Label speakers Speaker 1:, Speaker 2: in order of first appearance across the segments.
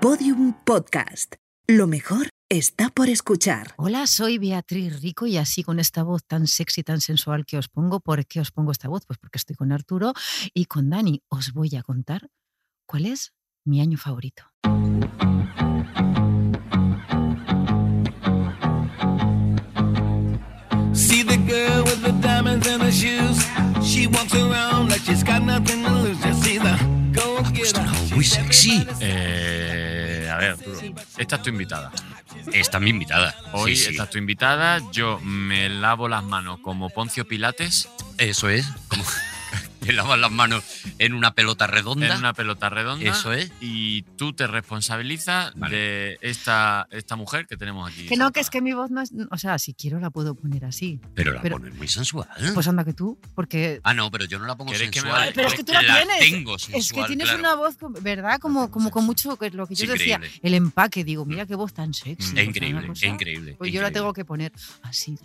Speaker 1: Podium Podcast. Lo mejor está por escuchar.
Speaker 2: Hola, soy Beatriz Rico y así con esta voz tan sexy, tan sensual que os pongo. ¿Por qué os pongo esta voz? Pues porque estoy con Arturo y con Dani. Os voy a contar cuál es mi año favorito.
Speaker 3: See the girl with the diamonds and the shoes. She walks around like she's got nothing to lose. Just see the go get her.
Speaker 4: Muy sexy.
Speaker 5: Eh, a ver, Arturo, esta es tu invitada.
Speaker 4: Está mi invitada.
Speaker 5: Hoy
Speaker 4: Sí, sí.
Speaker 5: esta es tu invitada. Yo me lavo las manos como Poncio Pilates
Speaker 4: Eso es. Como te lavas las manos en una pelota redonda.
Speaker 5: en una pelota redonda.
Speaker 4: Eso es.
Speaker 5: Y tú te responsabilizas
Speaker 4: Vale.
Speaker 5: de esta, esta mujer que tenemos aquí.
Speaker 2: Que no, que es que mi voz no es. O sea, si quiero la puedo poner así.
Speaker 4: Pero la
Speaker 2: Pero-
Speaker 4: pones muy sensual.
Speaker 2: Pues anda que tú, porque.
Speaker 4: ah, no, pero yo no la pongo
Speaker 5: ¿Quieres que me
Speaker 4: sensual.
Speaker 5: vaya? Pero es
Speaker 2: que tú la tienes.
Speaker 4: tengo sensual,
Speaker 2: Es que tienes
Speaker 4: claro.
Speaker 2: una voz, con- ¿verdad? Como, como con mucho, que es lo que yo
Speaker 4: Es
Speaker 2: decía,
Speaker 4: increíble.
Speaker 2: el empaque. Digo, mira qué voz tan sexy. o sea,
Speaker 4: Es
Speaker 2: una
Speaker 4: increíble, es
Speaker 2: cosa.
Speaker 4: increíble.
Speaker 2: Pues yo la
Speaker 4: increíble.
Speaker 2: tengo que poner así.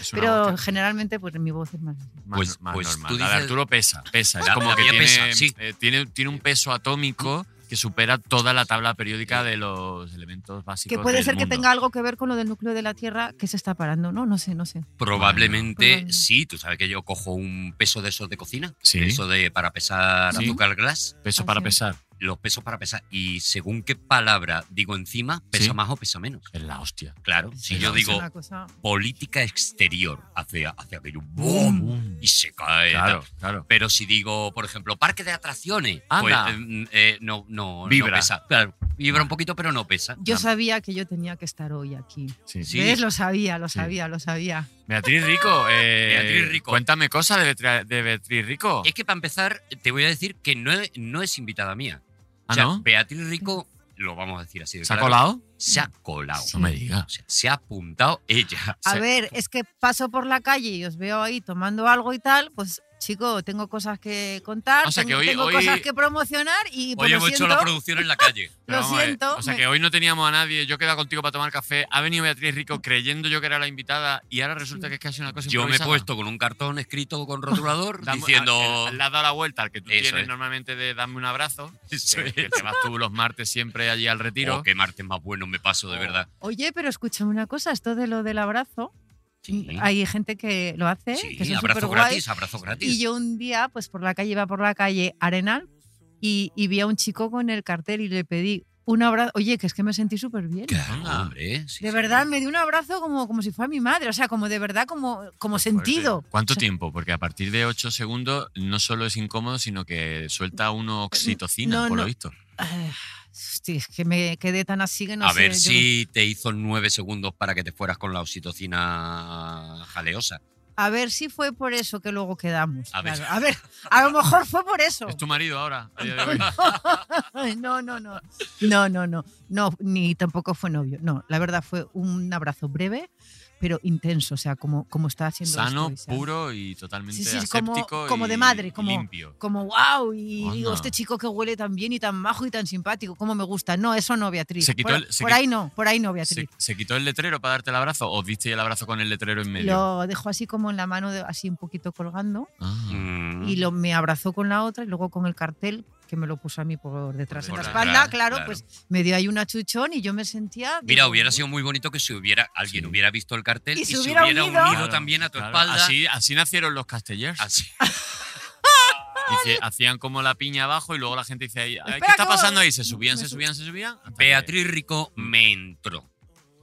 Speaker 5: Es una
Speaker 2: Pero
Speaker 5: voz que-
Speaker 2: generalmente, pues mi voz es más.
Speaker 5: más,
Speaker 4: Pues-
Speaker 5: más
Speaker 4: pues tú
Speaker 5: normal. La de
Speaker 4: dices-
Speaker 5: Arturo pesa, pesa. Es
Speaker 4: La-
Speaker 5: como
Speaker 4: la
Speaker 5: que
Speaker 4: mía
Speaker 5: tiene,
Speaker 4: pesa, sí.
Speaker 5: eh, tiene, tiene un peso atómico que supera toda la tabla periódica de los elementos básicos.
Speaker 2: Que puede
Speaker 5: del
Speaker 2: ser que
Speaker 5: mundo.
Speaker 2: tenga algo que ver con lo del núcleo de la Tierra que se está parando, ¿no? No sé, no sé.
Speaker 4: Probablemente
Speaker 2: Probable.
Speaker 4: sí. Tú sabes que yo cojo un peso de esos de cocina.
Speaker 5: Sí.
Speaker 4: Eso de para pesar
Speaker 5: Sí.
Speaker 4: azúcar glass.
Speaker 5: peso
Speaker 2: Ah,
Speaker 5: para
Speaker 2: sí.
Speaker 5: pesar.
Speaker 4: Los pesos para pesar. Y según qué palabra digo encima, pesa
Speaker 5: Sí.
Speaker 4: más o pesa menos.
Speaker 5: Es la hostia.
Speaker 4: Claro. Si yo
Speaker 5: es
Speaker 4: digo
Speaker 2: una cosa-
Speaker 4: política exterior, hace, hace aquello boom y se cae.
Speaker 5: Claro,
Speaker 4: tal.
Speaker 5: claro.
Speaker 4: Pero si digo, por ejemplo, parque de atracciones,
Speaker 5: Anda.
Speaker 4: pues, eh, mm, eh, no, no, no
Speaker 5: Vibra.
Speaker 4: pesa. Claro, vibra un poquito, pero no pesa.
Speaker 2: Yo
Speaker 4: Ah,
Speaker 2: sabía que yo tenía que estar hoy aquí.
Speaker 5: Sí.
Speaker 4: Sí.
Speaker 2: ¿Ves? Lo sabía, lo
Speaker 5: Sí.
Speaker 2: sabía, lo sabía.
Speaker 5: Beatriz Rico, eh,
Speaker 4: Beatriz Rico.
Speaker 5: cuéntame cosas de Beatri- de Beatriz Rico.
Speaker 4: Es que para empezar, te voy a decir que no, es- no es invitada mía.
Speaker 5: ¿Ah,
Speaker 4: O sea,
Speaker 5: no?
Speaker 4: Beatriz Rico, lo vamos a decir así. de
Speaker 5: ¿Se ha
Speaker 4: claro,
Speaker 5: colado?
Speaker 4: Se ha colado.
Speaker 2: Sí.
Speaker 5: No me digas.
Speaker 4: O sea, se ha apuntado ella.
Speaker 2: A
Speaker 4: O sea,
Speaker 2: ver, es que paso por la calle y os veo ahí tomando algo y tal, pues chico, tengo cosas que contar,
Speaker 5: O sea,
Speaker 2: tengo,
Speaker 5: que hoy-
Speaker 2: tengo
Speaker 5: hoy-
Speaker 2: cosas que promocionar y por
Speaker 4: Hoy
Speaker 2: lo
Speaker 4: hemos hecho
Speaker 2: siento,
Speaker 4: la producción en la calle.
Speaker 2: lo
Speaker 5: Pero vamos a ver,
Speaker 2: siento.
Speaker 5: O sea
Speaker 2: me-
Speaker 5: que hoy no teníamos a nadie. Yo he quedado contigo para tomar café. Ha venido Beatriz Rico creyendo yo que era la invitada y ahora resulta que es que ha sido una cosa
Speaker 4: Yo me he
Speaker 5: improvisada.
Speaker 4: puesto con un cartón escrito con rotulador
Speaker 5: Dame-
Speaker 4: diciendo.
Speaker 5: a- Le has dado la vuelta al que tú
Speaker 4: Eso
Speaker 5: tienes
Speaker 4: es.
Speaker 5: normalmente de dame un abrazo.
Speaker 4: Eso
Speaker 5: que,
Speaker 4: es.
Speaker 5: que te vas tú los martes siempre allí al retiro.
Speaker 4: Oh, qué martes más bueno me paso, de
Speaker 5: Oh.
Speaker 4: verdad.
Speaker 2: Oye, pero escúchame una cosa, esto de lo del abrazo,
Speaker 4: Sí.
Speaker 2: hay gente que lo hace,
Speaker 4: Sí,
Speaker 2: ¿eh? que son
Speaker 4: abrazo
Speaker 2: superguays.
Speaker 4: gratis, abrazo gratis.
Speaker 2: Y yo un día, pues por la calle, iba por la calle Arenal y, y vi a un chico con el cartel y le pedí un abrazo. Oye, que es que me sentí súper bien.
Speaker 4: Claro,
Speaker 5: Anda.
Speaker 4: hombre. sí,
Speaker 2: De
Speaker 4: sí.
Speaker 2: verdad, me dio un abrazo como, como si fuera mi madre, o sea, como de verdad, como, como sentido.
Speaker 5: Pues, eh, ¿Cuánto tiempo? Porque a partir de 8 segundos no solo es incómodo, sino que suelta uno oxitocina,
Speaker 2: No,
Speaker 5: por
Speaker 2: no.
Speaker 5: lo visto.
Speaker 2: Ah, Hostia, es que me quedé tan así que no
Speaker 4: a
Speaker 2: sé.
Speaker 4: ver
Speaker 2: yo-
Speaker 4: si te hizo nueve segundos para que te fueras con la oxitocina jaleosa.
Speaker 2: A ver si fue por eso que luego quedamos.
Speaker 4: A ver.
Speaker 2: claro. A ver, a lo mejor fue por eso.
Speaker 5: ¿Es tu marido ahora? a día de hoy?
Speaker 2: Ay, No, no, no. No, no, no. No, ni tampoco fue novio. No, la verdad fue un abrazo breve, pero intenso. O sea, como, como está haciendo esto
Speaker 5: Sano,
Speaker 2: hoy, ¿sabes?
Speaker 5: puro y totalmente
Speaker 2: Sí, sí, como-
Speaker 5: aséptico.
Speaker 2: como
Speaker 5: y
Speaker 2: de madre, como-
Speaker 5: Limpio.
Speaker 2: Como wow, y
Speaker 5: Anda.
Speaker 2: digo, este chico que huele tan bien y tan majo y tan simpático, cómo me gusta. No, eso no, Beatriz.
Speaker 5: Se quitó
Speaker 2: por,
Speaker 5: el- se
Speaker 2: por
Speaker 5: qui-
Speaker 2: ahí no, por ahí no,
Speaker 5: ¿Se,
Speaker 2: Beatriz.
Speaker 5: se quitó el letrero para darte el abrazo o diste el abrazo con el letrero en medio?
Speaker 2: Lo dejó así como en la mano, de- así un poquito colgando,
Speaker 5: Ah.
Speaker 4: Mm.
Speaker 2: y lo, me abrazó con la otra y luego con el cartel que me lo puso a mí por detrás
Speaker 5: Por
Speaker 2: de la
Speaker 5: detrás,
Speaker 2: espalda, claro,
Speaker 4: claro.
Speaker 2: pues me dio ahí un achuchón y yo me sentía...
Speaker 4: Mira,
Speaker 2: digo,
Speaker 4: hubiera sido muy bonito que si hubiera alguien
Speaker 5: Sí.
Speaker 4: hubiera visto el cartel
Speaker 2: Y
Speaker 4: y,
Speaker 2: se
Speaker 4: se
Speaker 2: hubiera
Speaker 4: hubiera,
Speaker 2: unido.
Speaker 4: unido,
Speaker 5: Claro,
Speaker 4: también a tu
Speaker 5: claro.
Speaker 4: espalda.
Speaker 5: Así, así nacieron los castellers.
Speaker 4: Así.
Speaker 5: Dice, hacían como la piña abajo y luego la gente dice, ahí, "Ay,
Speaker 2: Espera,
Speaker 5: ¿qué está
Speaker 2: que
Speaker 5: pasando
Speaker 2: voy".
Speaker 5: ahí? Se subían,
Speaker 2: Me
Speaker 5: se
Speaker 2: sub-
Speaker 5: subían, se subían. hasta que
Speaker 4: Beatriz Rico me entró.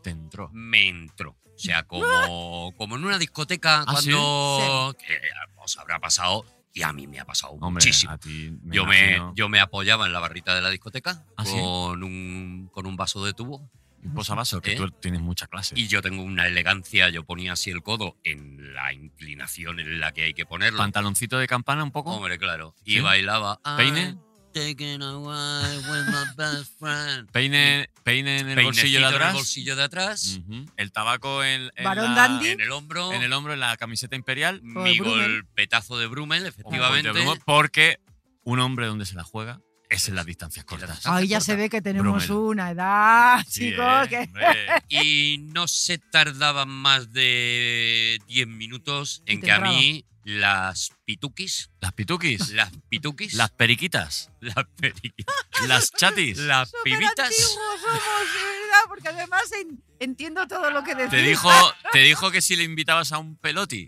Speaker 5: Te entró.
Speaker 4: me entró. O sea, como, como en una discoteca
Speaker 5: ¿Ah, sí?
Speaker 4: cuando que os habrá pasado y a mí me ha pasado
Speaker 5: Hombre,
Speaker 4: muchísimo.
Speaker 5: a ti me
Speaker 4: yo, me,
Speaker 5: imagino.
Speaker 4: yo me apoyaba en la barrita de la discoteca
Speaker 5: ¿Ah, sí?
Speaker 4: con, un, con un vaso de tubo
Speaker 5: Un posavasos, que
Speaker 4: ¿Eh?
Speaker 5: tú tienes mucha clase.
Speaker 4: y yo tengo una elegancia, yo ponía así el codo en la inclinación en la que hay que ponerlo.
Speaker 5: Pantaloncito de campana un poco.
Speaker 4: Hombre, claro. Y
Speaker 5: ¿Sí?
Speaker 4: bailaba.
Speaker 5: ¿Peine?
Speaker 4: "I'm taking a walk with my best friend".
Speaker 5: Peine, peine en el
Speaker 4: Peinecito
Speaker 5: bolsillo de
Speaker 4: en
Speaker 5: atrás.
Speaker 4: el bolsillo de atrás,
Speaker 5: Ujú. El tabaco en, en
Speaker 2: Barón
Speaker 5: la-
Speaker 2: Dandy.
Speaker 4: en el hombro,
Speaker 5: en el hombro, en la camiseta imperial.
Speaker 2: Por
Speaker 4: mi
Speaker 2: Brummel.
Speaker 4: golpetazo de Brummel,
Speaker 5: Como Ponte
Speaker 4: efectivamente.
Speaker 5: Brumo, Porque un hombre donde se la juega es en las distancias cortas.
Speaker 4: distancias-
Speaker 2: Ahí ya
Speaker 4: corta.
Speaker 2: se ve que tenemos
Speaker 5: Bromel.
Speaker 2: una edad,
Speaker 5: Sí,
Speaker 2: chicos.
Speaker 5: ¿eh?
Speaker 2: que-
Speaker 5: Hombre.
Speaker 4: Y no se tardaban más de 10 minutos
Speaker 2: Y
Speaker 4: en
Speaker 2: te
Speaker 4: que a
Speaker 2: entraba.
Speaker 4: mí las pituquis,
Speaker 5: Las pituquis,
Speaker 4: las pituquis,
Speaker 5: las periquitas,
Speaker 4: las periquis,
Speaker 5: las chatis.
Speaker 4: las pibitas,
Speaker 2: Superantiguos somos, de ¿verdad? Porque además en- entiendo todo lo que decís.
Speaker 5: Te dijo, te dijo que si le invitabas a un peloti.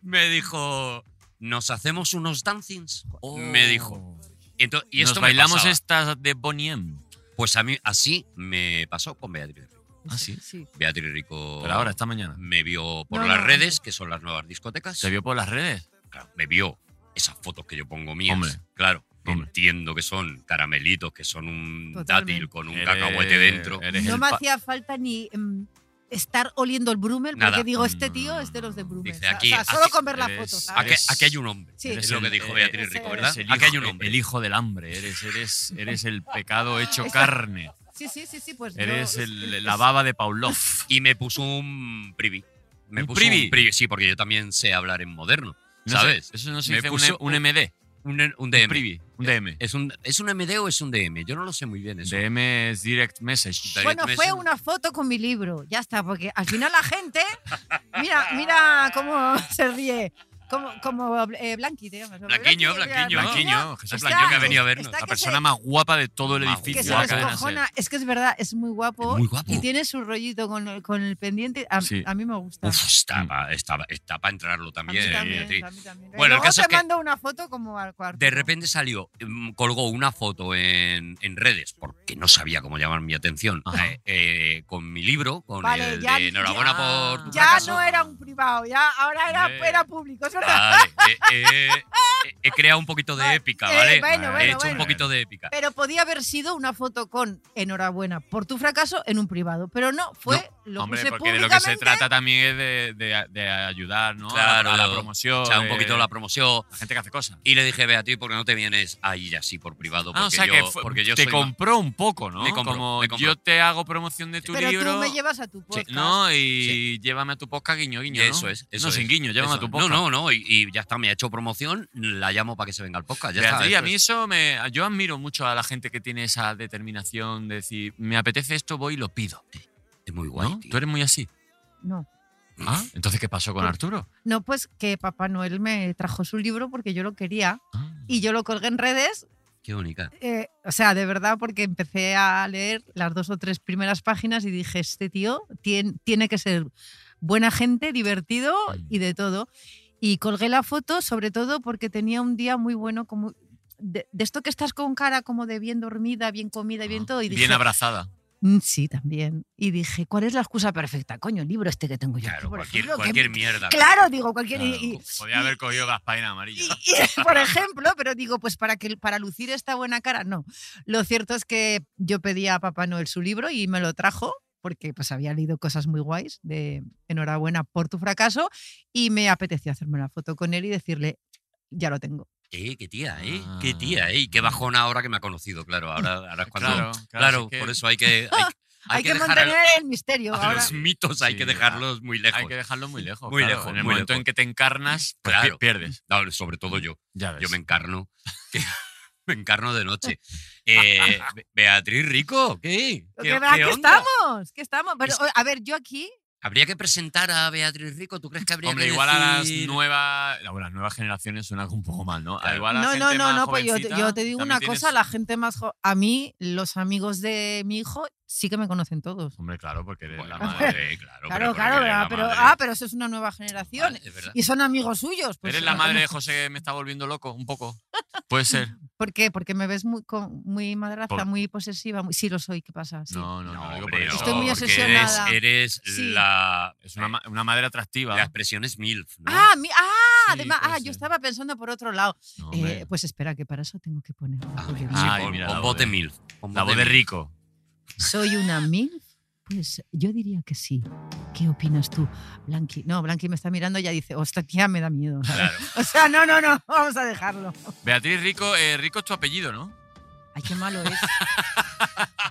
Speaker 4: me dijo, nos hacemos unos dancings, me dijo. Ento- Oh. y esto
Speaker 5: Oh. Nos
Speaker 4: me
Speaker 5: bailamos
Speaker 4: pasaba.
Speaker 5: estas de Bonnie M.
Speaker 4: Pues a mí así me pasó con Beatriz Rico.
Speaker 5: Ah, sí.
Speaker 4: Beatriz Rico
Speaker 5: Pero ahora, esta mañana.
Speaker 4: me vio por
Speaker 2: No,
Speaker 4: las
Speaker 2: no, no.
Speaker 4: redes, que son las nuevas discotecas.
Speaker 5: Se vio por las redes.
Speaker 4: Claro, me vio esas fotos que yo pongo mías.
Speaker 5: Hombre.
Speaker 4: Claro.
Speaker 5: Hombre.
Speaker 4: Entiendo que son caramelitos, que son un
Speaker 2: Totalmente.
Speaker 4: dátil con un
Speaker 5: Eres-
Speaker 4: cacahuete dentro.
Speaker 5: eres
Speaker 2: No
Speaker 5: el
Speaker 2: me
Speaker 5: pa-
Speaker 2: hacía falta ni mm, estar oliendo el Brumel, porque
Speaker 4: Nada.
Speaker 2: digo, este tío es de los de Brumel.
Speaker 4: Dice, aquí-
Speaker 2: o sea, solo
Speaker 4: aquí
Speaker 2: con ver la
Speaker 5: eres-
Speaker 2: foto, ¿sabes?
Speaker 4: Aquí,
Speaker 5: eres-
Speaker 4: aquí hay un hombre.
Speaker 2: Sí.
Speaker 4: Es lo que
Speaker 5: el-
Speaker 4: dijo
Speaker 5: eh,
Speaker 4: Beatriz
Speaker 2: eres
Speaker 4: Rico,
Speaker 2: el-
Speaker 4: ¿verdad?
Speaker 5: Eres el
Speaker 4: Aquí hay
Speaker 5: hijo- eh,
Speaker 4: un hombre.
Speaker 5: El hijo del hambre. Eres, eres, eres el pecado hecho
Speaker 2: Eso.
Speaker 5: carne.
Speaker 2: Sí, sí, sí, sí, pues yo-
Speaker 5: Eres
Speaker 2: es-
Speaker 5: el-
Speaker 2: es-
Speaker 5: la baba de Pavlov.
Speaker 4: Y me puso un privi. Me
Speaker 5: ¿Un
Speaker 4: puso
Speaker 5: privy?
Speaker 4: un privi, sí, porque yo también sé hablar en moderno.
Speaker 5: No
Speaker 4: ¿Sabes?
Speaker 5: sé, eso no se
Speaker 4: Me
Speaker 5: dice un,
Speaker 4: puso
Speaker 5: M- un MD.
Speaker 4: Un, un
Speaker 5: Un Eh,
Speaker 4: DM.
Speaker 5: privy. Un DM.
Speaker 4: ¿Es, un, ¿Es un MD o es un DM? Yo no lo sé muy bien eso.
Speaker 5: DM es direct message.
Speaker 4: Direct-
Speaker 2: Bueno, fue
Speaker 4: Messenger.
Speaker 2: una foto con mi libro, ya está, porque al final la gente, mira, mira cómo se ríe, como, como eh, Blanqui, te llamas, ¿no?
Speaker 4: Blanquiño, Blanquiño.
Speaker 5: Blanquiño, Jesús
Speaker 2: está-
Speaker 5: Blanquiño que ha
Speaker 4: venido a vernos.
Speaker 2: está
Speaker 5: La
Speaker 2: que
Speaker 5: persona
Speaker 2: se-
Speaker 5: más guapa de todo el
Speaker 4: Más
Speaker 5: edificio.
Speaker 2: que se
Speaker 4: guapa de nacer.
Speaker 2: descojona. Es que es verdad, es muy guapo.
Speaker 4: Es muy guapo.
Speaker 2: Y tiene su rollito con el, con el pendiente. A,
Speaker 5: Sí.
Speaker 2: a mí me gusta.
Speaker 4: Uf,
Speaker 5: Mm.
Speaker 4: está para entrarlo
Speaker 2: a mí
Speaker 4: también. eh,
Speaker 2: también,
Speaker 4: Beatriz.
Speaker 2: a mí también.
Speaker 4: Bueno, el
Speaker 2: Luego te
Speaker 4: caso es que-
Speaker 2: mando una foto como al cuarto.
Speaker 4: De repente salió, mm, colgó una foto en, en redes, porque no sabía cómo llamar mi atención,
Speaker 5: Ajá.
Speaker 4: eh, eh, con mi libro, con
Speaker 2: Vale,
Speaker 4: el
Speaker 2: ya-
Speaker 4: de Enhorabuena
Speaker 5: ya-
Speaker 4: por tu
Speaker 2: Ya
Speaker 4: fracaso.
Speaker 2: no era un privado, ya ahora era,
Speaker 5: Hombre.
Speaker 2: era público, es verdad.
Speaker 4: Vale, eh, eh, eh, he creado un poquito de
Speaker 2: Vale,
Speaker 4: épica,
Speaker 2: eh,
Speaker 4: Ah, ¿vale?
Speaker 2: bueno,
Speaker 4: he
Speaker 2: bueno,
Speaker 4: hecho un
Speaker 2: bueno.
Speaker 4: poquito de épica.
Speaker 2: Pero podía haber sido una foto con enhorabuena por tu fracaso en un privado. Pero no, fue lo
Speaker 5: Hombién,
Speaker 2: puse
Speaker 5: porque de lo que se
Speaker 2: públicamente.
Speaker 5: trata también es de, de- de ayudar, ¿no? A la-
Speaker 4: Claro.
Speaker 5: a la promoción.
Speaker 4: O sea, un poquito
Speaker 5: eh,
Speaker 4: la promoción.
Speaker 5: la gente que hace cosas.
Speaker 4: Y le dije, Beatriz, ¿por qué no te vienes ahí así por privado? Porque
Speaker 5: Ah, o sea
Speaker 4: yo,
Speaker 5: que fue-
Speaker 4: porque yo
Speaker 5: te
Speaker 4: soy más-
Speaker 5: compró un poco, ¿no?
Speaker 4: Me compró,
Speaker 5: Como
Speaker 4: me compró.
Speaker 5: yo te hago promoción de tu
Speaker 2: Pero
Speaker 5: libro.
Speaker 2: tú me llevas a tu podcast.
Speaker 5: No, y llévame a tu posca guiño, guiño. ¿no?
Speaker 4: Eso es, eso
Speaker 5: no,
Speaker 4: es,
Speaker 5: sin guiño, llévame
Speaker 4: Eso,
Speaker 5: a tu
Speaker 4: No,
Speaker 5: posca.
Speaker 4: no, no. Y, y ya está, me ha hecho promoción, la llamo para que se venga al podcast. Ya está,
Speaker 5: Beatriz,
Speaker 4: esto
Speaker 5: a mí
Speaker 4: es-
Speaker 5: eso me. Yo admiro mucho a la gente que tiene esa determinación de decir, me apetece esto, voy y lo pido.
Speaker 4: es muy guay.
Speaker 5: ¿no?
Speaker 4: tío.
Speaker 5: Tú eres muy así.
Speaker 2: No.
Speaker 5: Ah, entonces, ¿qué pasó con Arturo?
Speaker 2: No, pues que Papá Noel me trajo su libro porque yo lo quería
Speaker 5: Ah.
Speaker 2: y yo lo colgué en redes
Speaker 4: Qué bonita.
Speaker 2: Eh, o sea, de verdad, porque empecé a leer las dos o tres primeras páginas y dije, este tío tien- tiene que ser buena gente, divertido
Speaker 5: Mm.
Speaker 2: y de todo. Y colgué la foto, sobre todo porque tenía un día muy bueno, como de, de esto que estás con cara como de bien dormida, bien comida y bien todo. Y dije,
Speaker 5: Ah, Bien abrazada.
Speaker 2: "Mm, sí, también. Y dije, ¿cuál es la excusa perfecta? Coño, el libro este que tengo yo. aquí,
Speaker 4: Claro,
Speaker 2: por
Speaker 4: cualquier,
Speaker 2: ejemplo, que-
Speaker 4: cualquier mierda.
Speaker 2: Claro, digo, cualquier... y-
Speaker 5: Claro,
Speaker 2: y-
Speaker 5: Podía haber cogido Gaspaina
Speaker 2: y,
Speaker 5: amarilla.
Speaker 2: y, por ejemplo, pero digo, pues para que para lucir esta buena cara, no. Lo cierto es que yo pedí a Papá Noel su libro y me lo trajo porque pues había leído cosas muy guays de enhorabuena por tu fracaso y me apeteció hacerme una foto con él y decirle ya lo tengo.
Speaker 4: Eh, qué tía, eh.
Speaker 5: Ah.
Speaker 4: Qué tía, eh. Y Qué bajona ahora que me ha conocido, claro. Ahora, ahora es cuando. Claro,
Speaker 5: Claro, claro, si es que
Speaker 4: por eso hay que. Hay,
Speaker 2: Hay, que,
Speaker 4: dejar
Speaker 2: mantener
Speaker 4: a-
Speaker 2: el misterio.
Speaker 4: a,
Speaker 2: Ahora,
Speaker 4: los mitos, hay
Speaker 5: Sí,
Speaker 4: que dejarlos muy lejos.
Speaker 5: Hay que dejarlo muy lejos.
Speaker 4: Muy
Speaker 5: claro.
Speaker 4: lejos,
Speaker 5: En el
Speaker 4: muy
Speaker 5: momento
Speaker 4: lejos.
Speaker 5: en que te encarnas, pues,
Speaker 4: Claro.
Speaker 5: pi- pierdes.
Speaker 4: No, sobre todo yo.
Speaker 5: Ya ves.
Speaker 4: Yo me encarno. que- me encarno de noche. Eh, Be- Beatriz Rico, ¿qué?
Speaker 2: ¿Qué,
Speaker 4: ¿Qué-
Speaker 2: verdad
Speaker 4: qué
Speaker 2: que
Speaker 4: onda?
Speaker 2: estamos? que estamos? Pero
Speaker 4: Es-
Speaker 2: o- a ver, yo aquí
Speaker 4: Habría que presentar a Beatriz Rico. ¿Tú crees que habría
Speaker 5: Hombre,
Speaker 4: que
Speaker 5: igual a las
Speaker 4: decir-
Speaker 5: nuevas. Bueno, las nuevas generaciones suena un poco mal, ¿no?
Speaker 4: Claro.
Speaker 5: Igual a la
Speaker 2: No,
Speaker 5: gente
Speaker 2: no, no,
Speaker 5: más
Speaker 2: no, pues yo, te-
Speaker 5: jovencita
Speaker 2: yo te digo
Speaker 5: también
Speaker 2: una cosa,
Speaker 5: tienes-
Speaker 2: la gente más jo- a mí los amigos de mi hijo sí que me conocen todos.
Speaker 5: Hombre, claro, porque eres
Speaker 4: Bueno,
Speaker 5: la madre.
Speaker 4: sí, claro,
Speaker 2: Claro, claro,
Speaker 4: pero porque eres
Speaker 2: ¿verdad?
Speaker 4: la
Speaker 2: pero,
Speaker 4: madre.
Speaker 2: ah, pero eso es una nueva generación.
Speaker 4: Vale, es verdad.
Speaker 2: Y son amigos suyos. Pues,
Speaker 5: Pues eres la madre de
Speaker 2: ¿cómo?
Speaker 5: José, me está volviendo loco, un poco. Puede ser.
Speaker 2: ¿Por qué? Porque me ves muy, con- muy madraza,
Speaker 5: Por-
Speaker 2: muy posesiva. muy- Sí, lo soy, ¿qué pasa? Sí.
Speaker 5: No, no, no.
Speaker 4: No,
Speaker 5: digo
Speaker 4: hombre,
Speaker 5: por eso,
Speaker 2: Estoy muy
Speaker 5: porque
Speaker 2: obsesionada.
Speaker 5: eres-
Speaker 4: Eres, eres
Speaker 2: Sí.
Speaker 4: la.
Speaker 5: Es una, ma- una madre atractiva.
Speaker 4: La expresión es MILF, ¿no?
Speaker 2: Ah, mi- ah,
Speaker 5: Sí,
Speaker 2: además,
Speaker 5: puede
Speaker 2: ah,
Speaker 5: ser.
Speaker 2: yo estaba pensando por otro lado.
Speaker 5: No,
Speaker 2: Eh,
Speaker 5: hombre.
Speaker 2: pues espera, que para eso tengo que poner.
Speaker 4: Ah,
Speaker 2: porque
Speaker 4: mira,
Speaker 2: digo,
Speaker 4: sí,
Speaker 5: Ay,
Speaker 4: pon-
Speaker 5: mira,
Speaker 4: pon
Speaker 5: la
Speaker 4: voz
Speaker 5: voz
Speaker 4: de
Speaker 5: de-
Speaker 4: MILF. pon
Speaker 5: la voz de
Speaker 4: MILF.
Speaker 5: rico.
Speaker 2: ¿Soy una mil? Pues yo diría que sí. ¿Qué opinas tú, Blanqui? No, Blanqui me está mirando y ya dice, hostia, tía, me da miedo.
Speaker 4: Claro.
Speaker 2: O sea, no, no, no, vamos a dejarlo.
Speaker 5: Beatriz Rico, eh, Rico es tu apellido, ¿no?
Speaker 2: Ay, qué malo es.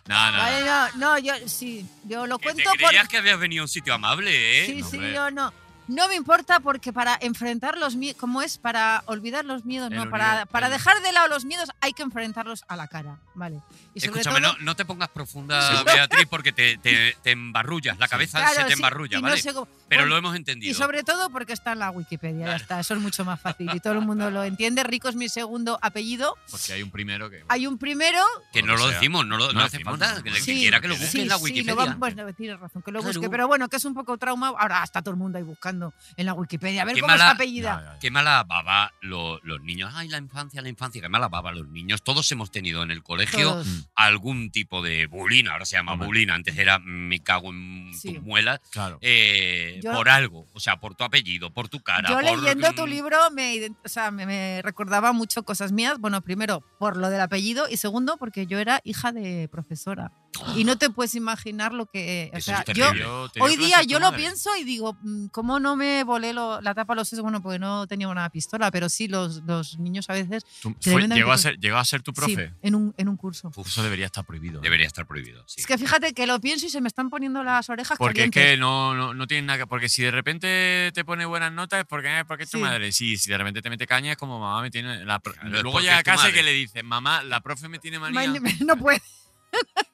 Speaker 5: No, no.
Speaker 2: Vale, no, no, yo sí, yo lo
Speaker 4: Que te
Speaker 2: cuento por,
Speaker 4: creías que habías venido a un sitio amable, ¿eh?
Speaker 2: Sí,
Speaker 5: No,
Speaker 2: sí,
Speaker 5: hombre.
Speaker 2: yo no. No me importa porque para enfrentar los miedos, como es para olvidar los miedos,
Speaker 5: El
Speaker 2: no,
Speaker 5: uni-
Speaker 2: para, para
Speaker 5: el-
Speaker 2: dejar de lado los miedos hay que enfrentarlos a la cara, ¿vale? Y sobre
Speaker 4: Escúchame,
Speaker 2: todo,
Speaker 4: no, no te pongas profunda, Beatriz, porque te, te- te embarrullas, la cabeza
Speaker 2: claro,
Speaker 4: se te
Speaker 2: sí,
Speaker 4: embarrulla,
Speaker 2: y no
Speaker 4: ¿vale?
Speaker 2: sé cómo-
Speaker 4: Pero
Speaker 2: bueno,
Speaker 4: lo hemos
Speaker 2: Y
Speaker 4: entendido.
Speaker 2: sobre todo porque está en la Wikipedia, ya está, eso es mucho más fácil y todo el mundo lo entiende. Rico es mi segundo apellido.
Speaker 5: Porque hay un primero que.
Speaker 2: Hay un primero,
Speaker 4: Que no
Speaker 5: Lo que
Speaker 4: lo
Speaker 5: sea.
Speaker 4: decimos, no, lo-
Speaker 5: No
Speaker 4: no
Speaker 5: lo
Speaker 4: hace
Speaker 5: decimos,
Speaker 4: falta.
Speaker 5: no,
Speaker 4: Que
Speaker 5: no.
Speaker 4: le-
Speaker 5: Sí,
Speaker 4: que quiera que lo
Speaker 5: sí,
Speaker 4: busque en la Wikipedia.
Speaker 2: lo va- bueno, tienes razón, que lo
Speaker 4: Claro.
Speaker 2: busque, pero bueno, que es un poco trauma. Ahora está todo el mundo ahí buscando en la Wikipedia, a ver
Speaker 4: Qué
Speaker 2: cómo está
Speaker 4: mala-
Speaker 2: apellida.
Speaker 5: Ya, ya, ya.
Speaker 4: Qué mala baba lo- los niños. Ay, la infancia, la infancia. Qué mala baba los niños. Todos hemos tenido en el colegio
Speaker 2: Todos.
Speaker 5: Mm,
Speaker 4: algún tipo de bullying. Ahora se llama
Speaker 5: Hombre.
Speaker 4: bullying. Antes era mm, me cago en
Speaker 2: Sí.
Speaker 4: tus muelas.
Speaker 5: Claro.
Speaker 4: eh,
Speaker 2: Yo-
Speaker 4: por algo. O sea, por tu apellido, por tu cara.
Speaker 2: Yo
Speaker 4: por,
Speaker 2: leyendo tu
Speaker 4: mm,
Speaker 2: libro me, ident- o sea, me, me recordaba mucho cosas mías. Bueno, primero por lo del apellido y segundo porque yo era hija de profesora. Y no te puedes imaginar lo que... O
Speaker 4: Eso
Speaker 2: sea,
Speaker 4: es
Speaker 2: yo
Speaker 4: terrible.
Speaker 5: te dio
Speaker 2: hoy
Speaker 5: clase
Speaker 2: día
Speaker 5: tu
Speaker 2: yo lo
Speaker 5: madre.
Speaker 2: pienso y digo, mm, ¿cómo no me volé lo- la tapa a los sesos? Bueno, porque no tenía una pistola, pero sí los, los niños a veces...
Speaker 5: Tú- fue-
Speaker 2: tremendamente
Speaker 5: llegó, a
Speaker 2: profe-
Speaker 5: ser, llegó a ser tu
Speaker 2: sí,
Speaker 5: profe.
Speaker 2: en un, en un curso.
Speaker 5: Uf, eso debería estar prohibido. ¿eh?
Speaker 4: Debería estar prohibido. sí.
Speaker 2: Es que fíjate que lo pienso y se me están poniendo las orejas
Speaker 5: Porque es
Speaker 2: calientes.
Speaker 5: que no, no, no tienes nada que. Porque si de repente te pone buenas notas es porque, eh, porque es tu
Speaker 2: Sí.
Speaker 5: madre. Sí, si de repente te mete caña es como mamá me tiene. La, pro-
Speaker 4: Claro, es
Speaker 5: luego
Speaker 4: porque
Speaker 5: llega
Speaker 4: es
Speaker 5: a
Speaker 4: tu
Speaker 5: casa y
Speaker 4: madre.
Speaker 5: que le dice, mamá, la profe me tiene manía.
Speaker 2: No puedo.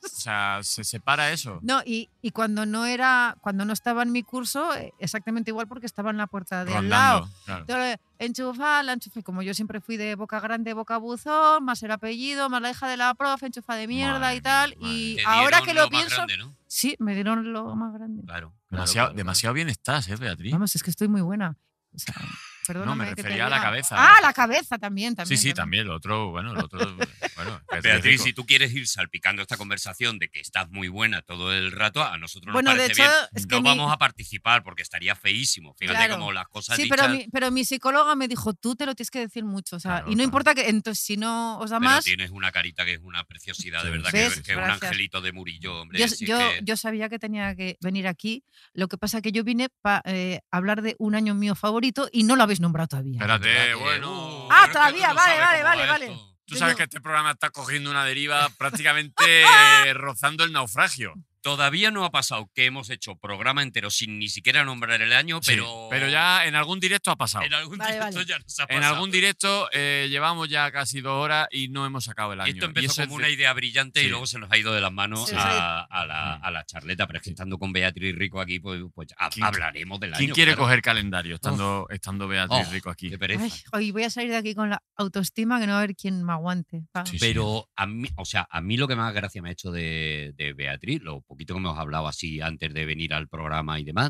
Speaker 5: O sea, se separa eso.
Speaker 2: No, y, y cuando no era, cuando no estaba en mi curso, eh, exactamente igual porque estaba en la puerta de al lado.
Speaker 5: Rondando, claro.
Speaker 2: Entonces, enchufa, la enchufa. Y como yo siempre fui de boca grande, boca buzón, más el apellido, más la hija de la profe, enchufa de mierda
Speaker 5: Madre
Speaker 2: y tal.
Speaker 5: mía,
Speaker 2: y
Speaker 4: Te
Speaker 2: ahora
Speaker 4: dieron
Speaker 2: que lo,
Speaker 4: más
Speaker 2: pienso,
Speaker 4: grande, ¿no?
Speaker 2: sí, me dieron lo más grande.
Speaker 5: ¿Ah,
Speaker 4: Claro. claro,
Speaker 5: Demasiado,
Speaker 4: claro, claro.
Speaker 5: demasiado bien estás, ¿eh, Beatriz?
Speaker 2: Vamos, es que estoy muy buena. O sea, perdóname que te
Speaker 5: refería a la
Speaker 2: diga.
Speaker 5: cabeza.
Speaker 2: Ah, la cabeza también,
Speaker 5: sí,
Speaker 2: también.
Speaker 5: sí, también. Lo otro, bueno, lo otro. bueno, es
Speaker 4: Beatriz,
Speaker 5: rico.
Speaker 4: si tú quieres ir salpicando esta conversación de que estás muy buena todo el rato, a nosotros
Speaker 2: Bueno,
Speaker 4: nos
Speaker 2: de
Speaker 4: parece
Speaker 2: hecho,
Speaker 4: bien.
Speaker 2: es que
Speaker 4: no
Speaker 2: mi-
Speaker 4: vamos a participar porque estaría feísimo. Fíjate
Speaker 2: Claro.
Speaker 4: cómo las cosas
Speaker 2: Sí,
Speaker 4: dichas,
Speaker 2: pero mi, pero mi psicóloga me dijo, tú te lo tienes que decir mucho. O sea,
Speaker 5: Claro,
Speaker 2: y no
Speaker 5: claro.
Speaker 2: importa que, entonces, si no os da
Speaker 4: pero
Speaker 2: más,
Speaker 4: tienes una carita que es una preciosidad, de
Speaker 5: Sí,
Speaker 4: verdad,
Speaker 2: ¿Ves?
Speaker 4: que, que un
Speaker 2: Gracias.
Speaker 4: angelito de Murillo, hombre.
Speaker 2: Yo,
Speaker 4: si es
Speaker 2: yo-
Speaker 4: que-
Speaker 2: yo sabía que tenía que venir aquí. Lo que pasa que yo vine para hablar de un año mío favorito y no lo habéis nombrado todavía.
Speaker 4: de verdad
Speaker 5: Espérate,
Speaker 4: que-
Speaker 5: bueno.
Speaker 2: Ah,
Speaker 4: Uh, pero es que
Speaker 2: todavía,
Speaker 4: tú no
Speaker 2: vale,
Speaker 4: sabes
Speaker 2: vale,
Speaker 4: cómo
Speaker 2: vale,
Speaker 4: va
Speaker 2: vale.
Speaker 4: esto.
Speaker 5: Tú sabes
Speaker 2: Tengo-
Speaker 5: que este programa está cogiendo una deriva prácticamente
Speaker 4: eh,
Speaker 5: rozando el naufragio.
Speaker 4: Todavía no ha pasado que hemos hecho programa entero sin ni siquiera nombrar el año,
Speaker 5: Sí,
Speaker 4: pero.
Speaker 5: pero ya en algún directo ha pasado.
Speaker 4: En algún
Speaker 2: Vale,
Speaker 4: directo
Speaker 2: vale.
Speaker 4: ya nos ha
Speaker 5: En
Speaker 4: pasado.
Speaker 5: algún directo eh, llevamos ya casi dos horas y no hemos sacado el año.
Speaker 4: Esto
Speaker 5: Y
Speaker 4: empezó
Speaker 5: eso es
Speaker 4: como
Speaker 5: de-
Speaker 4: una idea brillante
Speaker 5: Sí. Mm.
Speaker 4: y luego se nos ha ido de las manos
Speaker 2: Se nos ha ido.
Speaker 4: a, a la, a la charleta. Pero es que estando con Beatriz Rico aquí, pues, pues ha-
Speaker 5: ¿Quién-
Speaker 4: hablaremos del año.
Speaker 5: ¿Quién quiere
Speaker 4: claro.
Speaker 5: coger calendario estando, estando Beatriz
Speaker 4: Oh,
Speaker 5: Rico aquí?
Speaker 4: Qué pereza.
Speaker 2: Ay, hoy voy a salir de aquí con la autoestima que no va a haber quien me aguante. va.
Speaker 5: Sí, sí.
Speaker 4: Pero a mí, o sea, a mí lo que más gracia me ha hecho de, de Beatriz, lo poquito que hemos hablado así antes de venir al programa y demás,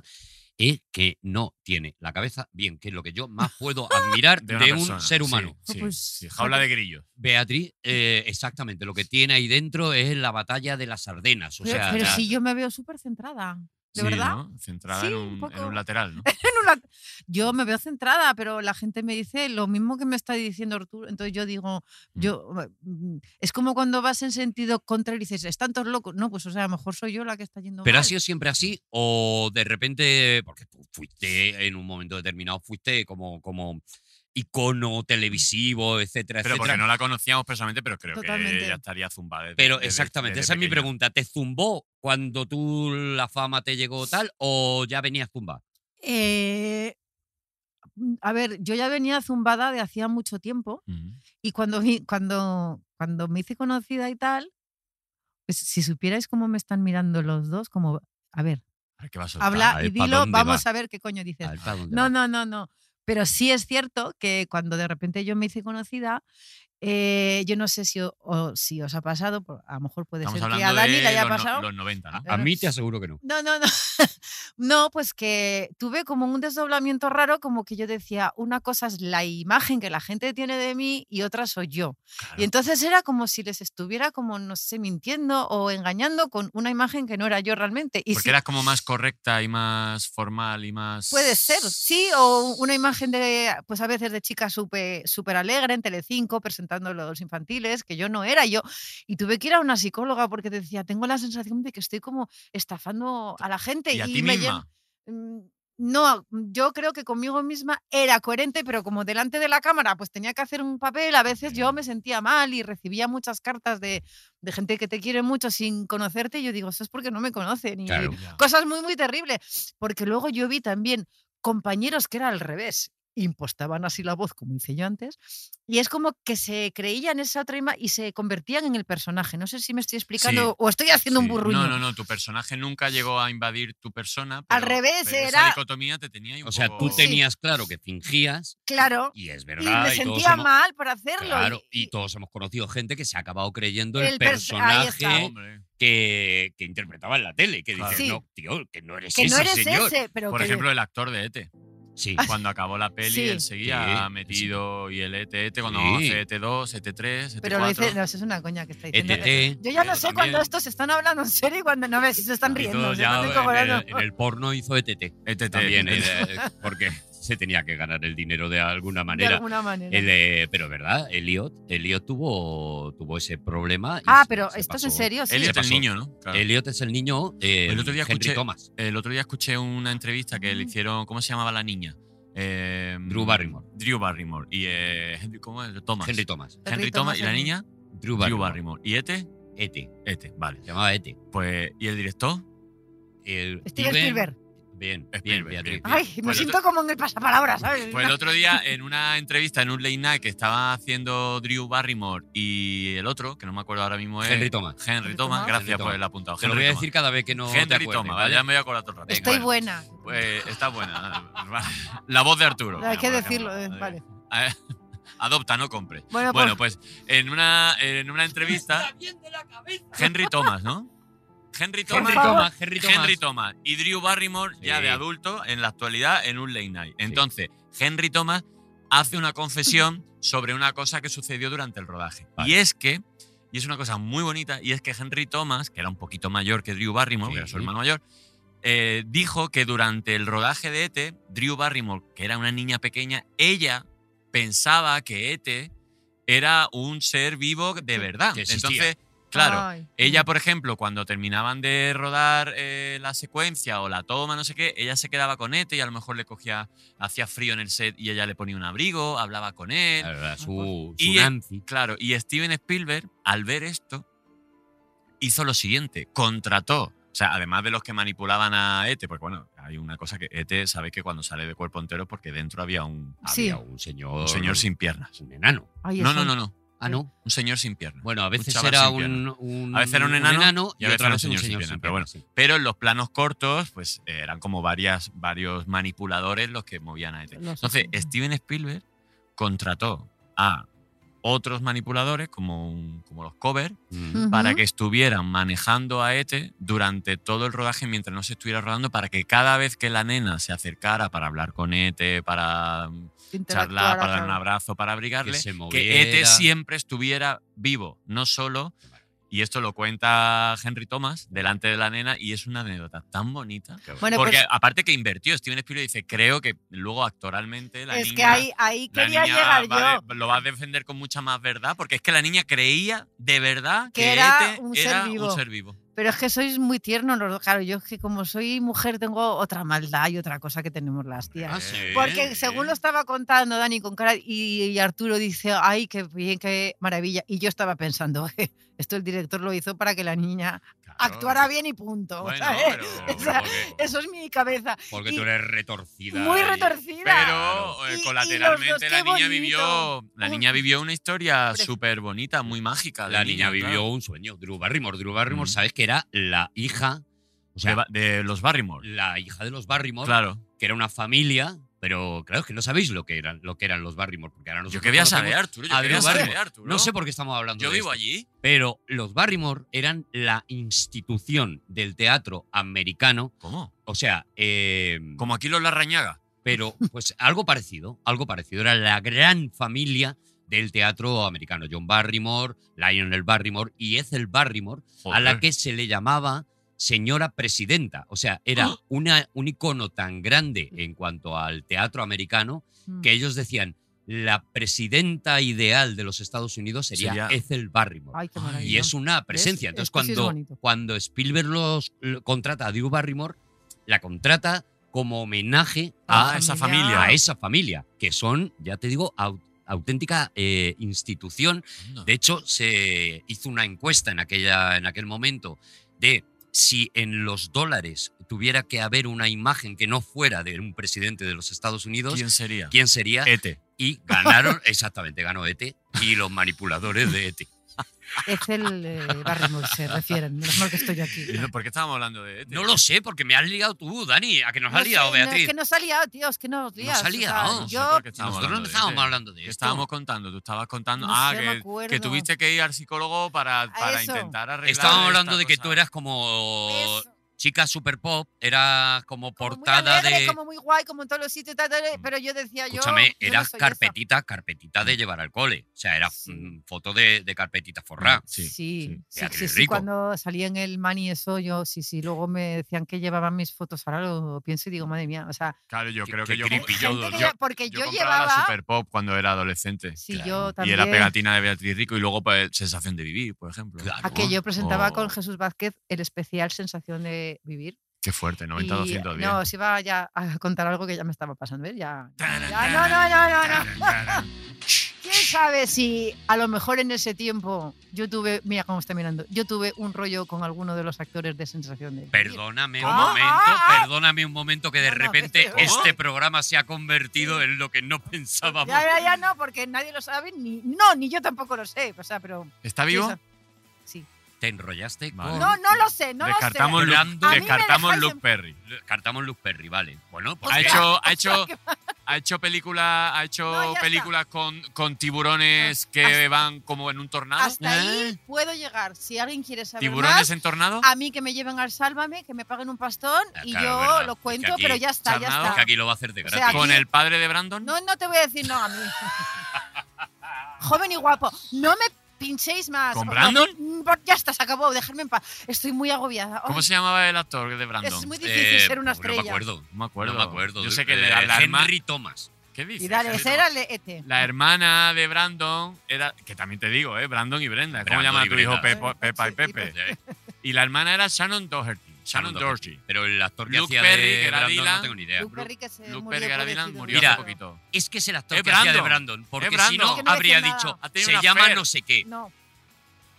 Speaker 4: es que no tiene la cabeza bien, que es lo que yo más puedo admirar de,
Speaker 5: una persona,
Speaker 4: un ser
Speaker 5: sí,
Speaker 4: humano.
Speaker 5: sí,
Speaker 2: Pues-
Speaker 5: sí, Jaula de grillos.
Speaker 4: Beatriz, eh, exactamente, lo que tiene ahí dentro es la batalla de las Ardenas. O
Speaker 2: pero
Speaker 4: sea,
Speaker 2: pero
Speaker 4: la-
Speaker 2: si yo me veo súper centrada. ¿De
Speaker 5: Sí,
Speaker 2: verdad?
Speaker 5: ¿no? Centrada
Speaker 2: Sí,
Speaker 5: en,
Speaker 2: un
Speaker 5: un,
Speaker 2: poco.
Speaker 5: en un lateral, ¿no?
Speaker 2: En una- Yo me veo centrada, pero la gente me dice lo mismo que me está diciendo Arturo. Entonces yo digo,
Speaker 5: Mm.
Speaker 2: yo mm, es como cuando vas en sentido contrario y dices, están todos locos. No, pues o sea, a lo mejor soy yo la que está yendo
Speaker 4: ¿Pero
Speaker 2: mal.
Speaker 4: ha sido siempre así? ¿O de repente, porque tú fuiste en un momento determinado, fuiste como, como icono televisivo, etcétera,
Speaker 5: Pero
Speaker 4: etcétera?
Speaker 5: porque no la conocíamos personalmente, pero creo que
Speaker 2: Totalmente.
Speaker 5: ya estaría zumbada. desde-
Speaker 4: Pero
Speaker 5: desde-
Speaker 4: exactamente,
Speaker 5: desde
Speaker 4: esa es mi
Speaker 5: pequeña.
Speaker 4: pregunta. ¿Te zumbó cuando tú la fama te llegó tal o ya venías zumbada?
Speaker 2: Eh, mm, a ver, yo ya venía zumbada de hacía mucho tiempo
Speaker 5: Mm.
Speaker 2: y cuando, vi- cuando, cuando me hice conocida y tal, pues si supierais cómo me están mirando los dos, como, a ver,
Speaker 5: A ver qué va a soltar.
Speaker 2: habla
Speaker 4: a ver,
Speaker 2: y
Speaker 4: eh, ¿pa'
Speaker 2: dilo,
Speaker 4: dónde
Speaker 2: vamos
Speaker 4: va?
Speaker 2: a ver qué coño dices.
Speaker 4: A ver, ¿pa' dónde
Speaker 2: No,
Speaker 4: va?
Speaker 2: no, no, no. Pero sí es cierto que cuando de repente yo me hice conocida, eh, yo no sé si, o- o si os ha pasado, por- a lo mejor puede
Speaker 5: Estamos
Speaker 2: ser
Speaker 5: hablando
Speaker 2: que a Dani
Speaker 5: de
Speaker 2: le haya
Speaker 5: los no-
Speaker 2: pasado.
Speaker 5: los 90, ¿no?
Speaker 4: A mí te aseguro que no.
Speaker 2: No, no, no. No, pues que tuve como un desdoblamiento raro, como que yo decía, una cosa es la imagen que la gente tiene de mí y otra soy yo. Y entonces era como si les estuviera como, no sé, mintiendo o engañando con una imagen que no era yo realmente. Y
Speaker 5: Porque
Speaker 2: sí,
Speaker 5: eras como más correcta y más formal y más.
Speaker 2: Puede ser, sí, o una imagen de, pues a veces de chica súper super alegre en Telecinco presentando los infantiles, que yo no era yo, y tuve que ir a una psicóloga porque decía, tengo la sensación de que estoy como estafando a la gente.
Speaker 5: Y a ti
Speaker 2: me llen-
Speaker 5: misma.
Speaker 2: Mm, No, yo creo que conmigo misma era coherente, pero como delante de la cámara pues tenía que hacer un papel, a veces yo me sentía mal y recibía muchas cartas de, de gente que te quiere mucho sin conocerte, y yo digo, eso es porque no me conocen. Y,
Speaker 4: Claro.
Speaker 5: Ya.
Speaker 2: cosas muy, muy terribles. Porque luego yo vi también compañeros que era al revés. Impostaban así la voz, como hice yo antes, y es como que se creían esa otra ima- y se convertían en el personaje. No sé si me estoy explicando o estoy haciendo
Speaker 4: sí.
Speaker 2: un burruño.
Speaker 5: No, no, no, tu personaje nunca llegó a invadir tu persona.
Speaker 2: Al
Speaker 5: pero-
Speaker 2: revés,
Speaker 5: pero
Speaker 2: era-
Speaker 5: Esa dicotomía te tenía ahí un
Speaker 4: O sea, tú
Speaker 5: poco-
Speaker 4: tenías claro que fingías
Speaker 2: Claro,
Speaker 4: y es
Speaker 2: y
Speaker 4: verdad.
Speaker 2: me
Speaker 4: y todos
Speaker 2: sentía
Speaker 4: hemos-
Speaker 2: mal por hacerlo.
Speaker 4: Claro,
Speaker 2: y-
Speaker 4: y todos hemos conocido gente que se ha acabado creyendo el,
Speaker 2: El perso- ahí está.
Speaker 5: Ah,
Speaker 4: personaje
Speaker 5: hombre.
Speaker 4: que, que interpretaba en la tele. Que
Speaker 5: Claro.
Speaker 4: dices,
Speaker 2: Sí.
Speaker 4: no, tío, que no eres
Speaker 2: que
Speaker 4: ese
Speaker 2: no eres
Speaker 4: señor.
Speaker 2: ese, pero
Speaker 5: Por
Speaker 2: que- Ah,
Speaker 5: ejemplo, el actor de ET.
Speaker 4: Sí,
Speaker 5: Cuando acabó la peli,
Speaker 2: Sí.
Speaker 5: él seguía
Speaker 4: Sí,
Speaker 5: metido y el E ET, ET, cuando
Speaker 4: Sí.
Speaker 5: hace ET2, ET3, ET4.
Speaker 2: pero lo dice, no, eso es una coña que está diciendo.
Speaker 4: ETT.
Speaker 2: Yo ya no
Speaker 5: Eh, Pero
Speaker 2: sé cuando
Speaker 5: también-
Speaker 2: estos están hablando en serio y cuando no ves si se están
Speaker 5: Y
Speaker 2: riendo. E
Speaker 5: todos
Speaker 2: se
Speaker 5: ya eh,
Speaker 2: están
Speaker 5: en
Speaker 2: incorporando.
Speaker 4: En el porno hizo ETT.
Speaker 5: ETT.
Speaker 4: También, era- porque se tenía que ganar el dinero de alguna
Speaker 2: de
Speaker 4: manera.
Speaker 2: alguna manera.
Speaker 4: El, eh, pero verdad, Elliot, Elliot tuvo, tuvo ese problema. y
Speaker 2: ah,
Speaker 4: se-
Speaker 2: pero
Speaker 4: se
Speaker 2: esto es en
Speaker 4: pasó.
Speaker 2: serio, sí.
Speaker 5: Él es
Speaker 4: Se
Speaker 5: el
Speaker 4: pasó.
Speaker 5: niño, ¿no? Claro.
Speaker 4: Elliot es el niño eh,
Speaker 5: El otro día
Speaker 4: Henry
Speaker 5: escuché-
Speaker 4: Thomas,
Speaker 5: El otro día escuché una entrevista que le hicieron. ¿Cómo se llamaba la niña? Eh,
Speaker 4: Drew Barrymore.
Speaker 5: Drew Barrymore. Y eh, Henry, ¿cómo es? Thomas.
Speaker 4: Henry Thomas,
Speaker 5: Henry Thomas. ¿Y la niña?
Speaker 4: Drew
Speaker 5: Drew
Speaker 4: Barrymore,
Speaker 5: Barrymore. ¿Y Ete?
Speaker 4: Ete,
Speaker 5: Ete, vale.
Speaker 4: se llamaba E Ete.
Speaker 5: Pues, ¿y el director?
Speaker 4: El
Speaker 2: Steven
Speaker 4: Eh, Steven-
Speaker 2: Spielberg.
Speaker 4: Bien, bien,
Speaker 5: Spielberg,
Speaker 4: Beatriz.
Speaker 5: bien.
Speaker 4: bien.
Speaker 2: Ay, me
Speaker 5: Pues el
Speaker 2: siento como en el pasapalabra, ¿sabes?
Speaker 5: Pues el otro día, en una entrevista en un late night que estaba haciendo Drew Barrymore y el otro, que no me acuerdo ahora mismo, es
Speaker 4: Henry Thomas.
Speaker 5: Henry
Speaker 2: Henry
Speaker 5: Thomas,
Speaker 2: Thomas.
Speaker 5: gracias
Speaker 4: Henry
Speaker 5: por
Speaker 4: Thomas.
Speaker 5: el apuntado.
Speaker 4: Te lo
Speaker 5: Henry
Speaker 4: voy a
Speaker 5: Thomas.
Speaker 4: decir cada vez que no te
Speaker 5: Henry
Speaker 4: acuerdes,
Speaker 5: Thomas,
Speaker 4: ¿vale?
Speaker 5: ya me voy a acordar todo el rato.
Speaker 4: Venga.
Speaker 2: Estoy
Speaker 5: Bueno,
Speaker 2: buena.
Speaker 5: Pues está buena. La voz de Arturo.
Speaker 2: Hay que
Speaker 5: Bueno, por
Speaker 2: decirlo,
Speaker 5: ejemplo.
Speaker 2: eh, vale.
Speaker 5: Eh, Adopta, no compre.
Speaker 2: Bueno,
Speaker 5: Bueno, pues en una, en una entrevista, Henry Thomas, ¿no? Henry Thomas,
Speaker 4: Henry
Speaker 2: favor.
Speaker 4: Thomas, Henry Thomas.
Speaker 5: Henry Thomas y Drew Barrymore ya
Speaker 4: Sí.
Speaker 5: de adulto en la actualidad en un late night. Entonces, Henry Thomas hace una confesión sobre una cosa que sucedió durante el rodaje.
Speaker 4: Vale.
Speaker 5: Y es que, y es una cosa muy bonita, y es que Henry Thomas, que era un poquito mayor que Drew Barrymore, que era
Speaker 4: Sí.
Speaker 5: su hermano mayor, eh, dijo que durante el rodaje de ET, Drew Barrymore, que era una niña pequeña, ella pensaba que ET era un ser vivo de verdad.
Speaker 4: que existía. Ah,
Speaker 5: Entonces, claro,
Speaker 2: pues, Ay.
Speaker 5: ella, por ejemplo, cuando terminaban de rodar eh, la secuencia o la toma, no sé qué, ella se quedaba con Ete y a lo mejor le cogía, hacía frío en el set y ella le ponía un abrigo, hablaba con él.
Speaker 4: La verdad, su, su
Speaker 5: Y-
Speaker 4: Nancy.
Speaker 5: Claro, y Steven Spielberg, al ver esto, hizo lo siguiente, contrató, o sea, además de los que manipulaban a Ete, porque bueno, hay una cosa que E Ete, sabéis que cuando sale de cuerpo entero, porque dentro había un,
Speaker 2: Sí.
Speaker 4: Había un señor.
Speaker 5: un señor sin piernas.
Speaker 4: Un enano.
Speaker 2: Ay,
Speaker 5: No,
Speaker 2: eso.
Speaker 5: no, no, no,
Speaker 4: Ah, no.
Speaker 5: un señor sin piernas.
Speaker 4: Bueno, a veces
Speaker 5: chaval
Speaker 4: era
Speaker 5: sin
Speaker 4: un,
Speaker 5: pierna.
Speaker 4: un-
Speaker 5: A veces era un enano
Speaker 4: y, otra vez un señor sin
Speaker 5: pierna,
Speaker 4: pierna,
Speaker 5: pero bueno.
Speaker 4: sí.
Speaker 5: Pero en los planos cortos, pues eh, eran como varias, varios manipuladores los que movían a ET.
Speaker 2: Los-
Speaker 5: Entonces, Steven Spielberg contrató a otros manipuladores, como, un- como los cover,
Speaker 4: Mm.
Speaker 2: Ujú.
Speaker 5: para que estuvieran manejando a ET durante todo el rodaje mientras no se estuviera rodando, para que cada vez que la nena se acercara para hablar con ET, para mm, charlar,
Speaker 2: Interactuar,
Speaker 5: para dar un
Speaker 2: claro.
Speaker 5: abrazo, para abrigarle,
Speaker 4: Que se
Speaker 5: que
Speaker 4: moviera.
Speaker 5: ET siempre estuviera vivo, no solo. Y esto lo cuenta Henry Thomas delante de la nena y es una anécdota tan bonita.
Speaker 2: Bueno,
Speaker 5: Porque
Speaker 2: pues
Speaker 5: aparte que invertió, Steven Spielberg dice, creo que luego actoralmente la
Speaker 2: es
Speaker 5: niña,
Speaker 2: que ahí, ahí
Speaker 5: la
Speaker 2: quería
Speaker 5: niña
Speaker 2: llegar
Speaker 5: va
Speaker 2: yo.
Speaker 5: de- lo va a defender con mucha más verdad, porque es que la niña creía de verdad que,
Speaker 2: Que era
Speaker 5: ET
Speaker 2: un ser
Speaker 5: era
Speaker 2: vivo.
Speaker 5: un ser vivo.
Speaker 2: Pero es que sois muy tiernos los dos. Claro, yo es que como soy mujer tengo otra maldad y otra cosa que tenemos las tías.
Speaker 4: Ah, sí.
Speaker 2: Porque según lo estaba contando Dani con cara y, y Arturo dice, ay, qué bien, qué maravilla. Y yo estaba pensando, "Je, esto el director lo hizo para que la niña
Speaker 5: Claro.
Speaker 2: actuara bien y punto.
Speaker 5: Bueno,
Speaker 2: ¿sabes?
Speaker 5: pero,
Speaker 2: O sea,
Speaker 5: porque-
Speaker 2: Eso es mi cabeza.
Speaker 4: Porque
Speaker 2: y-
Speaker 4: tú eres retorcida.
Speaker 2: Muy
Speaker 4: y-
Speaker 2: retorcida.
Speaker 5: Pero
Speaker 2: Y-
Speaker 5: eh,
Speaker 2: y los dos,
Speaker 5: colateralmente
Speaker 2: qué
Speaker 5: la niña
Speaker 2: bonito.
Speaker 5: vivió la
Speaker 2: Un-
Speaker 5: niña vivió una historia
Speaker 2: Precioso.
Speaker 5: súper bonita, muy mágica. de
Speaker 4: La niña vivió
Speaker 5: claro.
Speaker 4: un sueño. Drew Barrymore. Drew Barrymore,
Speaker 5: Mm.
Speaker 4: ¿sabes que era la hija? O sea,
Speaker 5: de, Ba- de los Barrymore.
Speaker 4: la hija de los Barrymore,
Speaker 5: Claro.
Speaker 4: que era una familia, pero claro, es que no sabéis lo que eran, lo que eran los Barrymore, porque ahora
Speaker 5: Yo
Speaker 4: nosotros
Speaker 5: quería
Speaker 4: conocemos-
Speaker 5: saber, Arturo.
Speaker 4: a
Speaker 5: Yo quería
Speaker 4: Drew
Speaker 5: saber,
Speaker 4: Barrymore.
Speaker 5: Arturo.
Speaker 4: No sé por qué estamos hablando
Speaker 5: Yo
Speaker 4: de
Speaker 5: vivo
Speaker 4: esto,
Speaker 5: allí.
Speaker 4: pero los Barrymore eran la institución del teatro americano,
Speaker 5: ¿Cómo?
Speaker 4: o sea, eh,
Speaker 5: Como aquí los Larrañaga.
Speaker 4: pero pues algo parecido, algo parecido, era la gran familia del teatro americano, John Barrymore, Lionel Barrymore y Ethel Barrymore, a la
Speaker 5: Joder.
Speaker 4: que se le llamaba señora presidenta. O sea,
Speaker 2: ¡Ah!
Speaker 4: era una, un icono tan grande
Speaker 2: Mm.
Speaker 4: en cuanto al teatro americano que ellos decían, la presidenta ideal de los Estados Unidos sería,
Speaker 5: Sería-
Speaker 4: Ethel Barrymore.
Speaker 2: Mm. Ay, qué
Speaker 5: Y
Speaker 2: maravilla.
Speaker 4: y es una presencia.
Speaker 2: ¿Ves?
Speaker 4: Entonces,
Speaker 2: Esto sí es
Speaker 4: cuando,
Speaker 2: bonito.
Speaker 4: cuando Spielberg los, lo- contrata a Drew Barrymore, la contrata como homenaje
Speaker 5: Ah,
Speaker 4: a,
Speaker 5: esa
Speaker 2: familia.
Speaker 5: familia.
Speaker 4: a esa familia, que son, ya te digo, au- auténtica eh, institución
Speaker 5: Anda.
Speaker 4: de hecho, se hizo una encuesta en, aquella, en aquel momento de si en los dólares tuviera que haber una imagen que no fuera de un presidente de los Estados Unidos, ¿quién, Eh.
Speaker 5: ¿Quién
Speaker 4: sería?
Speaker 5: sería?
Speaker 4: E
Speaker 5: Ete.
Speaker 4: Y ganaron, exactamente, ganó ET y los manipuladores de E ET.
Speaker 2: Es el eh, Barrymore, se refieren. Menos mal que estoy aquí.
Speaker 5: Y no, ¿Por qué estábamos hablando de E Ete?
Speaker 4: No
Speaker 2: Ah,
Speaker 4: lo sé, porque me has liado tú, Dani, a que nos has
Speaker 2: sé,
Speaker 4: liado,
Speaker 2: no, es
Speaker 4: Beatriz.
Speaker 2: que nos ha liado, tío, es que nos
Speaker 4: Nos
Speaker 2: liado.
Speaker 4: ha liado.
Speaker 5: No sé
Speaker 2: yo
Speaker 5: por qué estábamos
Speaker 4: Nosotros no
Speaker 5: hablando de
Speaker 4: estábamos
Speaker 5: ET.
Speaker 4: hablando de E
Speaker 5: ¿Qué
Speaker 4: esto.
Speaker 5: estábamos contando? Tú estabas contando
Speaker 2: No
Speaker 5: ah,
Speaker 2: sé, me
Speaker 5: que- que,
Speaker 2: acuerdo.
Speaker 5: tuviste que ir al psicólogo para, para
Speaker 2: eso.
Speaker 5: intentar arreglar.
Speaker 4: Estábamos
Speaker 5: esta
Speaker 4: hablando de que
Speaker 5: cosa.
Speaker 4: tú eras como
Speaker 2: Eso.
Speaker 4: chica super pop, eras como,
Speaker 2: como muy
Speaker 4: portada
Speaker 2: alegre,
Speaker 4: de.
Speaker 2: como muy guay, como en todos los sitios, tal, tal, tal, pero yo decía yo.
Speaker 4: Escúchame,
Speaker 2: yo no
Speaker 4: eras
Speaker 2: soy esa.
Speaker 4: carpetita, carpetita de llevar al cole. O sea, era
Speaker 2: Sí.
Speaker 4: mm, foto de, de carpetita forrá.
Speaker 2: Sí,
Speaker 5: Mm, Sí.
Speaker 2: sí, sí,
Speaker 4: Beatriz
Speaker 2: sí, sí,
Speaker 4: Rico.
Speaker 2: cuando salí en el Mani eso, yo sí, sí, luego me decían que llevaban mis fotos, ahora lo pienso y digo, madre mía, o sea,
Speaker 5: Claro, yo
Speaker 4: Qué-
Speaker 5: creo
Speaker 4: qué
Speaker 5: que yo,
Speaker 4: creepy,
Speaker 5: yo,
Speaker 2: gente que
Speaker 5: yo-
Speaker 2: ya- porque
Speaker 5: yo
Speaker 2: yo,
Speaker 5: compraba la
Speaker 2: llevaba,
Speaker 5: Super Pop cuando era adolescente.
Speaker 2: sí,
Speaker 4: claro, y
Speaker 2: yo
Speaker 4: era
Speaker 5: Y
Speaker 2: también,
Speaker 5: era pegatina de Beatriz Rico y luego pues, Sensación de Vivir, por ejemplo.
Speaker 4: Claro.
Speaker 2: a que yo presentaba
Speaker 5: Oh.
Speaker 2: con Jesús Vázquez el especial Sensación de Vivir.
Speaker 5: Qué fuerte,
Speaker 2: Y,
Speaker 5: 90-210.
Speaker 2: no, os iba ya a contar algo que ya me estaba pasando, ¿ver? Ya,
Speaker 5: Taran,
Speaker 2: ya, no, no, no, no, no.
Speaker 5: taran, taran.
Speaker 2: ¿Quién sabe si a lo mejor en ese tiempo yo tuve, mira cómo está mirando, yo tuve un rollo con alguno de los actores de Sensación de Vivir?
Speaker 4: Perdóname un
Speaker 2: ¿Cómo?
Speaker 4: momento,
Speaker 2: Ah, ah, ah.
Speaker 4: perdóname un momento que de
Speaker 2: No, no,
Speaker 4: repente
Speaker 2: ¿cómo?
Speaker 4: este programa se ha convertido en lo que no pensábamos.
Speaker 2: Ya, ya, ya, no, porque nadie lo sabe, ni, no, ni yo tampoco lo sé, o sea, pero...
Speaker 5: ¿Está vivo?
Speaker 2: piensa- Sí.
Speaker 4: Te enrollaste
Speaker 5: Vale.
Speaker 4: con.
Speaker 2: No, no lo sé, no lo
Speaker 5: Descartamos, Luke,
Speaker 2: sé.
Speaker 4: Fernando.
Speaker 2: A mí me
Speaker 5: descartamos
Speaker 2: dejáis en-
Speaker 5: Luke Perry.
Speaker 4: Cartamos Luz Perry, vale. Bueno, pues
Speaker 5: Ha
Speaker 4: eh,
Speaker 5: hecho, ha hecho, ha hecho películas, ha hecho
Speaker 2: No, ya está.
Speaker 5: películas con, con tiburones que
Speaker 2: Hasta-
Speaker 5: van como en un tornado.
Speaker 2: Hasta
Speaker 5: ¿Eh?
Speaker 2: ahí puedo llegar. Si alguien quiere saber
Speaker 5: Tiburones
Speaker 2: más,
Speaker 5: en tornado.
Speaker 2: a mí que me lleven al Sálvame, que me paguen un pastón
Speaker 4: Ah,
Speaker 2: y
Speaker 4: claro,
Speaker 2: yo
Speaker 4: verdad.
Speaker 2: lo
Speaker 4: Es que
Speaker 2: cuento,
Speaker 4: aquí,
Speaker 2: pero ya está, ya
Speaker 5: charnado,
Speaker 2: está.
Speaker 4: que aquí lo va a hacer de
Speaker 2: O sea,
Speaker 4: gratis.
Speaker 2: aquí-
Speaker 5: Con el padre de Brandon.
Speaker 2: No, no te voy a decir no a mí. Joven y guapo, no me pinchéis más.
Speaker 5: ¿Con
Speaker 2: O-
Speaker 5: Brandon?
Speaker 2: Mm, por- Ya está, se acabó, dejadme en paz. Estoy muy agobiada.
Speaker 5: ¿Cómo
Speaker 2: Ay,
Speaker 5: se llamaba el actor de Brandon?
Speaker 2: es muy
Speaker 4: Eh,
Speaker 2: difícil ser una
Speaker 4: pues No me
Speaker 2: estrella.
Speaker 4: acuerdo.
Speaker 5: No me acuerdo.
Speaker 4: No me acuerdo.
Speaker 5: Yo sé que
Speaker 4: Eh,
Speaker 5: le- la, herma-
Speaker 4: Henry Thomas.
Speaker 5: ¿Qué dices?
Speaker 2: y dale,
Speaker 5: Henry
Speaker 2: ese era el E ET.
Speaker 5: La hermana de Brandon era, que también te digo, ¿eh? Brandon y Brenda. ¿Cómo
Speaker 4: Brandon
Speaker 5: llaman a
Speaker 4: y
Speaker 5: tu hijo
Speaker 4: Brenda.
Speaker 5: Pepo- Pepa y
Speaker 2: Sí,
Speaker 5: Pepe? Y la hermana era Shannon Doherty. Shannon Doherty.
Speaker 4: Pero el actor que
Speaker 5: Luke
Speaker 4: hacía
Speaker 5: Perry,
Speaker 4: de
Speaker 5: que era
Speaker 4: Brandon
Speaker 5: Dylan.
Speaker 4: no tengo ni idea.
Speaker 2: Luke Perry que se
Speaker 5: E Luke
Speaker 2: murió,
Speaker 5: Perry Garavina
Speaker 2: pobrecito,
Speaker 5: murió
Speaker 4: Mira.
Speaker 5: hace
Speaker 2: pero-
Speaker 5: poquito.
Speaker 4: Es que es el actor
Speaker 5: Es
Speaker 4: que hacía de
Speaker 5: eh, Brandon.
Speaker 4: Brandon, porque
Speaker 5: Es
Speaker 4: si
Speaker 5: Brandon.
Speaker 4: no,
Speaker 5: Es que
Speaker 2: no
Speaker 4: habría
Speaker 2: decía nada.
Speaker 4: dicho,
Speaker 5: Ha tenido
Speaker 4: se
Speaker 5: una
Speaker 4: llama
Speaker 5: affair.
Speaker 4: no sé qué,
Speaker 2: No,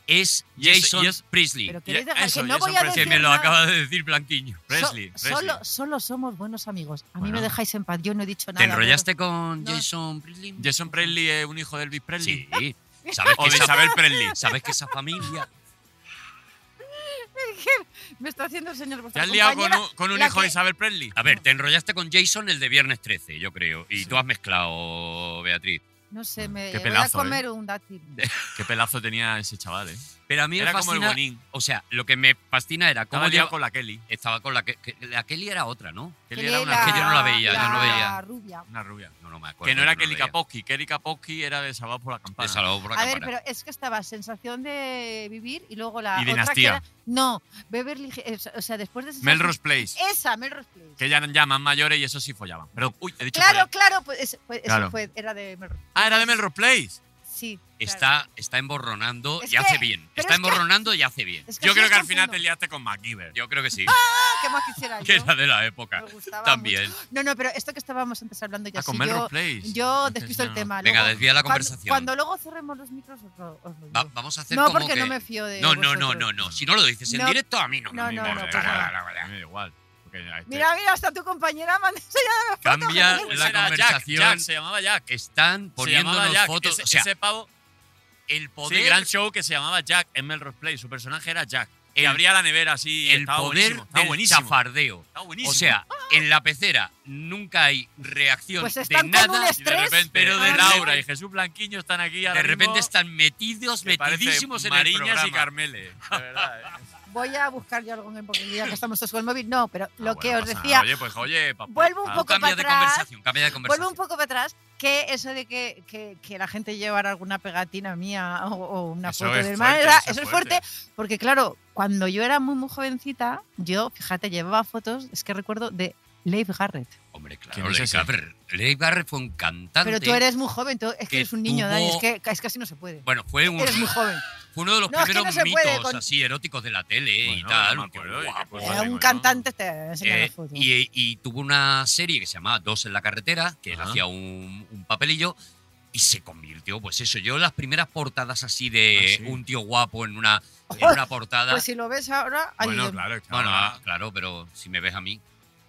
Speaker 4: es
Speaker 5: Y eso-
Speaker 4: Jason
Speaker 5: y eso-
Speaker 4: Presley.
Speaker 2: pero
Speaker 5: Ya,
Speaker 2: queréis dejar
Speaker 5: eso,
Speaker 2: que
Speaker 5: ya
Speaker 2: no
Speaker 5: son
Speaker 2: voy a
Speaker 5: precios.
Speaker 2: decir
Speaker 4: que me lo
Speaker 2: nada.
Speaker 4: acaba de decir Blanquiño.
Speaker 5: Presley.
Speaker 2: So-
Speaker 5: Presley.
Speaker 2: Solo, solo somos buenos amigos. A mí
Speaker 5: Bueno.
Speaker 2: me dejáis en paz. Yo no he dicho nada.
Speaker 4: ¿Te enrollaste con
Speaker 2: No.
Speaker 4: Jason Presley?
Speaker 5: Jason Presley es un hijo de Elvis Presley.
Speaker 4: Sí. ¿Sabes
Speaker 5: O
Speaker 4: que,
Speaker 5: de
Speaker 4: esa,
Speaker 5: Isabel Presley.
Speaker 4: sabes que esa familia?
Speaker 2: pero- Me está haciendo el señor
Speaker 5: ¿Te
Speaker 2: vuestra
Speaker 5: has liado con
Speaker 2: compañera.
Speaker 5: un, con un
Speaker 2: la
Speaker 5: hijo de
Speaker 2: que-
Speaker 5: Isabel Presley?
Speaker 4: A ver, te enrollaste con Jason el de Viernes 13, yo creo. Y
Speaker 5: Sí.
Speaker 4: tú has mezclado, Beatriz.
Speaker 2: No sé, me
Speaker 5: Qué
Speaker 2: voy
Speaker 5: pelazo, ¿eh?
Speaker 2: a comer un dátil.
Speaker 5: Qué pelazo tenía ese chaval, ¿eh?
Speaker 4: Pero a mí
Speaker 5: Era
Speaker 4: me
Speaker 5: como el
Speaker 4: fascina...
Speaker 5: Bonín.
Speaker 4: o sea, lo que me fascina era cómo
Speaker 5: Estaba liado
Speaker 4: lleva-
Speaker 5: con la Kelly.
Speaker 4: estaba con la que, que- la Kelly era otra, ¿no?
Speaker 5: Kelly era
Speaker 4: la-
Speaker 5: una,
Speaker 4: que yo no la veía, yo no
Speaker 2: la
Speaker 4: veía.
Speaker 2: rubia.
Speaker 5: una rubia.
Speaker 4: Pues No, no me acuerdo.
Speaker 5: Que no era
Speaker 4: que
Speaker 5: Kelly Kapowski. Kelly Kapowski era de Salvado por la Campana.
Speaker 4: De Salvador por la
Speaker 2: A ver,
Speaker 4: Campana.
Speaker 2: pero es que estaba sensación de vivir y luego la
Speaker 5: Y
Speaker 2: otra que
Speaker 5: Dinastía.
Speaker 2: era- no, Beverly, Hills, o sea, después de Sensación-
Speaker 5: Melrose Place.
Speaker 2: esa Melrose Place.
Speaker 5: Que ya eran ya más mayores y eso sí follaban. Pero, uy, he dicho
Speaker 2: Claro,
Speaker 5: follaban.
Speaker 2: claro, pues, es- pues, eso
Speaker 5: Claro.
Speaker 2: fue- era de Melrose.
Speaker 5: Ah, era de Melrose Place.
Speaker 2: Sí. claro.
Speaker 4: está, está emborronando
Speaker 2: Es
Speaker 4: y
Speaker 2: que-
Speaker 4: hace bien.
Speaker 2: pero
Speaker 4: Está
Speaker 2: es que-
Speaker 4: emborronando y hace bien.
Speaker 2: Es
Speaker 5: Yo
Speaker 2: así
Speaker 5: creo
Speaker 2: os
Speaker 5: que al final te
Speaker 2: confundo.
Speaker 5: liaste con MacGyver.
Speaker 4: Yo creo que sí.
Speaker 2: Ah, ¿Qué más quisiera
Speaker 4: Que
Speaker 2: yo?
Speaker 4: era de la época.
Speaker 2: Me gustaba
Speaker 4: También.
Speaker 2: mucho. No, no, pero esto que estábamos antes hablando ya
Speaker 5: Ah, con
Speaker 2: sí,
Speaker 5: Melrose
Speaker 2: yo,
Speaker 5: Place.
Speaker 2: yo
Speaker 5: Entonces,
Speaker 2: despisto el
Speaker 5: no.
Speaker 2: tema.
Speaker 4: Venga,
Speaker 2: luego-
Speaker 4: desvía la
Speaker 2: cuando-
Speaker 4: conversación.
Speaker 2: Cuando, luego cerremos los micros os lo, os lo
Speaker 4: Va-
Speaker 2: digo.
Speaker 4: vamos a hacer
Speaker 2: No,
Speaker 4: como
Speaker 2: porque
Speaker 4: que...
Speaker 2: no me fío de
Speaker 4: no, no, no,
Speaker 2: vosotros.
Speaker 4: no, no. Si no lo dices en
Speaker 2: No.
Speaker 4: directo, a mí no,
Speaker 2: No,
Speaker 4: me
Speaker 2: no, no,
Speaker 4: importa
Speaker 2: por
Speaker 4: nada,
Speaker 2: favor.
Speaker 4: la verdad.
Speaker 5: Me da igual. porque a este-
Speaker 2: Mira, mira, hasta tu compañera me ha enseñado la foto.
Speaker 4: Cambia
Speaker 2: Jesús.
Speaker 5: Ese
Speaker 4: la
Speaker 5: era
Speaker 4: conversación.
Speaker 5: Jack, Jack, se llamaba Jack.
Speaker 4: Están
Speaker 5: se
Speaker 4: poniéndonos
Speaker 5: llamaba Jack.
Speaker 4: fotos.
Speaker 5: Ese,
Speaker 4: o sea,
Speaker 5: ese pavo,
Speaker 4: el
Speaker 5: sí,
Speaker 4: poder,
Speaker 5: gran show que se llamaba Jack en Melrose Place. Su personaje era Jack. Y
Speaker 4: El-
Speaker 5: abría la nevera así. y
Speaker 4: el
Speaker 5: estaba
Speaker 4: poder
Speaker 5: buenísimo. Estaba
Speaker 4: del
Speaker 5: buenísimo.
Speaker 4: chafardeo.
Speaker 5: Estaba buenísimo.
Speaker 4: O sea, en la pecera nunca hay reacción
Speaker 2: Ah. Pues
Speaker 4: de
Speaker 2: están con un
Speaker 4: nada.
Speaker 5: y de
Speaker 2: estrés.
Speaker 5: repente,
Speaker 4: pero de
Speaker 5: Laura
Speaker 4: repente-
Speaker 5: y Jesús Blanquiño están aquí.
Speaker 4: De repente están metidos, metidísimos en el
Speaker 5: Mariñas y
Speaker 4: programa.
Speaker 5: Carmele. De verdad, ¿eh?
Speaker 2: Voy a buscar yo algo en el porque ya que estamos todos con el móvil. No, pero lo
Speaker 5: Ah,
Speaker 2: que
Speaker 5: bueno,
Speaker 2: os
Speaker 5: pasa nada.
Speaker 2: decía,
Speaker 5: Oye, pues oye, papá.
Speaker 2: vuelvo un
Speaker 5: Ah,
Speaker 4: Tú
Speaker 2: poco
Speaker 4: cambia
Speaker 2: para
Speaker 4: de
Speaker 2: atrás.
Speaker 4: conversación, cambia de
Speaker 2: Vuelvo
Speaker 4: conversación.
Speaker 2: un poco para atrás que eso de que, que- que la gente llevara alguna pegatina mía o, o una
Speaker 5: Eso
Speaker 2: foto
Speaker 5: es
Speaker 2: de
Speaker 5: fuerte,
Speaker 2: manera,
Speaker 5: eso es
Speaker 2: eso es fuerte,
Speaker 5: fuerte.
Speaker 2: porque claro, cuando yo era muy muy jovencita, yo, fíjate, llevaba fotos, es que recuerdo de Leif Garrett.
Speaker 4: Hombre, claro,
Speaker 5: ¿Quién es
Speaker 4: Leif
Speaker 5: ese?
Speaker 4: Garrett- Leif Garrett fue un cantante.
Speaker 2: Pero tú eres muy joven, tú- es que
Speaker 4: que
Speaker 2: eres un niño, Dani, es
Speaker 4: tuvo-
Speaker 2: que es que así no se puede.
Speaker 4: Bueno, fue un-
Speaker 2: Eres muy joven.
Speaker 4: fue uno de los
Speaker 2: No, es que
Speaker 4: primeros
Speaker 2: no se
Speaker 4: mitos
Speaker 2: puede con-
Speaker 4: así eróticos de la tele y
Speaker 5: Bueno,
Speaker 4: tal.
Speaker 5: no me
Speaker 4: un tío
Speaker 5: acuerdo, pues, ¿y qué
Speaker 4: guapo.
Speaker 5: cosa?
Speaker 2: Era
Speaker 5: digo,
Speaker 2: un
Speaker 5: no.
Speaker 2: cantante, te enseño
Speaker 4: Eh,
Speaker 2: la foto.
Speaker 4: y, y tuvo una serie que se llamaba Dos en la carretera, que él
Speaker 5: Ajá.
Speaker 4: hacía un, un papelillo. Y se convirtió, pues eso, yo las primeras portadas así de
Speaker 5: Ah, sí.
Speaker 4: un tío guapo en una, en una portada.
Speaker 2: Pues si lo ves ahora, ay,
Speaker 5: bueno,
Speaker 2: Dios,
Speaker 5: claro, es que
Speaker 4: bueno,
Speaker 5: ahora-
Speaker 4: ah, claro, pero si me ves a mí,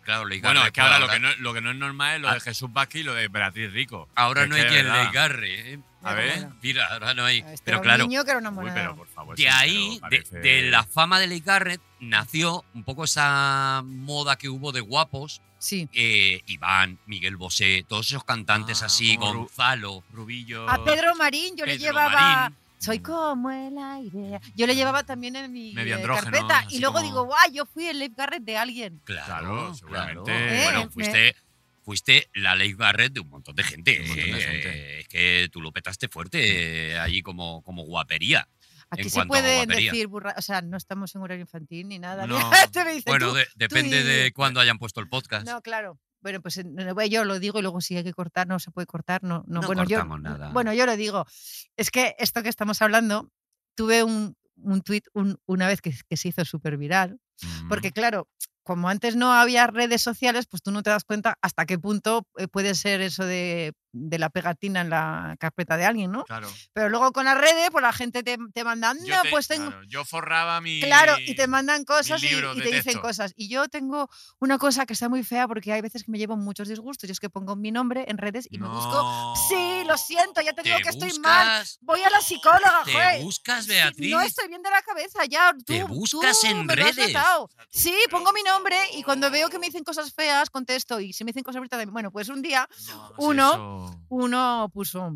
Speaker 4: claro, Leigarre.
Speaker 5: Bueno, es que
Speaker 4: pues
Speaker 5: ahora lo que, no, lo que no es normal es lo
Speaker 4: Ah.
Speaker 5: de Jesús Vázquez y lo de Beatriz Rico.
Speaker 4: ahora
Speaker 5: Es
Speaker 4: no
Speaker 5: que
Speaker 4: hay
Speaker 5: de
Speaker 4: quien
Speaker 5: verdad.
Speaker 4: Leigarre. ¿eh?
Speaker 5: A ver.
Speaker 4: Mira, ahora no hay.
Speaker 2: este era
Speaker 4: pero
Speaker 2: un
Speaker 4: claro,
Speaker 2: niño que era un
Speaker 5: Uy,
Speaker 2: enamorado.
Speaker 5: pero por favor. Pues sí,
Speaker 4: de ahí,
Speaker 5: pero
Speaker 4: de,
Speaker 5: parece-
Speaker 4: de la fama de Leigarre, nació un poco esa moda que hubo de guapos.
Speaker 2: Sí.
Speaker 4: eh, Iván, Miguel Bosé, todos esos cantantes
Speaker 5: Ah,
Speaker 4: así,
Speaker 5: como Ru-
Speaker 4: Gonzalo.
Speaker 5: Rubillo.
Speaker 2: A Pedro Marín yo le
Speaker 5: Pedro
Speaker 2: llevaba.
Speaker 5: Marín.
Speaker 2: Soy como el aire. Yo le llevaba también en mi
Speaker 5: Medio
Speaker 2: eh,
Speaker 5: andrógeno,
Speaker 2: carpeta.
Speaker 5: así
Speaker 2: Y luego
Speaker 5: como-
Speaker 2: digo, guau, yo fui el Leif Garrett de alguien.
Speaker 4: Claro,
Speaker 5: Claro, seguramente.
Speaker 4: claro.
Speaker 2: Eh,
Speaker 4: Bueno, fuiste, fuiste la ley Barrett de un montón de gente.
Speaker 5: Un montón de
Speaker 4: eh,
Speaker 5: gente.
Speaker 4: Es que tú lo petaste fuerte eh, allí como, como guapería.
Speaker 2: Aquí
Speaker 4: En
Speaker 2: se
Speaker 4: cuanto a
Speaker 2: pueden
Speaker 4: guapería.
Speaker 2: decir burra, o sea, no estamos en horario infantil ni nada.
Speaker 5: No.
Speaker 2: Te me dice,
Speaker 4: Bueno,
Speaker 2: tú,
Speaker 4: de- depende de
Speaker 2: di.
Speaker 4: cuándo hayan puesto el podcast.
Speaker 2: No, claro. Bueno, pues en- en- bueno, yo lo digo y luego si hay que cortar, no se puede cortar. No, no,
Speaker 4: No
Speaker 2: bueno, yo,
Speaker 4: cortamos nada.
Speaker 2: Bueno, yo lo digo. Es que esto que estamos hablando, tuve un, un tuit un- una vez que, que se hizo súper viral,
Speaker 5: Mm.
Speaker 2: porque claro, como antes no había redes sociales, pues tú no te das cuenta hasta qué punto eh, puede ser eso de, de la pegatina en la carpeta de alguien, ¿no?
Speaker 5: Claro.
Speaker 2: Pero luego con las redes, pues la gente te, te manda, no,
Speaker 5: Yo te-
Speaker 2: pues tengo,
Speaker 5: claro, yo forraba mi.
Speaker 2: Claro, y te mandan cosas y,
Speaker 5: libro
Speaker 2: y
Speaker 5: de
Speaker 2: te dicen
Speaker 5: texto.
Speaker 2: cosas. Y yo tengo una cosa que está muy fea porque hay veces que me llevo muchos disgustos y es que pongo mi nombre en redes y me busco.
Speaker 5: No.
Speaker 2: Sí, lo siento, ya te, digo
Speaker 4: Te
Speaker 2: que estoy mal.
Speaker 4: buscas-
Speaker 2: Voy a la psicóloga,
Speaker 4: Te
Speaker 2: joder.
Speaker 4: buscas,
Speaker 2: Sí,
Speaker 4: Beatriz.
Speaker 2: No estoy bien de la cabeza, ya. Tú,
Speaker 4: Te
Speaker 2: tú
Speaker 4: buscas en
Speaker 2: me lo has
Speaker 4: redes.
Speaker 2: notado.
Speaker 5: sea, tú,
Speaker 2: Sí,
Speaker 5: pero
Speaker 2: pongo mi
Speaker 5: por
Speaker 2: nombre y cuando veo que me dicen cosas feas, contesto. Y si me dicen cosas bonitas, también. bueno, pues un día Uno. uno puso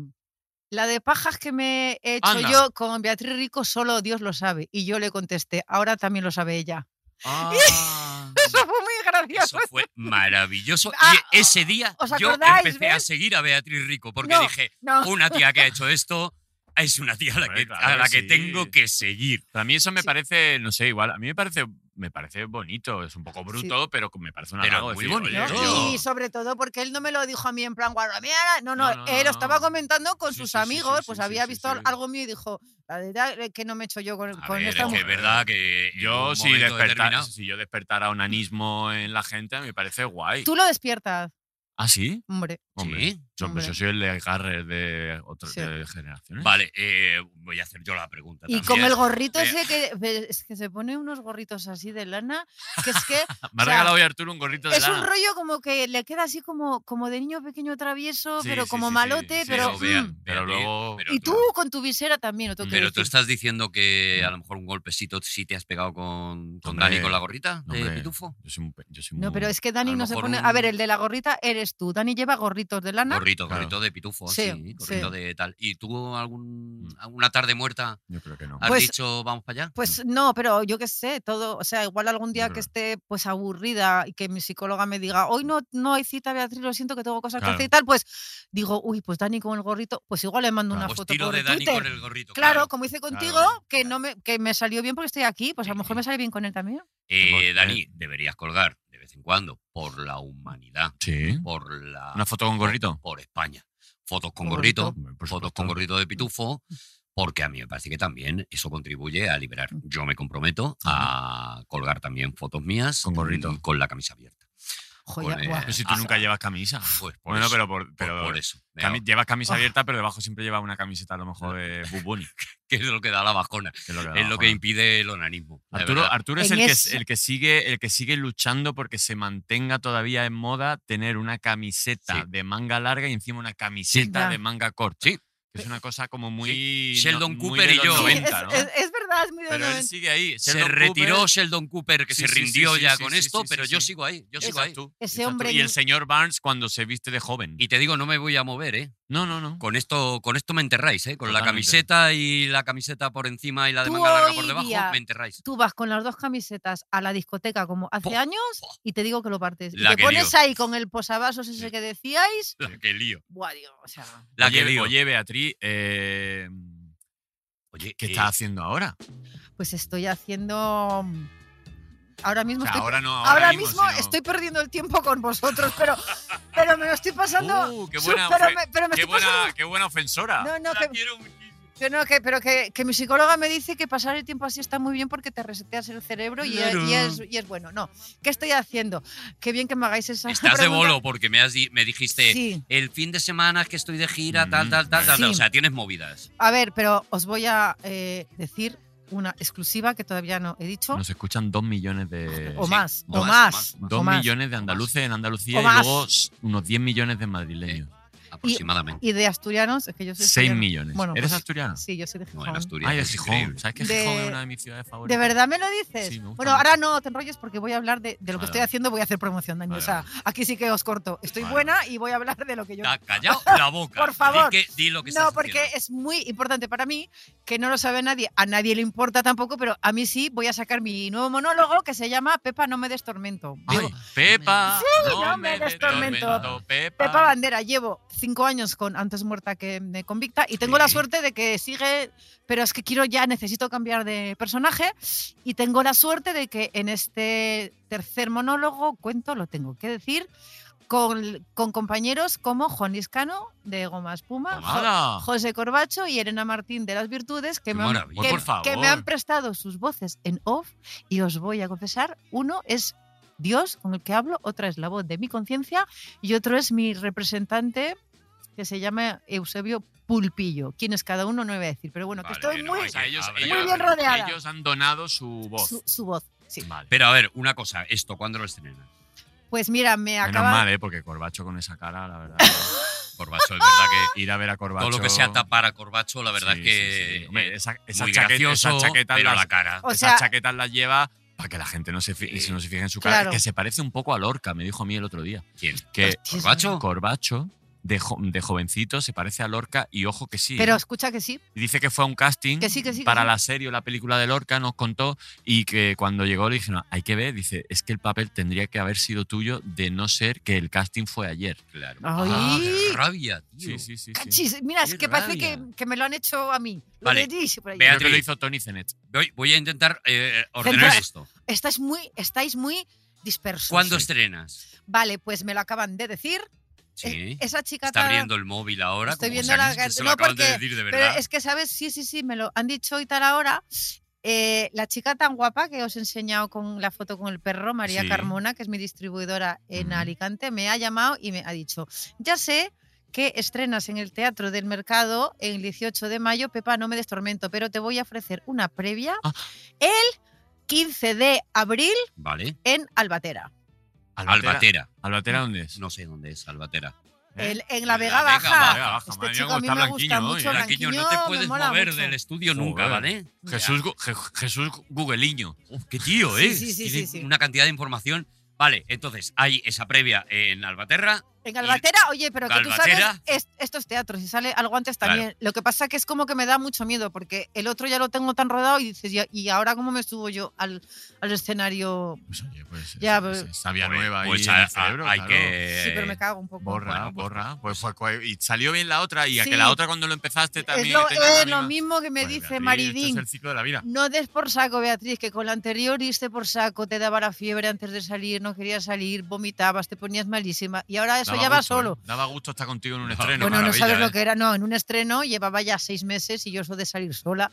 Speaker 2: la de pajas que me he hecho
Speaker 5: Anda.
Speaker 2: yo con Beatriz Rico, solo Dios lo sabe. Y yo le contesté, ahora también lo sabe ella. Eso Ah. fue muy gracioso.
Speaker 4: Eso fue maravilloso.
Speaker 2: Ah,
Speaker 4: y ese día
Speaker 2: ¿os
Speaker 4: yo
Speaker 2: acordáis,
Speaker 4: empecé a
Speaker 2: ves?
Speaker 4: seguir a Beatriz Rico porque
Speaker 2: No.
Speaker 4: dije,
Speaker 2: No.
Speaker 4: una tía que ha hecho esto es una tía a la
Speaker 5: Hombre,
Speaker 4: que,
Speaker 5: claro
Speaker 4: a la
Speaker 5: que
Speaker 4: que
Speaker 5: sí.
Speaker 4: tengo que seguir.
Speaker 5: Para mí eso me
Speaker 2: Sí.
Speaker 5: parece, no sé, igual. A mí me parece, me parece bonito. Es un poco bruto, pero me parece una
Speaker 4: Pero muy bonito.
Speaker 2: ¿no?
Speaker 4: Yo-
Speaker 2: Y sobre todo porque él no me lo dijo a mí en plan guarramiera. No, no,
Speaker 5: No, no,
Speaker 2: él lo
Speaker 5: no,
Speaker 2: estaba
Speaker 5: no.
Speaker 2: comentando con
Speaker 5: Sí,
Speaker 2: sus
Speaker 5: sí, sí,
Speaker 2: amigos,
Speaker 5: sí,
Speaker 2: pues
Speaker 5: sí,
Speaker 2: había
Speaker 5: sí,
Speaker 2: visto
Speaker 5: sí.
Speaker 2: algo mío y dijo, la verdad es que no me he hecho yo con,
Speaker 4: A
Speaker 2: con
Speaker 4: ver,
Speaker 2: esta
Speaker 4: es que
Speaker 2: mujer.
Speaker 4: es verdad que en
Speaker 5: Yo,
Speaker 4: un
Speaker 5: si,
Speaker 4: momento
Speaker 5: desperta-
Speaker 4: determinado-
Speaker 5: si yo despertara onanismo en la gente, me parece guay.
Speaker 2: Tú lo despiertas,
Speaker 5: ¿Ah, sí?
Speaker 2: hombre.
Speaker 5: Hombre,
Speaker 4: Sí.
Speaker 5: yo, pues
Speaker 2: Hombre.
Speaker 5: yo soy el de Garrer de otras
Speaker 2: Sí.
Speaker 5: de generaciones.
Speaker 4: Vale, eh, voy a hacer yo la pregunta.
Speaker 2: Y
Speaker 4: también.
Speaker 2: con el gorrito
Speaker 4: Vea.
Speaker 2: ese que, ve- es que se pone unos gorritos así de lana, que es que
Speaker 5: Me ha
Speaker 2: o sea,
Speaker 5: regalado hoy Arturo un gorrito de
Speaker 2: es un
Speaker 5: lana.
Speaker 2: rollo como que le queda así como, como de niño pequeño travieso,
Speaker 5: Sí,
Speaker 2: pero
Speaker 5: sí,
Speaker 2: como
Speaker 5: sí, sí,
Speaker 2: malote,
Speaker 5: sí,
Speaker 2: pero...
Speaker 5: lo
Speaker 4: vea-
Speaker 2: mm.
Speaker 5: Pero
Speaker 4: Beatriz,
Speaker 5: luego-
Speaker 4: pero
Speaker 2: Y tú con tu visera también, lo tengo que
Speaker 4: Pero tú
Speaker 2: decir.
Speaker 4: estás diciendo que a lo mejor un golpecito sí te has pegado con, con
Speaker 5: Hombre,
Speaker 4: Dani con la gorrita de
Speaker 5: hombre.
Speaker 4: pitufo.
Speaker 5: Yo soy un pe- yo soy
Speaker 2: No,
Speaker 5: muy-
Speaker 2: pero es que
Speaker 4: a
Speaker 2: Dani
Speaker 4: lo
Speaker 2: no se
Speaker 4: mejor
Speaker 2: pone. A ver,
Speaker 4: un-
Speaker 2: el de la gorrita eres tú. Dani lleva gorritos de lana.
Speaker 4: Gorrito,
Speaker 5: Claro.
Speaker 4: gorrito de pitufo,
Speaker 2: Sí,
Speaker 4: sí,
Speaker 2: sí.
Speaker 4: gorrito de tal. ¿Y tú
Speaker 5: Mm.
Speaker 4: algún, alguna tarde muerta
Speaker 5: Yo creo que no.
Speaker 4: has
Speaker 2: Pues-
Speaker 4: dicho vamos para allá?
Speaker 2: Pues no, pero yo qué sé, todo, o sea, igual algún día que
Speaker 5: Claro.
Speaker 2: esté pues aburrida y que mi psicóloga me diga, hoy no, no hay cita, Beatriz, lo siento que tengo cosas
Speaker 5: Claro.
Speaker 2: que hacer y tal, pues digo, uy, pues Dani con el gorrito, pues igual le mando
Speaker 5: Claro,
Speaker 2: una
Speaker 4: Pues
Speaker 2: foto
Speaker 4: tiro
Speaker 2: por
Speaker 4: de Dani
Speaker 2: Twitter.
Speaker 4: con el gorrito.
Speaker 2: Claro, como hice contigo, que
Speaker 4: claro.
Speaker 2: no me, que me salió bien porque estoy aquí, pues a lo
Speaker 4: Sí,
Speaker 2: mejor
Speaker 4: sí.
Speaker 2: me sale bien con él también.
Speaker 4: Eh,
Speaker 5: Hemos-
Speaker 4: Dani, deberías colgar de vez en cuando por la humanidad,
Speaker 5: Sí.
Speaker 4: por la
Speaker 5: ¿Una foto con gorrito?
Speaker 4: por España. Fotos con
Speaker 2: Con
Speaker 4: gorrito,
Speaker 5: Hombre, por
Speaker 4: fotos
Speaker 5: supuesto.
Speaker 4: con gorrito de pitufo, porque a mí me parece que también eso contribuye a liberar. Yo me comprometo a colgar también fotos mías mm,
Speaker 5: Con gorrito.
Speaker 4: con la camisa abierta.
Speaker 2: Joya,
Speaker 4: Con, eh,
Speaker 2: guau.
Speaker 5: Pero si tú
Speaker 4: Ah,
Speaker 5: nunca llevas camisa.
Speaker 4: Pues por
Speaker 5: Bueno,
Speaker 4: eso,
Speaker 5: pero por,
Speaker 4: por-
Speaker 5: pero
Speaker 4: por eso. me
Speaker 5: cami-
Speaker 4: da-
Speaker 5: llevas camisa
Speaker 2: Ah.
Speaker 5: abierta, pero debajo siempre llevas una camiseta a lo mejor de Buboni.
Speaker 4: que es lo que da la bajona,
Speaker 5: que es lo que, da
Speaker 4: es lo
Speaker 5: bajón.
Speaker 4: que impide el onanismo. de
Speaker 5: Arturo,
Speaker 4: verdad.
Speaker 5: Arturo es
Speaker 2: En
Speaker 5: el que,
Speaker 2: ese-
Speaker 5: el, que sigue, el que sigue luchando porque se mantenga todavía en moda tener una camiseta
Speaker 4: Sí.
Speaker 5: de manga larga y encima una camiseta
Speaker 2: Ya.
Speaker 5: de manga corta.
Speaker 4: Sí.
Speaker 5: Que es una cosa como muy.
Speaker 4: Sheldon
Speaker 5: muy
Speaker 4: Cooper
Speaker 5: de
Speaker 4: y
Speaker 5: los
Speaker 4: yo.
Speaker 2: Sí,
Speaker 5: 90,
Speaker 2: es,
Speaker 5: ¿no?
Speaker 2: es- es verdad, es muy de
Speaker 5: pero él
Speaker 2: 90.
Speaker 5: sigue ahí.
Speaker 4: se
Speaker 5: Sheldon
Speaker 4: retiró
Speaker 5: Cooper,
Speaker 4: Sheldon Cooper, que
Speaker 5: Sí,
Speaker 4: se
Speaker 5: sí, sí,
Speaker 4: rindió
Speaker 5: sí,
Speaker 4: ya
Speaker 5: sí,
Speaker 4: con
Speaker 5: sí,
Speaker 4: esto,
Speaker 5: sí,
Speaker 4: pero
Speaker 5: sí,
Speaker 4: yo
Speaker 5: sí.
Speaker 4: sigo ahí, yo
Speaker 5: Ese
Speaker 4: sigo ahí.
Speaker 5: tú,
Speaker 2: Ese
Speaker 5: tú.
Speaker 2: hombre
Speaker 5: Y el
Speaker 2: ni-
Speaker 5: señor Barnes cuando se viste de joven.
Speaker 4: Y te digo, no me voy a mover, ¿eh?
Speaker 5: No, no, no.
Speaker 4: Con esto, con esto me enterráis, ¿eh? Con la
Speaker 5: Totalmente.
Speaker 4: camiseta y la camiseta por encima y la de
Speaker 2: Tú
Speaker 4: manga larga por
Speaker 2: hoy
Speaker 4: debajo,
Speaker 2: día-
Speaker 4: me enterráis.
Speaker 2: Tú vas con las dos camisetas a la discoteca como hace
Speaker 4: Po-
Speaker 2: años
Speaker 4: po.
Speaker 2: y te digo que lo partes. Y
Speaker 4: La
Speaker 2: te
Speaker 4: que
Speaker 2: pones
Speaker 4: lío.
Speaker 2: ahí con el posavasos ese
Speaker 4: Sí.
Speaker 2: que decíais.
Speaker 4: La que lío.
Speaker 2: Buah, digo, o sea.
Speaker 4: La
Speaker 5: oye,
Speaker 4: que lío.
Speaker 5: oye, Beatriz, eh,
Speaker 4: Oye,
Speaker 5: ¿qué
Speaker 4: eh,
Speaker 5: estás haciendo ahora?
Speaker 2: Pues estoy haciendo. mm, Ahora
Speaker 5: O
Speaker 2: mismo
Speaker 5: sea,
Speaker 2: estoy.
Speaker 5: ahora no. Ahora,
Speaker 2: ahora mismo
Speaker 5: sino-
Speaker 2: estoy perdiendo el tiempo con vosotros, pero, pero me lo estoy pasando.
Speaker 5: Uh, qué
Speaker 2: su-
Speaker 5: buena
Speaker 2: pero,
Speaker 5: ofe-
Speaker 2: me, pero me
Speaker 5: Qué
Speaker 2: estoy pasando.
Speaker 5: buena, qué buena ofensora.
Speaker 2: No, no, que-
Speaker 4: quiero muchísimo.
Speaker 2: Que no, que, pero que, que mi psicóloga me dice que pasar el tiempo así está muy bien porque te reseteas el cerebro y, eh,
Speaker 5: Claro.
Speaker 2: y es, y es bueno. No, ¿qué estoy haciendo? Qué bien que me hagáis esa
Speaker 4: Estás de
Speaker 2: pregunta.
Speaker 4: bolo porque me, has di- me
Speaker 5: este.
Speaker 4: dijiste
Speaker 2: Sí.
Speaker 4: el fin de semana es que estoy de gira, tal,
Speaker 5: Mm.
Speaker 4: tal, tal, tal. tal". O
Speaker 2: Sí.
Speaker 4: sea, tienes movidas.
Speaker 2: A ver, pero os voy a eh, decir una exclusiva que todavía no he dicho.
Speaker 5: Nos escuchan dos millones de.
Speaker 2: o,
Speaker 4: sí,
Speaker 2: más, o
Speaker 4: o más,
Speaker 2: más,
Speaker 4: o
Speaker 2: o
Speaker 5: Dos
Speaker 2: más.
Speaker 5: millones
Speaker 4: o
Speaker 5: de
Speaker 4: más.
Speaker 5: andaluces en Andalucía
Speaker 2: O
Speaker 5: y
Speaker 2: más. Eh,
Speaker 5: luego s- unos 10 millones de madrileños.
Speaker 4: Aproximadamente.
Speaker 2: Y de asturianos, es que yo soy.
Speaker 5: 6
Speaker 2: asturiana.
Speaker 5: millones.
Speaker 2: Bueno,
Speaker 5: ¿Eres
Speaker 2: pues-
Speaker 5: asturiano?
Speaker 2: Sí, yo soy de Gijón.
Speaker 4: No, en Asturias.
Speaker 5: Ay, de
Speaker 4: es
Speaker 5: Gijón.
Speaker 4: increíble.
Speaker 5: ¿Sabes que
Speaker 2: De-
Speaker 5: Gijón es una de mis ciudades favoritas?
Speaker 2: ¿De verdad me lo dices?
Speaker 5: Sí, me gusta
Speaker 2: bueno,
Speaker 5: mucho.
Speaker 2: ahora no te enrolles porque voy a hablar de, de lo que
Speaker 5: Vale,
Speaker 2: estoy
Speaker 5: vale.
Speaker 2: haciendo, voy a hacer promoción, Dani.
Speaker 5: Vale,
Speaker 2: o sea, aquí sí que os corto. Estoy
Speaker 5: Vale.
Speaker 2: buena y voy a hablar de lo que yo.
Speaker 4: Ta- Callao la boca.
Speaker 2: Por favor.
Speaker 4: Di, que- di lo que
Speaker 2: No,
Speaker 4: estás
Speaker 2: porque
Speaker 4: haciendo.
Speaker 2: es muy importante para mí, que no lo sabe nadie, a nadie le importa tampoco, pero a mí sí voy a sacar mi nuevo monólogo que se llama Pepa, no me des tormento.
Speaker 5: Ay,
Speaker 2: Llevo-
Speaker 5: Pepa.
Speaker 2: no me des tormento.
Speaker 5: Pepa.
Speaker 2: Pepa Bandera, llevo cinco años con Antes Muerta que me Convicta y tengo
Speaker 5: Sí.
Speaker 2: la suerte de que sigue, pero es que quiero ya, necesito cambiar de personaje y tengo la suerte de que en este tercer monólogo cuento, lo tengo que decir, con, con compañeros como Juan Liscano de Goma Espuma, Jo-
Speaker 5: ¡Hala!
Speaker 2: José Corbacho y Elena Martín de Las Virtudes, que,
Speaker 4: Qué
Speaker 2: me han,
Speaker 4: maravilla.
Speaker 2: que-
Speaker 5: Por favor.
Speaker 2: que me han prestado sus voces en off y os voy a confesar, uno es Dios con el que hablo, otra es la voz de mi conciencia y otro es mi representante que se llama Eusebio Pulpillo. ¿Quién es cada uno? No lo voy a decir, pero bueno,
Speaker 4: Vale,
Speaker 2: que estoy
Speaker 4: bueno,
Speaker 2: muy,
Speaker 5: O sea, pues, ellos,
Speaker 4: Muy
Speaker 5: ellos-
Speaker 2: bien rodeada.
Speaker 5: ellos han donado su voz.
Speaker 2: su, su voz. sí.
Speaker 5: Vale.
Speaker 4: Pero a ver, una cosa, esto, ¿cuándo lo estrenan?
Speaker 2: Pues mira, me
Speaker 5: Menos
Speaker 2: acaba...
Speaker 5: mal, ¿eh? Porque Corbacho con esa cara, la verdad.
Speaker 4: Corbacho, es verdad que
Speaker 5: ir a ver a Corbacho.
Speaker 4: todo lo que sea tapar a Corbacho, la verdad
Speaker 5: Sí,
Speaker 4: es
Speaker 5: sí,
Speaker 4: que
Speaker 5: sí. Hombre,
Speaker 4: es
Speaker 5: esa, esa
Speaker 4: muy
Speaker 5: chaqueta,
Speaker 4: gracioso,
Speaker 5: esa chaqueta
Speaker 4: pero a
Speaker 5: las-
Speaker 4: la cara.
Speaker 2: O
Speaker 5: esas
Speaker 2: sea-
Speaker 5: chaquetas las lleva para que la gente no se, fi-
Speaker 4: Sí.
Speaker 5: si no se fije en su cara.
Speaker 2: Claro.
Speaker 5: Es que se parece un poco a Lorca, me dijo a mí el otro día.
Speaker 4: ¿Quién?
Speaker 5: Que
Speaker 2: Sí, es
Speaker 4: ¿Corbacho?
Speaker 5: Corbacho, de, jo- de jovencito, se parece a Lorca y ojo que sí. ¿eh?
Speaker 2: Pero escucha que sí,
Speaker 5: Y Dice que fue a un casting
Speaker 2: que sí, que sí. que
Speaker 5: para
Speaker 2: sí.
Speaker 5: la serie o la película de Lorca, nos contó, y que cuando llegó le dijeron, hay que ver, dice, es que el papel tendría que haber sido tuyo de no ser que el casting fue ayer.
Speaker 4: Claro.
Speaker 2: Ay.
Speaker 4: Ah, qué rabia, tío.
Speaker 5: sí.
Speaker 2: Cachis, mira, es
Speaker 5: Qué
Speaker 2: que parece que,
Speaker 5: rabia.
Speaker 2: que me lo han hecho a mí. Lo
Speaker 4: Vale,
Speaker 2: de Dish por ahí.
Speaker 4: vea-
Speaker 5: Creo que lo
Speaker 4: Beatriz.
Speaker 5: hizo Tony Zenet.
Speaker 4: Voy, voy a intentar eh, ordenar
Speaker 2: Centra-
Speaker 4: esto.
Speaker 2: Estáis muy, estáis muy dispersos.
Speaker 4: ¿Cuándo estrenas?
Speaker 2: Vale, pues me lo acaban de decir.
Speaker 4: Sí.
Speaker 2: Es- Esa chica
Speaker 4: Está
Speaker 2: ta-
Speaker 4: abriendo el móvil ahora.
Speaker 2: Estoy
Speaker 4: como
Speaker 2: viendo
Speaker 4: sea,
Speaker 2: la
Speaker 4: que es que se
Speaker 2: gar-
Speaker 4: lo
Speaker 2: no,
Speaker 4: acaban de
Speaker 2: porque-
Speaker 4: decir de
Speaker 2: Pero
Speaker 4: verdad.
Speaker 2: es que, ¿sabes? Sí, sí, sí, me lo han dicho y tal ahora. Eh, la chica tan guapa que os he enseñado con la foto con el perro, María
Speaker 5: Sí.
Speaker 2: Carmona, que es mi distribuidora en
Speaker 5: Ujú.
Speaker 2: Alicante, me ha llamado y me ha dicho, ya sé que estrenas en el Teatro del Mercado el 18 de mayo, Pepa, no me des tormento, pero te voy a ofrecer una previa
Speaker 5: Ah.
Speaker 2: el 15 de abril
Speaker 4: Vale.
Speaker 2: en Albatera,
Speaker 4: Albatera.
Speaker 5: ¿Albatera dónde es?
Speaker 4: No sé dónde es Albatera.
Speaker 5: ¿Eh?
Speaker 2: El- en la
Speaker 4: En la
Speaker 2: Vega
Speaker 4: Vega
Speaker 2: Baja.
Speaker 4: Baja.
Speaker 5: Baja,
Speaker 2: Este
Speaker 5: madre mía,
Speaker 2: chico
Speaker 5: cómo
Speaker 2: a mí
Speaker 5: está
Speaker 2: me gusta
Speaker 5: Blanquiño hoy,
Speaker 2: mucho.
Speaker 5: ¿eh?
Speaker 4: Blanquiño, no te
Speaker 2: Blanquiño, me
Speaker 4: puedes
Speaker 2: mola
Speaker 4: mover
Speaker 2: mucho.
Speaker 4: del estudio
Speaker 5: Joder.
Speaker 4: nunca, ¿vale?
Speaker 5: Jesús, Gu- Je- Jesús Googliño.
Speaker 4: Uf, qué tío,
Speaker 2: Sí,
Speaker 4: ¿eh?
Speaker 2: sí, sí,
Speaker 4: Tiene
Speaker 2: sí, sí.
Speaker 4: Una cantidad de información. Vale, entonces hay esa previa en Albaterra.
Speaker 2: En Albatera, oye, pero que tú sabes
Speaker 4: Galbatera.
Speaker 2: es- estos teatros, si sale algo antes
Speaker 4: Claro.
Speaker 2: también. Lo que pasa que es como que me da mucho miedo, porque el otro ya lo tengo tan rodado y dices, "Ya, ¿y ahora cómo me subo yo al, al escenario?
Speaker 5: Pues oye, pues es-
Speaker 2: Ya,
Speaker 5: es-
Speaker 2: pero-
Speaker 5: es sabia
Speaker 4: Pues-
Speaker 5: nueva ahí
Speaker 4: pues
Speaker 5: en
Speaker 4: a-
Speaker 5: el cerebro,
Speaker 4: a- hay
Speaker 5: claro.
Speaker 4: que.
Speaker 2: sí, pero me cago un poco.
Speaker 5: Eh, Borra,
Speaker 4: Bueno, pues-
Speaker 5: borra. Pues fue co- y salió bien la otra y a
Speaker 2: Sí.
Speaker 5: que la otra cuando lo empezaste
Speaker 2: es
Speaker 5: también...
Speaker 2: lo,
Speaker 5: que tenga la
Speaker 2: es lo
Speaker 5: misma-
Speaker 2: mismo que me
Speaker 5: Joder,
Speaker 2: dice
Speaker 5: Beatriz, Este
Speaker 2: Maridín.
Speaker 5: es el ciclo de la vida.
Speaker 2: No des por saco, Beatriz, que con la anterior diste por saco, te daba la fiebre antes de salir, no querías salir, vomitabas, te ponías malísima. Y ahora eso
Speaker 5: Daba
Speaker 2: ya va
Speaker 5: gusto, ¿eh?
Speaker 2: solo.
Speaker 5: Daba gusto estar contigo en un
Speaker 4: Bueno,
Speaker 5: estreno.
Speaker 2: Bueno, no
Speaker 5: maravilla,
Speaker 2: sabes
Speaker 5: ¿eh?
Speaker 2: lo que era, no, en un estreno llevaba ya seis meses y yo eso de salir sola,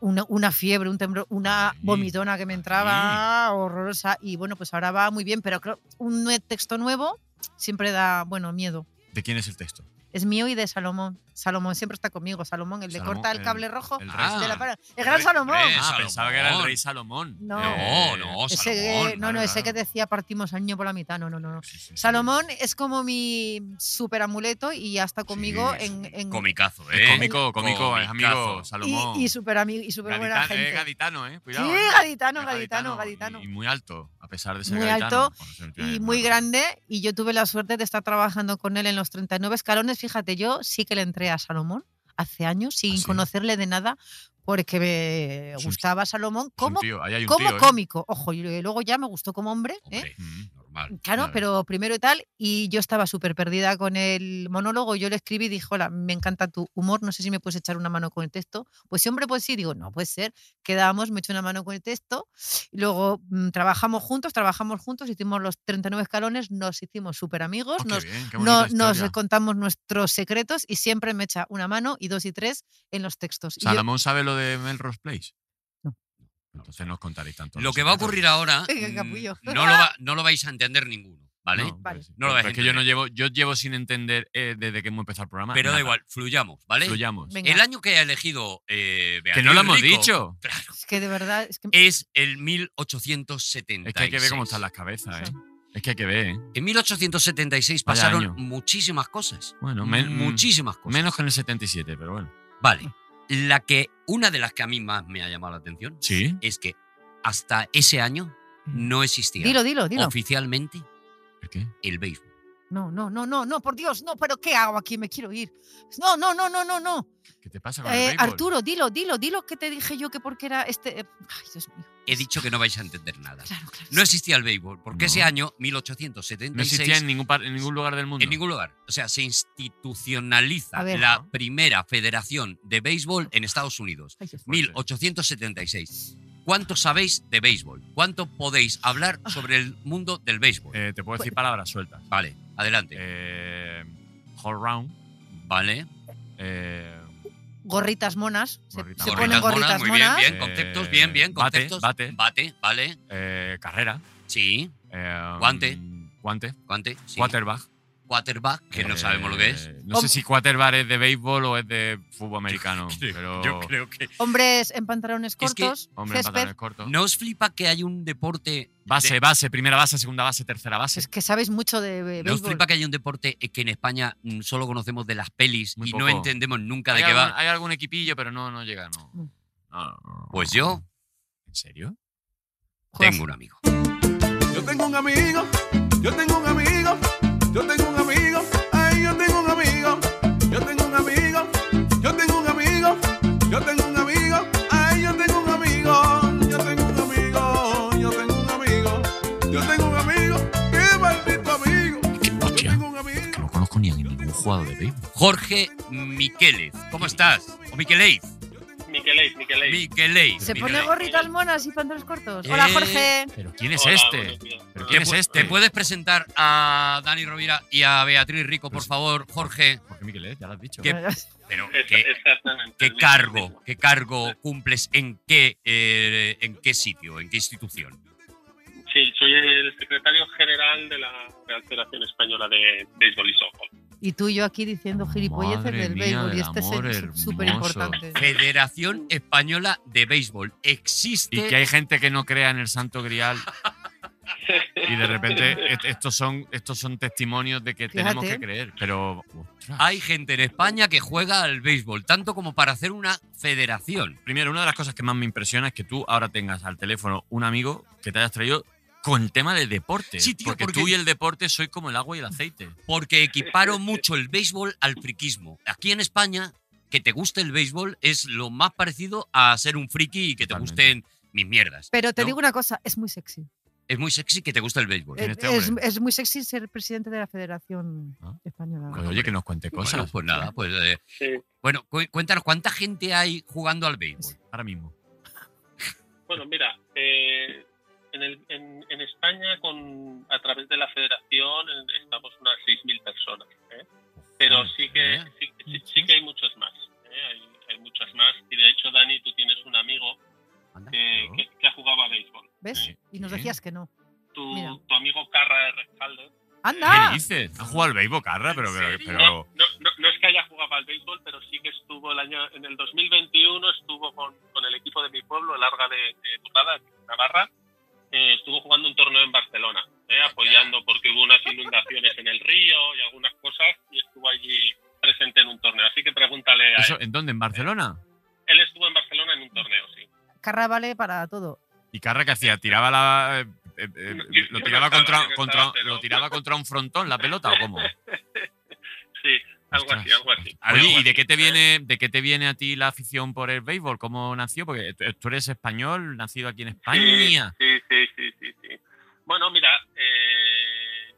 Speaker 2: una, una fiebre, un temblor, una
Speaker 5: Ahí,
Speaker 2: vomitona que me entraba horrorosa y bueno, pues ahora va muy bien, pero claro, un nue- texto nuevo siempre da, bueno, miedo.
Speaker 5: ¿De quién es el texto?
Speaker 2: Es mío y de Salomón. Salomón siempre está conmigo, Salomón, el de
Speaker 5: Salomón,
Speaker 2: corta el
Speaker 5: el-
Speaker 2: cable rojo.
Speaker 5: El
Speaker 4: Ah,
Speaker 5: rey.
Speaker 2: de la pared. el
Speaker 4: Re-
Speaker 2: gran Salomón.
Speaker 4: Re-
Speaker 5: Ah,
Speaker 4: Salomón.
Speaker 5: pensaba que era el rey Salomón.
Speaker 2: No.
Speaker 4: No, no,
Speaker 2: Ese que-
Speaker 4: Salomón.
Speaker 2: no, no,
Speaker 5: oh, claro,
Speaker 2: ese que
Speaker 5: claro.
Speaker 2: decía partimos al niño por la mitad, no, no, no. no.
Speaker 5: Sí, sí, sí.
Speaker 2: Salomón es como mi super amuleto y ya está conmigo
Speaker 5: es
Speaker 2: en, en-
Speaker 4: Pues, Comicazo, ¿eh?
Speaker 5: Es cómico, cómico, es amigo
Speaker 4: Comicazo.
Speaker 5: Salomón.
Speaker 2: y, y super amigo y super buena
Speaker 5: Gaditano,
Speaker 2: gente.
Speaker 5: es gaditano, ¿eh?
Speaker 2: Sí,
Speaker 5: Cuidado. ¿eh?
Speaker 2: gaditano,
Speaker 5: Es
Speaker 2: gaditano, gaditano.
Speaker 5: Y, eh, y muy alto, a pesar de ser
Speaker 2: Muy
Speaker 5: gaditano.
Speaker 2: alto
Speaker 5: Bueno, sí, tiene
Speaker 2: Y muy
Speaker 5: una-
Speaker 2: grande, y yo tuve la suerte de estar trabajando con él en los 39 escalones. Fíjate, yo sí que le entré a Salomón hace años sin
Speaker 5: ¿Ah, sí?
Speaker 2: conocerle de nada, porque me
Speaker 5: Es un-
Speaker 2: gustaba Salomón
Speaker 5: Es un
Speaker 2: como,
Speaker 5: tío, ahí hay un
Speaker 2: como
Speaker 5: tío, ¿eh?
Speaker 2: cómico. Ojo, y luego ya me gustó como hombre. ¿eh?
Speaker 4: Hombre,
Speaker 5: Mm.
Speaker 4: normal. Vale,
Speaker 2: Claro,
Speaker 4: vale.
Speaker 2: pero primero y tal, y yo estaba súper perdida con el monólogo, yo le escribí y dije, hola, me encanta tu humor, no sé si me puedes echar una mano con el texto. Pues sí, hombre, pues sí, digo, no puede ser, quedamos, me echo una mano con el texto, y luego mm, trabajamos juntos, trabajamos juntos, hicimos los 39 escalones, nos hicimos súper amigos,
Speaker 5: Oh, qué
Speaker 2: nos,
Speaker 5: bien, qué
Speaker 2: Pues no-
Speaker 5: bonita
Speaker 2: nos
Speaker 5: historia.
Speaker 2: contamos nuestros secretos y siempre me echa una mano y dos y tres en los textos. Y yo-
Speaker 5: ¿Salomón sabe lo de Melrose Place?
Speaker 2: No.
Speaker 5: Entonces no os contaréis tanto.
Speaker 4: Lo que va a ocurrir ahora
Speaker 2: Venga,
Speaker 4: mm,
Speaker 2: capullo.
Speaker 4: no lo, va- no lo vais a entender ninguno, ¿vale?
Speaker 5: No,
Speaker 2: Vale.
Speaker 5: sí.
Speaker 4: No lo vais a
Speaker 5: Pero es que yo no
Speaker 4: entender.
Speaker 5: llevo, yo llevo sin entender eh, desde que hemos empezado el programa.
Speaker 4: Pero da
Speaker 5: nada.
Speaker 4: igual, fluyamos, ¿vale?
Speaker 5: Fluyamos.
Speaker 2: Venga.
Speaker 4: El año que ha elegido eh,
Speaker 5: Que no
Speaker 4: Beatriz
Speaker 5: lo hemos
Speaker 4: Rico,
Speaker 5: dicho.
Speaker 4: Claro.
Speaker 2: es que de verdad, es que...
Speaker 4: Es el 1876.
Speaker 5: Es que hay que ver cómo están las cabezas, ¿eh? Es que hay que ver, ¿eh?
Speaker 4: En 1876
Speaker 5: Vaya
Speaker 4: pasaron
Speaker 5: año.
Speaker 4: muchísimas cosas.
Speaker 5: Bueno, men-
Speaker 4: Mm, muchísimas cosas.
Speaker 5: Menos que en el 77, pero bueno.
Speaker 4: Vale. La que, una de las que a mí más me ha llamado la atención
Speaker 5: Sí.
Speaker 4: es que hasta ese año
Speaker 5: Mm.
Speaker 4: no existía
Speaker 2: Dilo, dilo, dilo.
Speaker 4: oficialmente
Speaker 5: ¿Por qué?
Speaker 4: el béisbol.
Speaker 2: No, no, no, no, no, por Dios, no, pero ¿qué hago aquí? Me quiero ir. No, no, no, no, no, no.
Speaker 5: ¿Qué te pasa con el
Speaker 2: Eh,
Speaker 5: béisbol?
Speaker 2: Arturo, dilo, dilo, dilo que te dije yo que porque era este. eh, Ay, Dios mío.
Speaker 4: He dicho que no vais a entender nada.
Speaker 2: Claro, claro.
Speaker 4: No existía el béisbol, porque
Speaker 5: No.
Speaker 4: ese año,
Speaker 5: No
Speaker 4: 1876,
Speaker 5: existía en ningún, par- en ningún lugar del mundo.
Speaker 4: en ningún lugar. O sea, se institucionaliza
Speaker 2: A ver.
Speaker 4: la primera federación de béisbol en Estados Unidos.
Speaker 2: Ay, Dios mío.
Speaker 5: Fuerte.
Speaker 4: 1876. ¿Cuánto sabéis de béisbol? ¿Cuánto podéis hablar sobre el mundo del béisbol?
Speaker 5: Ah. Eh, te puedo decir palabras sueltas.
Speaker 4: Vale, adelante.
Speaker 5: Eh, whole round.
Speaker 4: Vale.
Speaker 5: Eh,
Speaker 2: Gorritas monas. Se,
Speaker 5: Gorritas
Speaker 2: se
Speaker 5: monas.
Speaker 2: ponen gorritas
Speaker 4: monas, muy
Speaker 2: monas.
Speaker 4: bien, bien.
Speaker 5: Eh,
Speaker 4: Conceptos, bien, bien.
Speaker 5: bate,
Speaker 4: Conceptos.
Speaker 5: bate.
Speaker 4: Bate, vale.
Speaker 5: eh, carrera.
Speaker 4: Sí.
Speaker 5: eh,
Speaker 4: Guante.
Speaker 5: Guante.
Speaker 4: Guante. Sí.
Speaker 5: Quarterback.
Speaker 4: Quarterback, que no
Speaker 5: Eh,
Speaker 4: sabemos lo que es.
Speaker 5: No sé
Speaker 2: Hom-
Speaker 5: si quarterback es de béisbol o es de fútbol americano. pero
Speaker 4: creo que.
Speaker 2: Hombres en pantalones
Speaker 4: Es que,
Speaker 2: cortos.
Speaker 5: Hombre, en
Speaker 2: césped.
Speaker 5: pantalones cortos.
Speaker 4: ¿No os flipa que hay un deporte.
Speaker 5: Base, base, primera base, segunda base, tercera base.
Speaker 2: Es que sabéis mucho de be-
Speaker 4: ¿No os
Speaker 2: béisbol.
Speaker 4: flipa que hay un deporte eh, que en España mm, solo conocemos de las pelis
Speaker 5: Muy
Speaker 4: y no
Speaker 5: poco.
Speaker 4: entendemos nunca
Speaker 5: hay,
Speaker 4: de qué
Speaker 5: algún,
Speaker 4: va?
Speaker 5: hay algún equipillo, pero no, no llega, no.
Speaker 2: Mm.
Speaker 5: No, no, no.
Speaker 4: Pues yo
Speaker 5: ¿En serio?
Speaker 2: Juegas-
Speaker 4: tengo un amigo.
Speaker 3: Yo tengo un amigo, yo tengo un amigo, yo tengo un amigo, ay, yo tengo un amigo, yo tengo un amigo, yo tengo un amigo, yo tengo un amigo, ay, yo tengo un amigo, yo tengo un amigo, yo tengo un amigo, yo tengo un amigo, qué maldito amigo, yo tengo un amigo.
Speaker 5: No conozco ni a ningún jugador de béisbol.
Speaker 4: Jorge Miquelez. ¿Cómo estás? ¿O Miqueleiz?
Speaker 6: Miqueléis, Miqueléis.
Speaker 4: Miqueleiz.
Speaker 2: Se pone
Speaker 4: Miqueleiz.
Speaker 2: gorritas monas y pantalones cortos. Hola,
Speaker 4: Eh,
Speaker 2: Jorge.
Speaker 5: ¿Pero quién es
Speaker 6: Hola,
Speaker 5: este?
Speaker 6: buenos días.
Speaker 5: ¿Pero
Speaker 4: ¿Te,
Speaker 5: quién es
Speaker 4: pu-
Speaker 5: este?
Speaker 4: te puedes presentar a Dani Rovira y a Beatriz Rico, por
Speaker 5: Pues-
Speaker 4: favor, Jorge?
Speaker 5: Jorge Miquelés, ¿eh? ya lo has dicho.
Speaker 4: ¿Qué- Pero
Speaker 6: Es-
Speaker 4: qué,
Speaker 6: exactamente.
Speaker 4: qué
Speaker 6: el mismo, el
Speaker 4: cargo,
Speaker 6: mismo.
Speaker 4: qué cargo cumples en qué eh, en qué sitio, en qué institución.
Speaker 6: Sí, soy el secretario general de la Real Federación Española de Béisbol y Softball.
Speaker 2: Y tú y yo aquí diciendo gilipolleces
Speaker 5: Madre
Speaker 2: del
Speaker 5: mía,
Speaker 2: béisbol. Y
Speaker 5: del
Speaker 2: este
Speaker 5: amor
Speaker 2: es
Speaker 5: hermoso.
Speaker 2: súper importante.
Speaker 4: Federación Española de Béisbol. Existe.
Speaker 5: Y que hay gente que no crea en el santo grial. Y de repente est- estos son, estos son testimonios de que tenemos que
Speaker 2: Fíjate.
Speaker 5: creer. Pero. ostras.
Speaker 4: Hay gente en España que juega al béisbol, tanto como para hacer una federación.
Speaker 5: Primero, una de las cosas que más me impresiona es que tú ahora tengas al teléfono un amigo que te hayas traído con el tema de deporte.
Speaker 4: Sí, tío,
Speaker 5: porque,
Speaker 4: porque- Ah,
Speaker 5: tú y el deporte soy como el agua y el aceite.
Speaker 4: Porque equiparon mucho el béisbol al friquismo. Aquí en España, que te guste el béisbol es lo más parecido a ser un friki y que te
Speaker 5: Totalmente.
Speaker 4: gusten mis mierdas.
Speaker 2: Pero te
Speaker 4: ¿no?
Speaker 2: digo una cosa, es muy sexy.
Speaker 4: Es muy sexy que te guste el béisbol.
Speaker 5: Eh, ¿Quién
Speaker 2: Es,
Speaker 5: este hombre?
Speaker 2: es muy sexy ser presidente de la Federación
Speaker 5: Ah.
Speaker 2: Española.
Speaker 5: Pues oye, que nos cuente
Speaker 4: Bueno,
Speaker 5: cosas.
Speaker 4: pues nada, pues. eh,
Speaker 6: Sí.
Speaker 4: Bueno, cu- cuéntanos, ¿cuánta gente hay jugando al béisbol?
Speaker 5: Ahora mismo.
Speaker 6: Bueno, mira, eh, en, el- en- en España, con, a través de la federación, en- estamos unas 6.000 personas. ¿eh?
Speaker 5: Ah,
Speaker 6: Pero sí que,
Speaker 4: ¿eh?
Speaker 6: sí, sí- sí que hay muchos más. ¿eh? Hay, hay muchos más. Y de hecho, Dani, tú tienes un amigo
Speaker 4: Anda.
Speaker 6: que,
Speaker 5: claro.
Speaker 6: que, que ha jugado a béisbol.
Speaker 2: ¿Ves?
Speaker 5: Sí,
Speaker 2: Y nos
Speaker 5: sí.
Speaker 2: decías que no. Mira.
Speaker 6: Tu, tu amigo Carra Rescalde.
Speaker 5: ¿Qué
Speaker 2: ¡Anda!
Speaker 5: dices? ¿Has jugado al béisbol, Carra? Pero, pero,
Speaker 6: No,
Speaker 5: pero-
Speaker 6: no, no- no es que haya jugado al béisbol, pero sí que estuvo el año, en el 2021 estuvo con, con el equipo de mi pueblo, el Arga de, de Tocada, Navarra, eh, estuvo jugando un torneo en Barcelona, eh, apoyando porque hubo unas inundaciones en el río y algunas cosas, y estuvo allí presente en un torneo. Así que pregúntale a
Speaker 5: ¿eso
Speaker 6: él.
Speaker 5: ¿En dónde? ¿En Barcelona?
Speaker 6: Él estuvo en Barcelona en un torneo, sí.
Speaker 2: Carra vale para todo.
Speaker 5: ¿Y Carra qué hacía? ¿Tiraba la. eh, eh, eh,
Speaker 6: Yo- yo
Speaker 5: lo,
Speaker 6: no
Speaker 5: tiraba
Speaker 6: estaba,
Speaker 5: contra,
Speaker 6: yo no
Speaker 5: contra-
Speaker 6: estaba, pero-
Speaker 5: ¿Lo tiraba contra un frontón la pelota o cómo?
Speaker 6: Sí, algo así,
Speaker 5: Ostras.
Speaker 6: algo así.
Speaker 5: Oye,
Speaker 6: Algo
Speaker 5: ¿y de
Speaker 6: así,
Speaker 5: qué te
Speaker 6: ¿eh?
Speaker 5: viene, de qué te viene a ti la afición por el béisbol? ¿Cómo nació? Porque tú- tú eres español, nacido aquí en España.
Speaker 6: Sí, sí, sí, sí, sí. Bueno, mira, eh,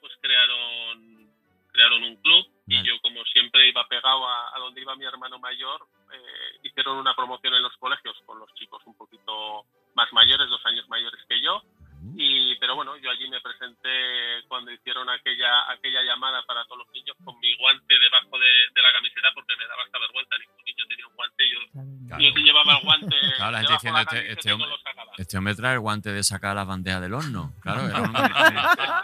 Speaker 6: pues crearon, crearon un club y
Speaker 5: Vale.
Speaker 6: yo como siempre iba pegado a, a donde iba mi hermano mayor, eh, hicieron una promoción en los colegios con los chicos un poquito más mayores, dos años mayores que yo. Y, pero bueno, yo allí me presenté cuando hicieron aquella, aquella llamada para todos los niños con mi guante debajo de, de la camiseta porque me daba hasta vergüenza. Ningún niño tenía un guante y yo,
Speaker 4: Claro.
Speaker 6: yo te llevaba el guante.
Speaker 5: Claro, la gente
Speaker 6: debajo de
Speaker 5: diciendo, este-
Speaker 6: camiseta
Speaker 5: este
Speaker 6: y no
Speaker 5: hombre-
Speaker 6: lo sacaba.
Speaker 5: Este hombre trae el guante de sacar las bandejas del horno. Claro, era una,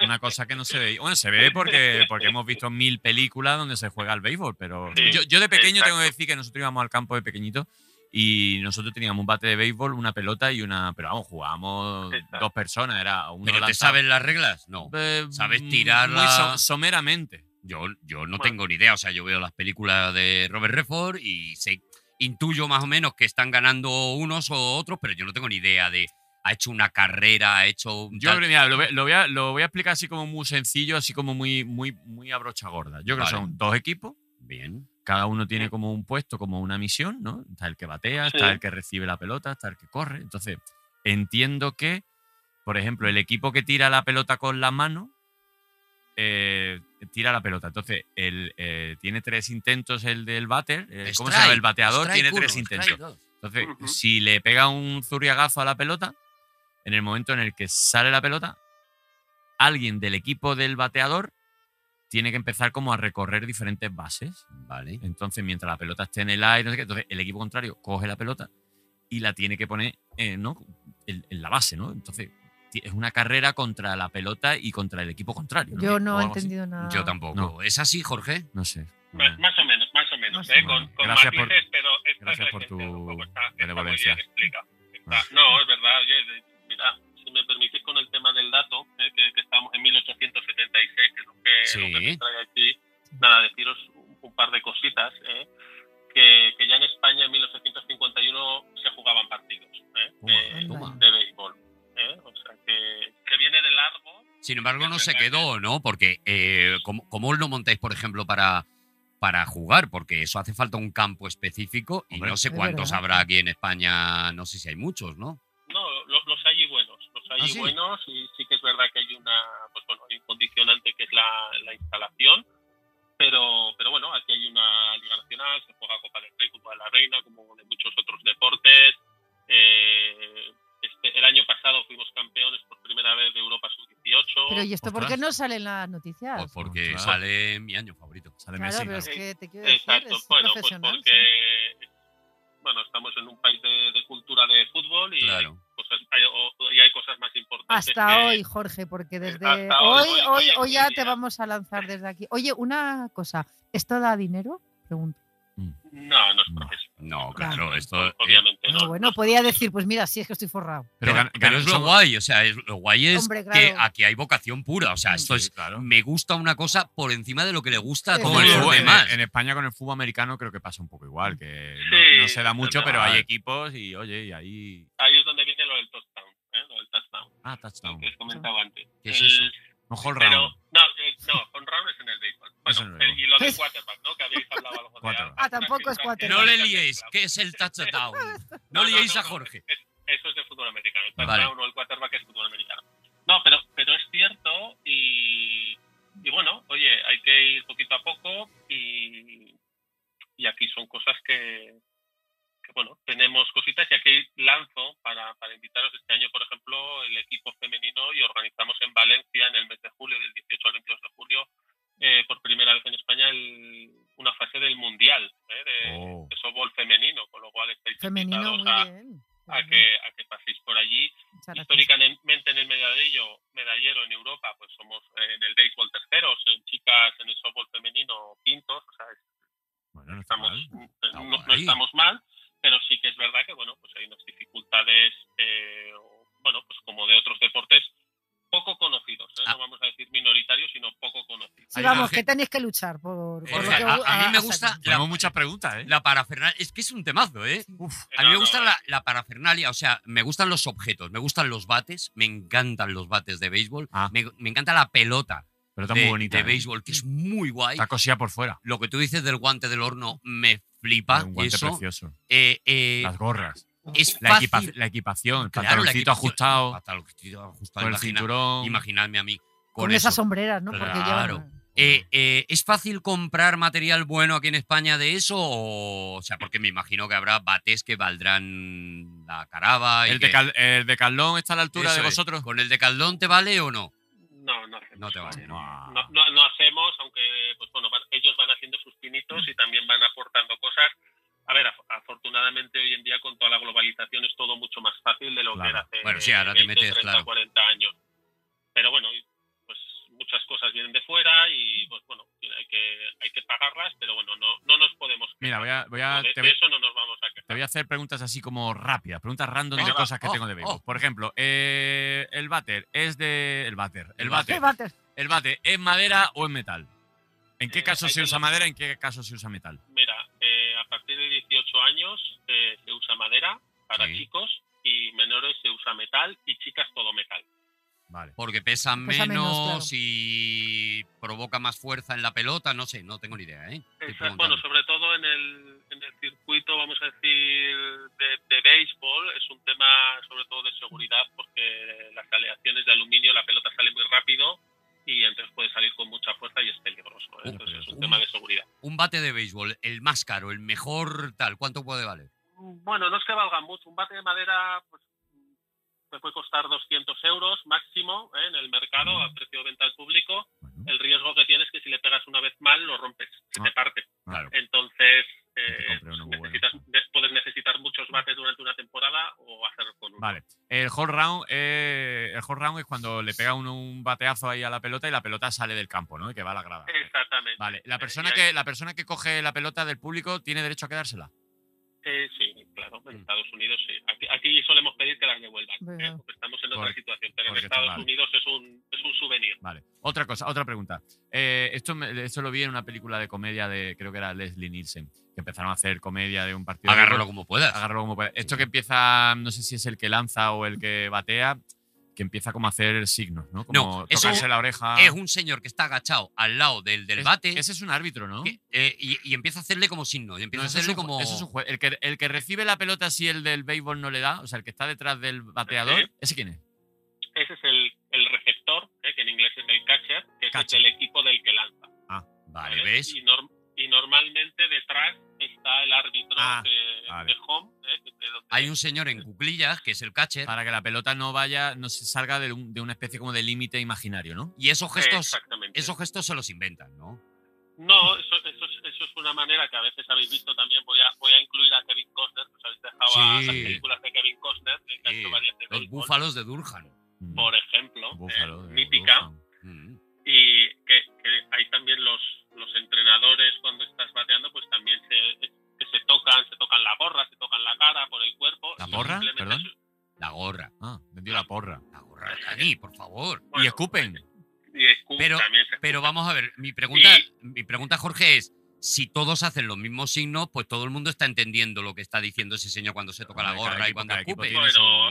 Speaker 5: eh, una cosa que no se ve. Bueno, se ve porque, porque hemos visto mil películas donde se juega al béisbol, pero
Speaker 6: Sí,
Speaker 5: yo, yo de pequeño
Speaker 6: exacto.
Speaker 5: tengo que decir que nosotros íbamos al campo de pequeñito y nosotros teníamos un bate de béisbol, una pelota y una... Pero vamos, jugábamos
Speaker 6: Exacto.
Speaker 5: dos personas, era uno
Speaker 4: ¿Pero te
Speaker 5: lanzaba-
Speaker 4: sabes las reglas? No.
Speaker 5: Eh,
Speaker 4: ¿Sabes tirar
Speaker 5: muy
Speaker 4: la-
Speaker 5: so- someramente.
Speaker 4: Yo, yo no
Speaker 6: Bueno.
Speaker 4: tengo ni idea. O sea, yo veo las películas de Robert Redford y sé, intuyo más o menos que están ganando unos o otros, pero yo no tengo ni idea de. Ha hecho una carrera, ha hecho. un
Speaker 5: Yo
Speaker 4: tal-
Speaker 5: creo, mira, lo, voy- lo voy a, lo voy a explicar así como muy sencillo, así como muy, muy, muy a brocha gorda. Yo creo
Speaker 4: Vale.
Speaker 5: que son dos equipos,
Speaker 4: Bien.
Speaker 5: cada uno tiene como un puesto, como una misión, ¿no? Está el que batea,
Speaker 6: Sí.
Speaker 5: está el que recibe la pelota, está el que corre. Entonces, entiendo que, por ejemplo, el equipo que tira la pelota con la mano, eh, tira la pelota. Entonces, el, eh, tiene tres intentos el del bater, eh, ¿cómo se llama?
Speaker 4: Strike,
Speaker 5: El bateador
Speaker 4: strike
Speaker 5: tiene
Speaker 4: uno,
Speaker 5: tres
Speaker 4: strike
Speaker 5: intentos.
Speaker 4: dos.
Speaker 5: Entonces,
Speaker 6: Ujú.
Speaker 5: si le pega un zurriagazo a la pelota, en el momento en el que sale la pelota, alguien del equipo del bateador tiene que empezar como a recorrer diferentes bases.
Speaker 4: Vale.
Speaker 5: Entonces, mientras la pelota esté en el aire, no sé qué, entonces el equipo contrario coge la pelota y la tiene que poner eh, ¿no? en, en la base, ¿no? Entonces, ti- es una carrera contra la pelota y contra el equipo contrario.
Speaker 2: Yo no
Speaker 5: O
Speaker 2: he
Speaker 5: algo así.
Speaker 2: entendido nada.
Speaker 4: Yo tampoco.
Speaker 5: No.
Speaker 4: ¿Es así, Jorge?
Speaker 5: No sé.
Speaker 6: Más, Pues más o menos, más o menos.
Speaker 2: Más
Speaker 6: ¿eh?
Speaker 5: Mm. o
Speaker 6: Con,
Speaker 5: menos.
Speaker 6: con
Speaker 5: Gracias por-
Speaker 6: matices, pero esta es la
Speaker 5: gracias por tu
Speaker 6: esencia del juego, está- está muy
Speaker 5: benevolencia. Ah.
Speaker 6: bien explicada. Está- no, es verdad. Oye, de- mira, si me permitís con el tema del dato, ¿eh? que, que estábamos en 1876, que es lo que,
Speaker 4: Sí.
Speaker 6: lo que me trae aquí, nada, deciros un, un par de cositas. ¿eh? Que, que ya en España en 1851 se jugaban partidos ¿eh?
Speaker 5: Toma,
Speaker 6: de,
Speaker 4: toma.
Speaker 6: de béisbol. ¿eh? O sea, que, que viene de largo.
Speaker 4: Sin embargo, no
Speaker 6: Es
Speaker 4: se
Speaker 6: verdad
Speaker 4: quedó, ¿no? Porque, eh, ¿cómo, cómo lo montáis, por ejemplo, para, para jugar? Porque eso hace falta un campo específico y
Speaker 5: Hombre.
Speaker 4: no sé
Speaker 2: Es
Speaker 4: cuántos
Speaker 2: verdad.
Speaker 4: habrá aquí en España, no sé si hay muchos, ¿no?
Speaker 6: No, lo- los hay y buenos, los hay
Speaker 4: ¿Ah,
Speaker 6: y
Speaker 4: sí?
Speaker 6: buenos y sí que es verdad que hay una, pues bueno, hay un condicionante que es la, la instalación, pero, pero bueno, aquí hay una Liga Nacional, se juega Copa del Rey, Copa de la Reina, como de muchos otros deportes. Eh, este- el año pasado fuimos campeones por primera vez de Europa Sub-18.
Speaker 2: Pero ¿y esto por qué
Speaker 5: Ostras.
Speaker 2: no sale en las noticias?
Speaker 4: Pues porque
Speaker 5: Claro.
Speaker 4: sale mi año favorito.
Speaker 5: Sale
Speaker 2: claro,
Speaker 5: Messi,
Speaker 2: pero es
Speaker 5: claro.
Speaker 2: que te quiero decir,
Speaker 6: Eh, Exacto,
Speaker 2: es
Speaker 6: bueno, pues
Speaker 2: profesional. sí.
Speaker 6: porque bueno, estamos en un país de, de cultura de fútbol y,
Speaker 4: Claro.
Speaker 6: cosas, hay, o- y hay cosas más importantes.
Speaker 2: Hasta
Speaker 6: que- eh,
Speaker 2: hoy, Jorge, porque desde hoy,
Speaker 6: hasta hoy,
Speaker 2: hoy,
Speaker 6: hoy,
Speaker 2: hoy,
Speaker 6: hoy es
Speaker 2: ya
Speaker 6: mi
Speaker 2: te
Speaker 6: día.
Speaker 2: vamos a lanzar desde aquí. Oye, una cosa, ¿esto da dinero? Pregunto.
Speaker 6: No, no es
Speaker 5: No.
Speaker 6: profesional.
Speaker 4: No,
Speaker 2: Claro.
Speaker 4: claro, esto. eh,
Speaker 6: obviamente
Speaker 2: No, Ah, bueno, podía decir, pues mira, sí es que estoy forrado.
Speaker 4: pero,
Speaker 5: gan-
Speaker 4: pero es lo
Speaker 5: somos-
Speaker 4: guay, o sea, es- lo guay es
Speaker 2: Hombre,
Speaker 4: que
Speaker 2: claro.
Speaker 4: aquí hay vocación pura, o sea, esto
Speaker 5: Sí,
Speaker 4: es.
Speaker 5: claro.
Speaker 4: Me gusta una cosa por encima de lo que le gusta a
Speaker 2: Sí,
Speaker 5: Como
Speaker 4: todos
Speaker 5: el
Speaker 2: sí.
Speaker 4: los
Speaker 5: fútbol- en,
Speaker 4: demás.
Speaker 5: en España con el fútbol americano creo que pasa un poco igual, que no-
Speaker 6: Sí,
Speaker 5: no, se da mucho,
Speaker 6: también.
Speaker 5: pero hay equipos y oye, y ahí...
Speaker 6: Ahí es donde viene lo del touchdown, ¿eh? lo del touchdown,
Speaker 5: Ah,
Speaker 6: lo
Speaker 5: touchdown.
Speaker 6: que os comentaba antes.
Speaker 4: ¿Qué es
Speaker 6: El-
Speaker 4: eso?
Speaker 5: Mejor
Speaker 6: Pero,
Speaker 5: round.
Speaker 6: no, eh, no, con round es en el béisbol. Bueno,
Speaker 5: en el béisbol.
Speaker 6: el- y lo de
Speaker 2: Es-
Speaker 6: quarterback, ¿no? Que habéis hablado algo de
Speaker 5: Quarterback.
Speaker 2: Ah, tampoco es quarterback.
Speaker 4: No le liéis, que es el touchdown. No
Speaker 6: No, no,
Speaker 4: liéis
Speaker 6: no,
Speaker 4: a
Speaker 6: no.
Speaker 4: Jorge.
Speaker 6: Eso es de fútbol americano. El
Speaker 4: Vale.
Speaker 6: touchdown o el quarterback es fútbol americano. No, pero, pero es cierto y, y bueno, oye, hay que ir poquito a poco y, y aquí son cosas que, que, bueno, tenemos cositas y aquí lanzo para, para invitaros este año, por ejemplo, el equipo femenino y organizamos en Valencia en el mes de julio, del 18 al 22 de julio, eh, por primera vez en España, el- una fase del Mundial ¿eh? de,
Speaker 5: Oh.
Speaker 6: de softball femenino, con lo cual estáis
Speaker 2: Femenino,
Speaker 6: invitados
Speaker 2: muy
Speaker 6: a,
Speaker 2: bien.
Speaker 6: a que, a que paséis por allí
Speaker 2: Muchas gracias.
Speaker 6: históricamente en el medallero, medallero en Europa, pues somos eh, en el béisbol terceros, en chicas en el softball femenino quintos, o sea,
Speaker 5: Bueno, no está
Speaker 6: estamos,
Speaker 5: mal.
Speaker 6: no, no
Speaker 4: guay.
Speaker 6: estamos mal, pero sí que es verdad que bueno, pues hay unas dificultades, eh, o, bueno, pues como de otros deportes poco conocidos, ¿eh?
Speaker 4: Ah.
Speaker 6: no vamos a decir minoritarios, sino poco conocidos.
Speaker 2: Sí,
Speaker 4: Hay
Speaker 2: vamos,
Speaker 4: Jorge.
Speaker 2: que tenéis que luchar por, por
Speaker 5: Jorge,
Speaker 2: lo que
Speaker 4: a-
Speaker 2: os-
Speaker 4: a mí me
Speaker 2: ah,
Speaker 4: gusta
Speaker 2: saco.
Speaker 5: Tenemos muchas preguntas, ¿eh?
Speaker 4: La parafernalia. Es que es un temazo, ¿eh?
Speaker 5: Uf,
Speaker 4: A mí me
Speaker 6: No,
Speaker 4: gusta
Speaker 6: no,
Speaker 4: la, la parafernalia, o sea, me gustan los objetos, me gustan los bates, me encantan los bates de béisbol,
Speaker 5: Ah.
Speaker 4: me, me encanta la pelota
Speaker 5: pero está
Speaker 4: de,
Speaker 5: muy bonita.
Speaker 4: de
Speaker 5: ¿eh?
Speaker 4: béisbol, que es muy guay.
Speaker 5: Está cosida por fuera.
Speaker 4: Lo que tú dices del guante del horno me flipa,
Speaker 5: un guante
Speaker 4: eso.
Speaker 5: precioso.
Speaker 4: Eh, eh,
Speaker 5: Las gorras.
Speaker 4: es
Speaker 5: La,
Speaker 4: fácil.
Speaker 5: equipa- la equipación. El
Speaker 4: Claro, la
Speaker 5: pantaloncito
Speaker 4: equipación.
Speaker 5: ajustado.
Speaker 4: Pantaloncito ajustado,
Speaker 5: Con el
Speaker 4: imagina-
Speaker 5: cinturón.
Speaker 4: imaginadme a mí con,
Speaker 2: Con esas
Speaker 4: eso.
Speaker 2: sombreras, ¿no? Porque
Speaker 4: Claro.
Speaker 2: llevan-
Speaker 4: Eh, eh, ¿Es fácil comprar material bueno aquí en España de eso? O, o sea, porque me imagino que habrá bates que valdrán la caraba. y
Speaker 5: ¿El,
Speaker 4: que-
Speaker 5: de Cal- el de Carlón está a la altura
Speaker 4: Eso
Speaker 5: de
Speaker 4: es.
Speaker 5: vosotros?
Speaker 4: ¿Con el de Caldón te vale o no?
Speaker 6: No, no hacemos.
Speaker 4: No te
Speaker 5: ¿eh?
Speaker 4: vale. ¿no?
Speaker 6: No, no- no hacemos, aunque pues bueno, van- ellos van haciendo sus pinitos y también van aportando cosas. A ver, af- afortunadamente hoy en día con toda la globalización es todo mucho más fácil de lo
Speaker 5: Claro.
Speaker 6: que era hace
Speaker 4: Bueno, sí, ahora te metes,
Speaker 6: 30,
Speaker 4: claro.
Speaker 6: 40 años. Pero bueno, y, pues muchas cosas vienen de fuera y pues bueno, hay que, hay que pagarlas, pero bueno, no, no nos podemos
Speaker 5: Mira, voy a, voy
Speaker 4: Ah,
Speaker 5: a-
Speaker 6: de,
Speaker 5: te,
Speaker 6: de
Speaker 5: voy,
Speaker 6: eso no nos vamos a
Speaker 5: te
Speaker 6: quejar.
Speaker 5: voy a hacer preguntas así como rápidas, preguntas random
Speaker 6: Venga,
Speaker 5: de
Speaker 6: va.
Speaker 5: cosas que
Speaker 4: Oh,
Speaker 5: tengo de Bebo.
Speaker 4: oh.
Speaker 5: Por ejemplo, eh, el váter es de. El váter. El
Speaker 4: El
Speaker 5: váter. El váter, ¿es madera o es metal? ¿En qué
Speaker 6: Eh,
Speaker 5: caso
Speaker 6: hay
Speaker 5: se
Speaker 6: que
Speaker 5: usa
Speaker 6: lo-
Speaker 5: madera? ¿En qué caso se usa metal?
Speaker 6: Mira, eh, a partir de 18 años eh, se usa madera para
Speaker 4: Sí.
Speaker 6: chicos y menores se usa metal y chicas todo metal.
Speaker 5: Vale.
Speaker 4: Porque pesa
Speaker 2: Pesa
Speaker 4: menos,
Speaker 2: menos, claro.
Speaker 4: y provoca más fuerza en la pelota, no sé, no tengo ni idea, ¿eh? Estoy
Speaker 6: Exacto.
Speaker 4: preguntando.
Speaker 6: Bueno, sobre todo en el, en el circuito, vamos a decir, de, de béisbol, es un tema sobre todo de seguridad porque las aleaciones de aluminio, la pelota sale muy rápido y entonces puede salir con mucha fuerza y es peligroso.
Speaker 5: Uh,
Speaker 6: ¿eh? Entonces es
Speaker 5: peligroso.
Speaker 6: un tema de seguridad.
Speaker 4: Un bate de béisbol, el más caro, el mejor tal, ¿cuánto puede valer?
Speaker 6: Bueno, no es que valga mucho. Un bate de madera pues, te puede costar 200 euros máximo ¿eh? en el mercado a precio de venta al público.
Speaker 5: Bueno.
Speaker 6: El riesgo que tienes es que si le pegas una vez mal lo rompes, se
Speaker 5: Ah.
Speaker 6: te parte.
Speaker 4: Claro.
Speaker 6: Entonces, eh,
Speaker 5: te compre uno muy bueno.
Speaker 6: necesitas, de- puedes necesitar muchos bates durante una temporada o hacer con uno.
Speaker 5: Vale. El hot round, eh, el hot round es cuando le pega uno un bateazo ahí a la pelota y la pelota sale del campo, ¿no? Y que va a la grada.
Speaker 6: Exactamente.
Speaker 5: Vale. La
Speaker 6: Eh,
Speaker 5: persona,
Speaker 6: y ahí-
Speaker 5: que, la persona que coge la pelota del público tiene derecho a quedársela.
Speaker 6: Eh, sí, claro, en
Speaker 4: Mm.
Speaker 6: Estados Unidos sí. Aquí, aquí solemos pedir que las devuelvan, ¿eh?
Speaker 2: Venga.
Speaker 6: porque estamos en otra
Speaker 5: Porque-
Speaker 6: situación. Pero en
Speaker 5: porque está
Speaker 6: Estados
Speaker 5: mal.
Speaker 6: Unidos es un, es un souvenir.
Speaker 5: Vale. Otra cosa, otra pregunta. Eh, esto, me- esto lo vi en una película de comedia de, creo que era Leslie Nielsen, que empezaron a hacer comedia de un partido. de
Speaker 4: Agárralo
Speaker 5: fútbol.
Speaker 4: como puedas.
Speaker 5: Agárralo como pueda. Esto que empieza, no sé si es el que lanza o el que batea, que empieza como a hacer signos, ¿no? Como
Speaker 4: No, eso
Speaker 5: tocarse la oreja.
Speaker 4: Es un señor que está agachado al lado del, del
Speaker 5: Es-
Speaker 4: bate
Speaker 5: Ese es un árbitro, ¿no?
Speaker 4: que- eh, y, y empieza a hacerle como signo. Y empieza
Speaker 5: No,
Speaker 4: a
Speaker 5: eso es
Speaker 4: hacerle
Speaker 5: un ju-
Speaker 4: como.
Speaker 5: eso es un juez. El que, el que recibe la pelota si el del béisbol no le da, o sea, el que está detrás del bateador,
Speaker 6: Sí.
Speaker 5: ¿ese quién es?
Speaker 6: Ese es el, el receptor, ¿eh? que en inglés es el catcher, que es el
Speaker 5: Catcher.
Speaker 6: del equipo del que lanza.
Speaker 4: Vale,
Speaker 6: ¿vale?
Speaker 4: ¿ves?
Speaker 6: Y, norm- y normalmente detrás está el árbitro
Speaker 5: Ah,
Speaker 6: de,
Speaker 5: vale.
Speaker 6: de home. ¿eh? que- de donde-
Speaker 4: Hay un señor en cuclillas que es el catcher.
Speaker 5: Para que la pelota no vaya, no se salga de, un- de una especie como de límite imaginario, ¿no?
Speaker 4: Y esos
Speaker 6: Eh,
Speaker 4: gestos,
Speaker 6: Exactamente.
Speaker 4: esos gestos se los inventan, ¿no?
Speaker 6: No, eso, eso, es, eso es una manera que a veces habéis visto también. Voy a, voy a incluir a Kevin Costner, os habéis dejado a
Speaker 4: Sí.
Speaker 6: las películas de Kevin Costner, ¿eh? que ha
Speaker 4: Sí,
Speaker 6: hecho varias de
Speaker 4: Los
Speaker 6: béisbol,
Speaker 4: búfalos de Durhan.
Speaker 5: Mm.
Speaker 6: por ejemplo, ¿eh?
Speaker 5: Búfalo, de
Speaker 6: mítica.
Speaker 5: Búfalo.
Speaker 4: Mm.
Speaker 6: y que, que hay también los, los entrenadores cuando estás bateando, pues también se, que se tocan, se tocan la gorra, se tocan la cara por el cuerpo.
Speaker 5: ¿La
Speaker 6: y
Speaker 5: gorra?
Speaker 6: simplemente
Speaker 5: Perdón.
Speaker 6: su-
Speaker 4: La gorra.
Speaker 5: Ah, entendió la porra.
Speaker 4: La gorra, Dani, por favor.
Speaker 5: y
Speaker 6: bueno,
Speaker 5: escupen.
Speaker 6: y escu-
Speaker 4: Pero-
Speaker 6: también se-
Speaker 4: Pero vamos a ver, mi pregunta,
Speaker 6: Y-
Speaker 4: mi pregunta, Jorge, es: si todos hacen los mismos signos, pues todo el mundo está entendiendo lo que está diciendo ese señor cuando se toca la
Speaker 5: Cada
Speaker 4: gorra y
Speaker 5: equipo-
Speaker 4: cuando
Speaker 5: cada equipo
Speaker 4: escupe.
Speaker 5: tiene
Speaker 6: Bueno,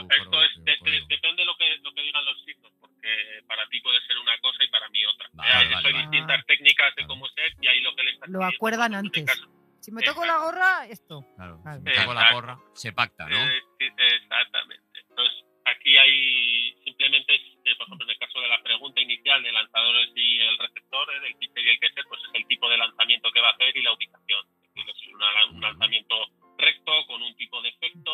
Speaker 5: su
Speaker 6: esto es,
Speaker 5: código,
Speaker 6: de- de-
Speaker 5: código.
Speaker 6: depende de lo que, lo que digan los signos, porque para ti puede ser una cosa y para mí otra.
Speaker 4: Vale,
Speaker 6: Eh, hay
Speaker 4: vale,
Speaker 6: son
Speaker 4: vale.
Speaker 6: distintas técnicas de
Speaker 5: Claro.
Speaker 6: cómo ser y ahí lo que le estás
Speaker 2: Lo
Speaker 6: pidiendo,
Speaker 2: acuerdan
Speaker 6: en este
Speaker 2: antes.
Speaker 6: caso,
Speaker 2: Si me toco la gorra, esto.
Speaker 5: Claro,
Speaker 2: Vale.
Speaker 5: si me cago en la
Speaker 6: Exacto.
Speaker 5: porra.
Speaker 4: Se pacta, ¿no?
Speaker 6: eh, sí, exactamente. Entonces, aquí hay simplemente, eh, por ejemplo, en el caso de la pregunta inicial de lanzadores y el receptor, eh, del pitcher y el catcher, pues es el tipo de lanzamiento que va a hacer y la ubicación. Es decir, es una- un
Speaker 4: Ujú.
Speaker 6: lanzamiento recto con un tipo de efecto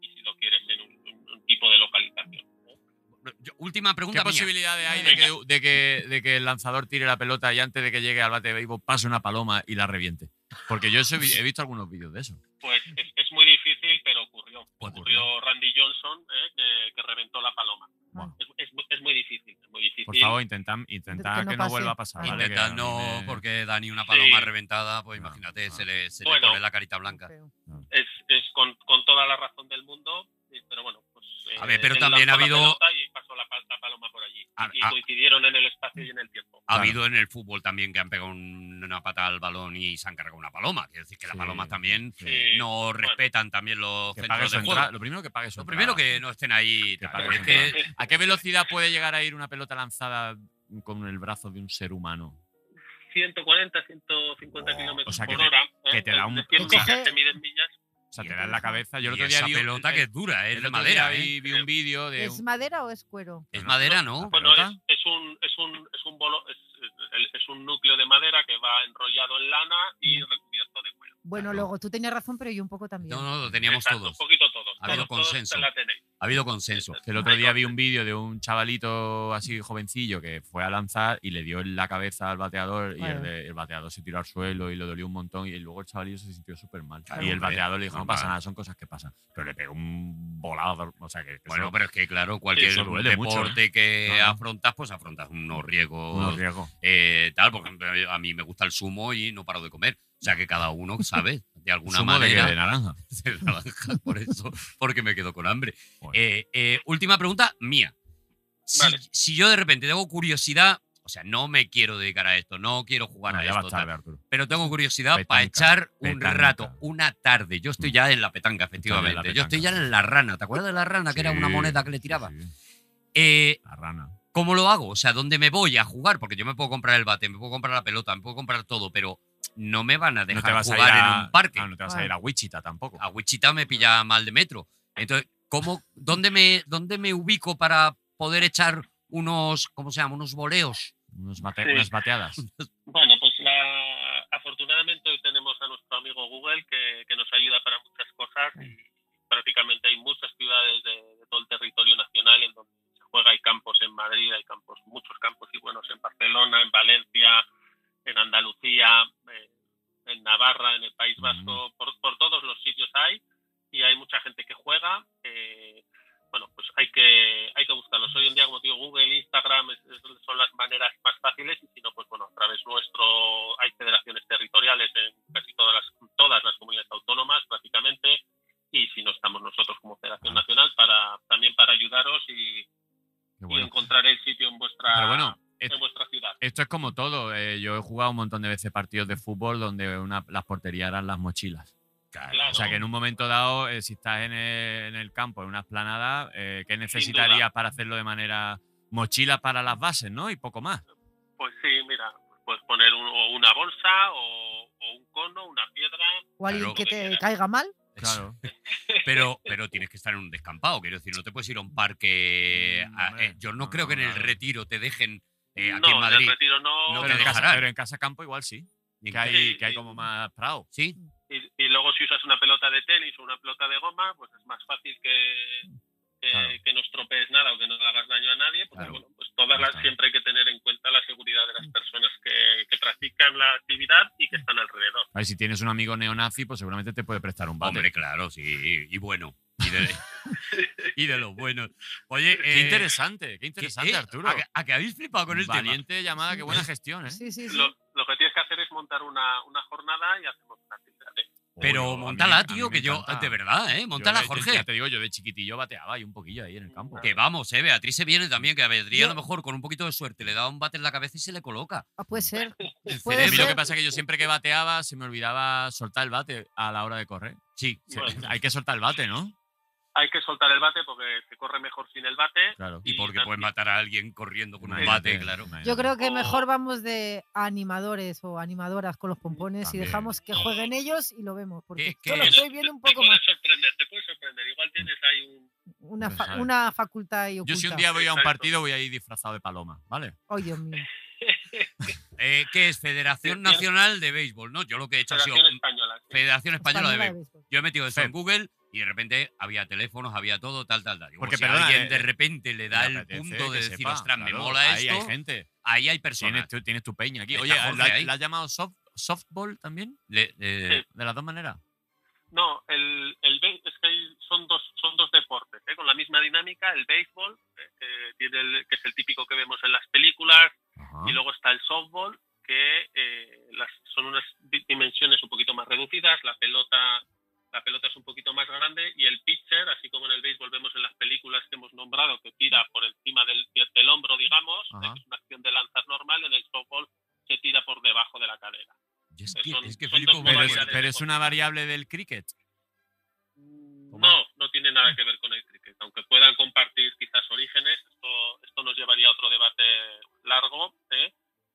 Speaker 6: y si lo quieres en un, un- un tipo de localización. ¿no?
Speaker 4: Yo- última
Speaker 5: ¿Qué
Speaker 4: pregunta. mía.
Speaker 5: posibilidades hay de que, de, que, de que el lanzador tire la pelota y antes de que llegue al bate de béisbol pase una paloma y la reviente? Porque yo eso he, vi- he visto algunos vídeos de eso.
Speaker 6: Pues es, es muy difícil, pero ocurrió.
Speaker 5: Pues
Speaker 6: ocurrió Randy Johnson, eh, que, que reventó la paloma.
Speaker 5: Bueno.
Speaker 6: Es, es mu- es muy difícil, es muy difícil.
Speaker 5: Por favor, intentad intentad
Speaker 2: Que no
Speaker 5: que no,
Speaker 2: pase.
Speaker 5: vuelva a pasar. ¿vale?
Speaker 4: Intenta,
Speaker 5: Que a
Speaker 4: no,
Speaker 5: mí me-
Speaker 4: porque Dani, una paloma
Speaker 6: Sí.
Speaker 4: reventada, pues
Speaker 5: No,
Speaker 4: imagínate,
Speaker 5: no.
Speaker 4: se le, se le
Speaker 6: Bueno.
Speaker 4: pone la carita blanca.
Speaker 2: Feo.
Speaker 6: Es, es con, con toda la razón del mundo, eh, pero bueno, pues...
Speaker 4: A ver, pero
Speaker 6: él
Speaker 4: también
Speaker 6: lanzó
Speaker 4: ha
Speaker 6: la
Speaker 4: habido-
Speaker 6: pelota Y pasó la, pa- la paloma por allí.
Speaker 4: A- Ah,
Speaker 6: y
Speaker 4: a-
Speaker 6: coincidieron en el espacio y en el tiempo.
Speaker 4: Ha
Speaker 5: Claro.
Speaker 4: habido en el fútbol también que han pegado un- una pata al balón y se han cargado una paloma. Quiero decir que las
Speaker 5: Sí,
Speaker 4: palomas también
Speaker 5: sí.
Speaker 6: Eh,
Speaker 4: no respetan también los
Speaker 5: Que pague
Speaker 4: centros
Speaker 5: su
Speaker 4: de
Speaker 5: entrada.
Speaker 4: juego.
Speaker 5: Lo primero que pague su
Speaker 4: Lo primero
Speaker 5: entrada.
Speaker 4: que no estén ahí.
Speaker 5: Que
Speaker 4: tal,
Speaker 5: pague
Speaker 4: es
Speaker 5: su
Speaker 4: que-
Speaker 6: Eh,
Speaker 5: entrada. ¿A qué velocidad puede llegar a ir una pelota lanzada con el brazo de un ser humano?
Speaker 6: 140, 150
Speaker 5: Oh,
Speaker 6: kilómetros
Speaker 5: o sea, que
Speaker 6: por
Speaker 5: te-
Speaker 6: hora.
Speaker 5: que
Speaker 6: ¿eh?
Speaker 5: te da un-
Speaker 6: De 100
Speaker 2: o sea,
Speaker 6: millas, te miden millas.
Speaker 5: O sea,
Speaker 2: Yo
Speaker 5: te
Speaker 2: te
Speaker 5: da en la
Speaker 2: dejo.
Speaker 5: cabeza. Yo el
Speaker 4: Y
Speaker 5: otro día
Speaker 4: esa
Speaker 5: vi un-
Speaker 4: pelota
Speaker 5: el-
Speaker 4: que es dura, ¿eh? es
Speaker 5: el
Speaker 4: de
Speaker 5: otro
Speaker 4: madera.
Speaker 5: día
Speaker 4: ¿eh?
Speaker 5: Vi, vi un vídeo de
Speaker 2: ¿Es
Speaker 5: un-
Speaker 2: madera o es cuero?
Speaker 4: Es madera, ¿no?
Speaker 5: Pues
Speaker 6: Bueno, es,
Speaker 5: ¿Pelota?
Speaker 6: es un, es, un, es, un bolo- es, el- es un núcleo de madera que va enrollado en lana y recubierto de cuero.
Speaker 2: Bueno,
Speaker 4: Claro.
Speaker 2: luego tú tenías razón, pero yo un poco también.
Speaker 4: No, no, lo teníamos
Speaker 6: Exacto,
Speaker 4: todos.
Speaker 6: Un poquito todos.
Speaker 4: Ha habido
Speaker 6: todos, todos
Speaker 4: consenso.
Speaker 6: la tenéis.
Speaker 4: Ha habido consenso.
Speaker 5: que el otro día vi un vídeo de un chavalito así jovencillo que fue a lanzar y le dio en la cabeza al bateador y el,
Speaker 2: Claro.
Speaker 5: de- el bateador se tiró al suelo y le dolió un montón y luego el chavalito se sintió súper mal.
Speaker 4: Claro,
Speaker 5: y el
Speaker 4: hombre,
Speaker 5: bateador le dijo, no
Speaker 4: normal.
Speaker 5: pasa nada, son cosas que pasan. Pero le pegó un volado, o sea que... que
Speaker 4: Bueno,
Speaker 5: eso-
Speaker 4: pero es que, claro, cualquier
Speaker 5: eso duele
Speaker 4: deporte
Speaker 5: mucho,
Speaker 4: que
Speaker 5: Claro.
Speaker 4: afrontas, pues afrontas ¿eh? unos riesgos
Speaker 5: unos riesgos.
Speaker 4: eh, tal. Por ejemplo, a mí me gusta el sumo y no paro de comer. O sea que cada uno, ¿sabes? De alguna
Speaker 5: Zumo de,
Speaker 4: manera.
Speaker 5: qué, de naranja.
Speaker 4: de naranja, por eso, porque me quedo con hambre.
Speaker 5: Joder.
Speaker 4: Eh, eh, última pregunta mía. Si,
Speaker 6: Vale.
Speaker 4: si yo de repente tengo curiosidad, o sea, no me quiero dedicar a esto, no quiero jugar
Speaker 5: No,
Speaker 4: a
Speaker 5: ya
Speaker 4: esto,
Speaker 5: basta,
Speaker 4: tal,
Speaker 5: Arturo.
Speaker 4: pero tengo curiosidad para
Speaker 5: Petanca,
Speaker 4: echar un
Speaker 5: petanca.
Speaker 4: rato, una tarde. Yo estoy ya en la petanca, efectivamente. Yo estoy ya
Speaker 5: petanca.
Speaker 4: en la rana. ¿Te acuerdas de la rana que era una
Speaker 5: Sí,
Speaker 4: moneda que le
Speaker 5: sí,
Speaker 4: tiraba?
Speaker 5: sí,
Speaker 4: Eh,
Speaker 5: La rana.
Speaker 4: ¿Cómo lo hago? O sea, ¿dónde me voy a jugar? Porque yo me puedo comprar el bate, me puedo comprar la pelota, me puedo comprar todo, pero no me van a
Speaker 5: No
Speaker 4: dejar
Speaker 5: te vas a ir
Speaker 4: jugar
Speaker 5: a,
Speaker 4: en un parque
Speaker 5: Ah, no te vas a ir a Wichita tampoco.
Speaker 4: a Wichita me pilla mal de metro. Entonces, ¿cómo, dónde, me, ¿dónde me ubico para poder echar unos, ¿cómo se llama? Unos boleos.
Speaker 5: Unos bate-
Speaker 6: Sí.
Speaker 5: Unas bateadas.
Speaker 6: Bueno, pues la, afortunadamente hoy tenemos a nuestro amigo Google que, que nos ayuda para muchas cosas y prácticamente hay muchas ciudades de, de todo el territorio nacional en donde se juega. Hay campos en Madrid, hay campos, muchos campos y buenos en Barcelona, en Valencia, en Andalucía, eh, en Navarra, en el País Vasco, por, por todos los sitios hay y hay mucha gente que juega. eh, bueno, pues hay que, hay que buscarlos. Hoy en día, como te digo, Google, Instagram es- es- son las maneras más fáciles y si no, pues bueno, a través nuestro hay federaciones territoriales en casi todas las, todas las comunidades autónomas prácticamente y si no estamos nosotros como Federación
Speaker 5: Ah.
Speaker 6: Nacional para también para ayudaros y,
Speaker 5: Qué
Speaker 6: y
Speaker 5: bueno.
Speaker 6: encontrar el sitio en vuestra,
Speaker 5: Pero bueno, es-
Speaker 6: en vuestra ciudad.
Speaker 5: esto es como todo. eh, yo he jugado un montón de veces partidos de fútbol donde una- las porterías eran las mochilas.
Speaker 6: Claro.
Speaker 5: O sea que en un momento dado, eh, si estás en el, en el campo, en una esplanada, eh, ¿qué necesitarías para hacerlo de manera mochila para las bases, no? Y poco más.
Speaker 6: Pues sí, mira, puedes poner un- o una bolsa o, o un cono, una piedra.
Speaker 2: O alguien
Speaker 4: Claro.
Speaker 2: que te caiga mal.
Speaker 5: Claro.
Speaker 4: Pero, pero tienes que estar en un descampado, quiero decir, no te puedes ir a un parque.
Speaker 5: Mm,
Speaker 4: a-
Speaker 5: hombre,
Speaker 4: eh, yo no,
Speaker 5: no,
Speaker 4: creo que en el
Speaker 5: claro.
Speaker 4: retiro te dejen eh, aquí en
Speaker 6: no, en el
Speaker 4: Madrid.
Speaker 6: retiro no.
Speaker 4: No
Speaker 5: pero,
Speaker 4: te
Speaker 5: en casa,
Speaker 4: dejarán.
Speaker 5: pero en casa campo igual sí.
Speaker 4: Ni-
Speaker 5: Que hay,
Speaker 6: Sí,
Speaker 5: que hay
Speaker 6: sí.
Speaker 5: como más prado.
Speaker 4: ¿Sí?
Speaker 6: Y, y luego si usas una pelota de tenis o una pelota de goma, pues es más fácil que, que,
Speaker 5: Claro.
Speaker 6: que no estropees nada o que no le hagas daño a nadie, porque
Speaker 4: Claro. Mm.
Speaker 6: bueno, pues todas las
Speaker 5: Claro.
Speaker 6: siempre hay que tener en cuenta la seguridad de las personas que, que practican la actividad y que están alrededor.
Speaker 5: A ver, si tienes un amigo neonazi, pues seguramente te puede prestar un bate.
Speaker 4: Hombre, claro, sí. Y bueno. Y de, y de los buenos. Oye,
Speaker 5: qué
Speaker 4: eh,
Speaker 5: interesante, qué
Speaker 4: ¿qué-
Speaker 5: interesante,
Speaker 4: eh?
Speaker 5: Arturo.
Speaker 4: ¿A que, a que habéis flipado con el tema?
Speaker 5: Valiente llamada, qué buena gestión, ¿eh?
Speaker 2: Sí, sí, sí.
Speaker 6: Lo, lo que tienes que hacer es montar una, una jornada y hacemos una actividad. de-
Speaker 4: Pero
Speaker 5: Oye, a mí- a
Speaker 4: montala,
Speaker 5: mí
Speaker 4: tío,
Speaker 5: me
Speaker 4: que yo,
Speaker 5: encanta.
Speaker 4: de verdad, ¿eh?
Speaker 5: Yo
Speaker 4: Montala,
Speaker 5: de-
Speaker 4: Jorge.
Speaker 5: Ya te digo, yo de chiquitillo bateaba y un poquillo ahí en el campo.
Speaker 4: Que vamos, eh, Beatriz se viene también, que a Beatriz a
Speaker 2: Yo-
Speaker 4: lo mejor con un poquito de suerte le da un bate en la cabeza y se le coloca.
Speaker 2: Ah, puede ser.
Speaker 5: A
Speaker 2: Puede
Speaker 5: mí lo que
Speaker 2: ser.
Speaker 5: pasa es que yo siempre que bateaba se me olvidaba soltar el bate a la hora de correr.
Speaker 4: Sí.
Speaker 5: Se-
Speaker 6: Bueno.
Speaker 5: Hay que soltar el bate, ¿no?
Speaker 6: Hay que soltar el bate porque se corre mejor sin el bate.
Speaker 5: Claro.
Speaker 4: Y porque
Speaker 6: también-
Speaker 4: puedes matar a alguien corriendo con un
Speaker 5: Imagínate,
Speaker 4: bate, claro.
Speaker 5: imagínate.
Speaker 2: Yo creo que
Speaker 6: O-
Speaker 2: mejor vamos de animadores o animadoras con los pompones
Speaker 5: También.
Speaker 2: y dejamos que jueguen ellos y lo vemos. Porque
Speaker 4: Que-
Speaker 2: yo lo
Speaker 4: que-
Speaker 2: estoy viendo un
Speaker 6: Te
Speaker 2: poco
Speaker 6: puede
Speaker 2: más.
Speaker 6: sorprender, te puede sorprender. Igual tienes ahí un...
Speaker 2: Una,
Speaker 5: Pues
Speaker 2: fa-
Speaker 5: sabe.
Speaker 2: una facultad y oculta.
Speaker 5: Yo si un día voy a un
Speaker 6: Exacto.
Speaker 5: partido voy a ir disfrazado de paloma, ¿vale?
Speaker 2: Ay, Dios mío.
Speaker 4: Eh, ¿Qué es? Federación
Speaker 6: Federación-
Speaker 4: Nacional de Béisbol, ¿no? Yo lo que he hecho ha sido
Speaker 6: Federación Española. sí.
Speaker 4: Federación Española
Speaker 2: Española
Speaker 4: de
Speaker 2: de
Speaker 4: Béisbol.
Speaker 2: béisbol.
Speaker 4: Yo he metido eso
Speaker 5: Fem.
Speaker 4: en Google y de repente había teléfonos, había todo, tal, tal, tal. Digo, pues
Speaker 5: Porque,
Speaker 4: si
Speaker 5: perdona,
Speaker 4: alguien
Speaker 5: eh,
Speaker 4: de repente le da
Speaker 5: Me
Speaker 4: el
Speaker 5: apetece
Speaker 4: punto de
Speaker 5: que
Speaker 4: decir,
Speaker 5: sepa,
Speaker 4: ostras, me
Speaker 5: claro,
Speaker 4: mola
Speaker 5: ahí
Speaker 4: esto,
Speaker 5: Hay gente.
Speaker 4: ahí hay
Speaker 5: Tienes
Speaker 4: personas.
Speaker 5: tu, tienes tu peña aquí.
Speaker 4: Está
Speaker 5: Oye,
Speaker 4: Jorge
Speaker 5: ¿la,
Speaker 4: ahí.
Speaker 5: la has llamado soft- softball también?
Speaker 4: Le- eh,
Speaker 5: De las dos maneras.
Speaker 6: No, el, el béis- es que hay- son dos son dos deportes, ¿eh? con la misma dinámica, el béisbol, eh, que tiene el- que es el típico que vemos en las películas,
Speaker 5: Ajá.
Speaker 6: y luego está el softball, que eh, las, son unas di- dimensiones un poquito más reducidas, la pelota la pelota es un poquito más grande y el pitcher, así como en el béisbol vemos en las películas que hemos nombrado, que tira por encima del, del hombro, digamos, eh,
Speaker 5: Ajá.
Speaker 6: que es una acción de lanzar normal, en el softball se tira por debajo de la cadera.
Speaker 4: yo es que,
Speaker 6: Eh, son-
Speaker 4: es que
Speaker 6: son
Speaker 4: flipo
Speaker 6: dos
Speaker 4: con la
Speaker 5: Pero es,
Speaker 4: idea.
Speaker 6: modalidades.
Speaker 5: pero es una variable del cricket.
Speaker 6: No, no tiene nada que ver con el cricket. Aunque puedan compartir quizás orígenes, esto, esto nos llevaría a otro debate largo. ¿eh?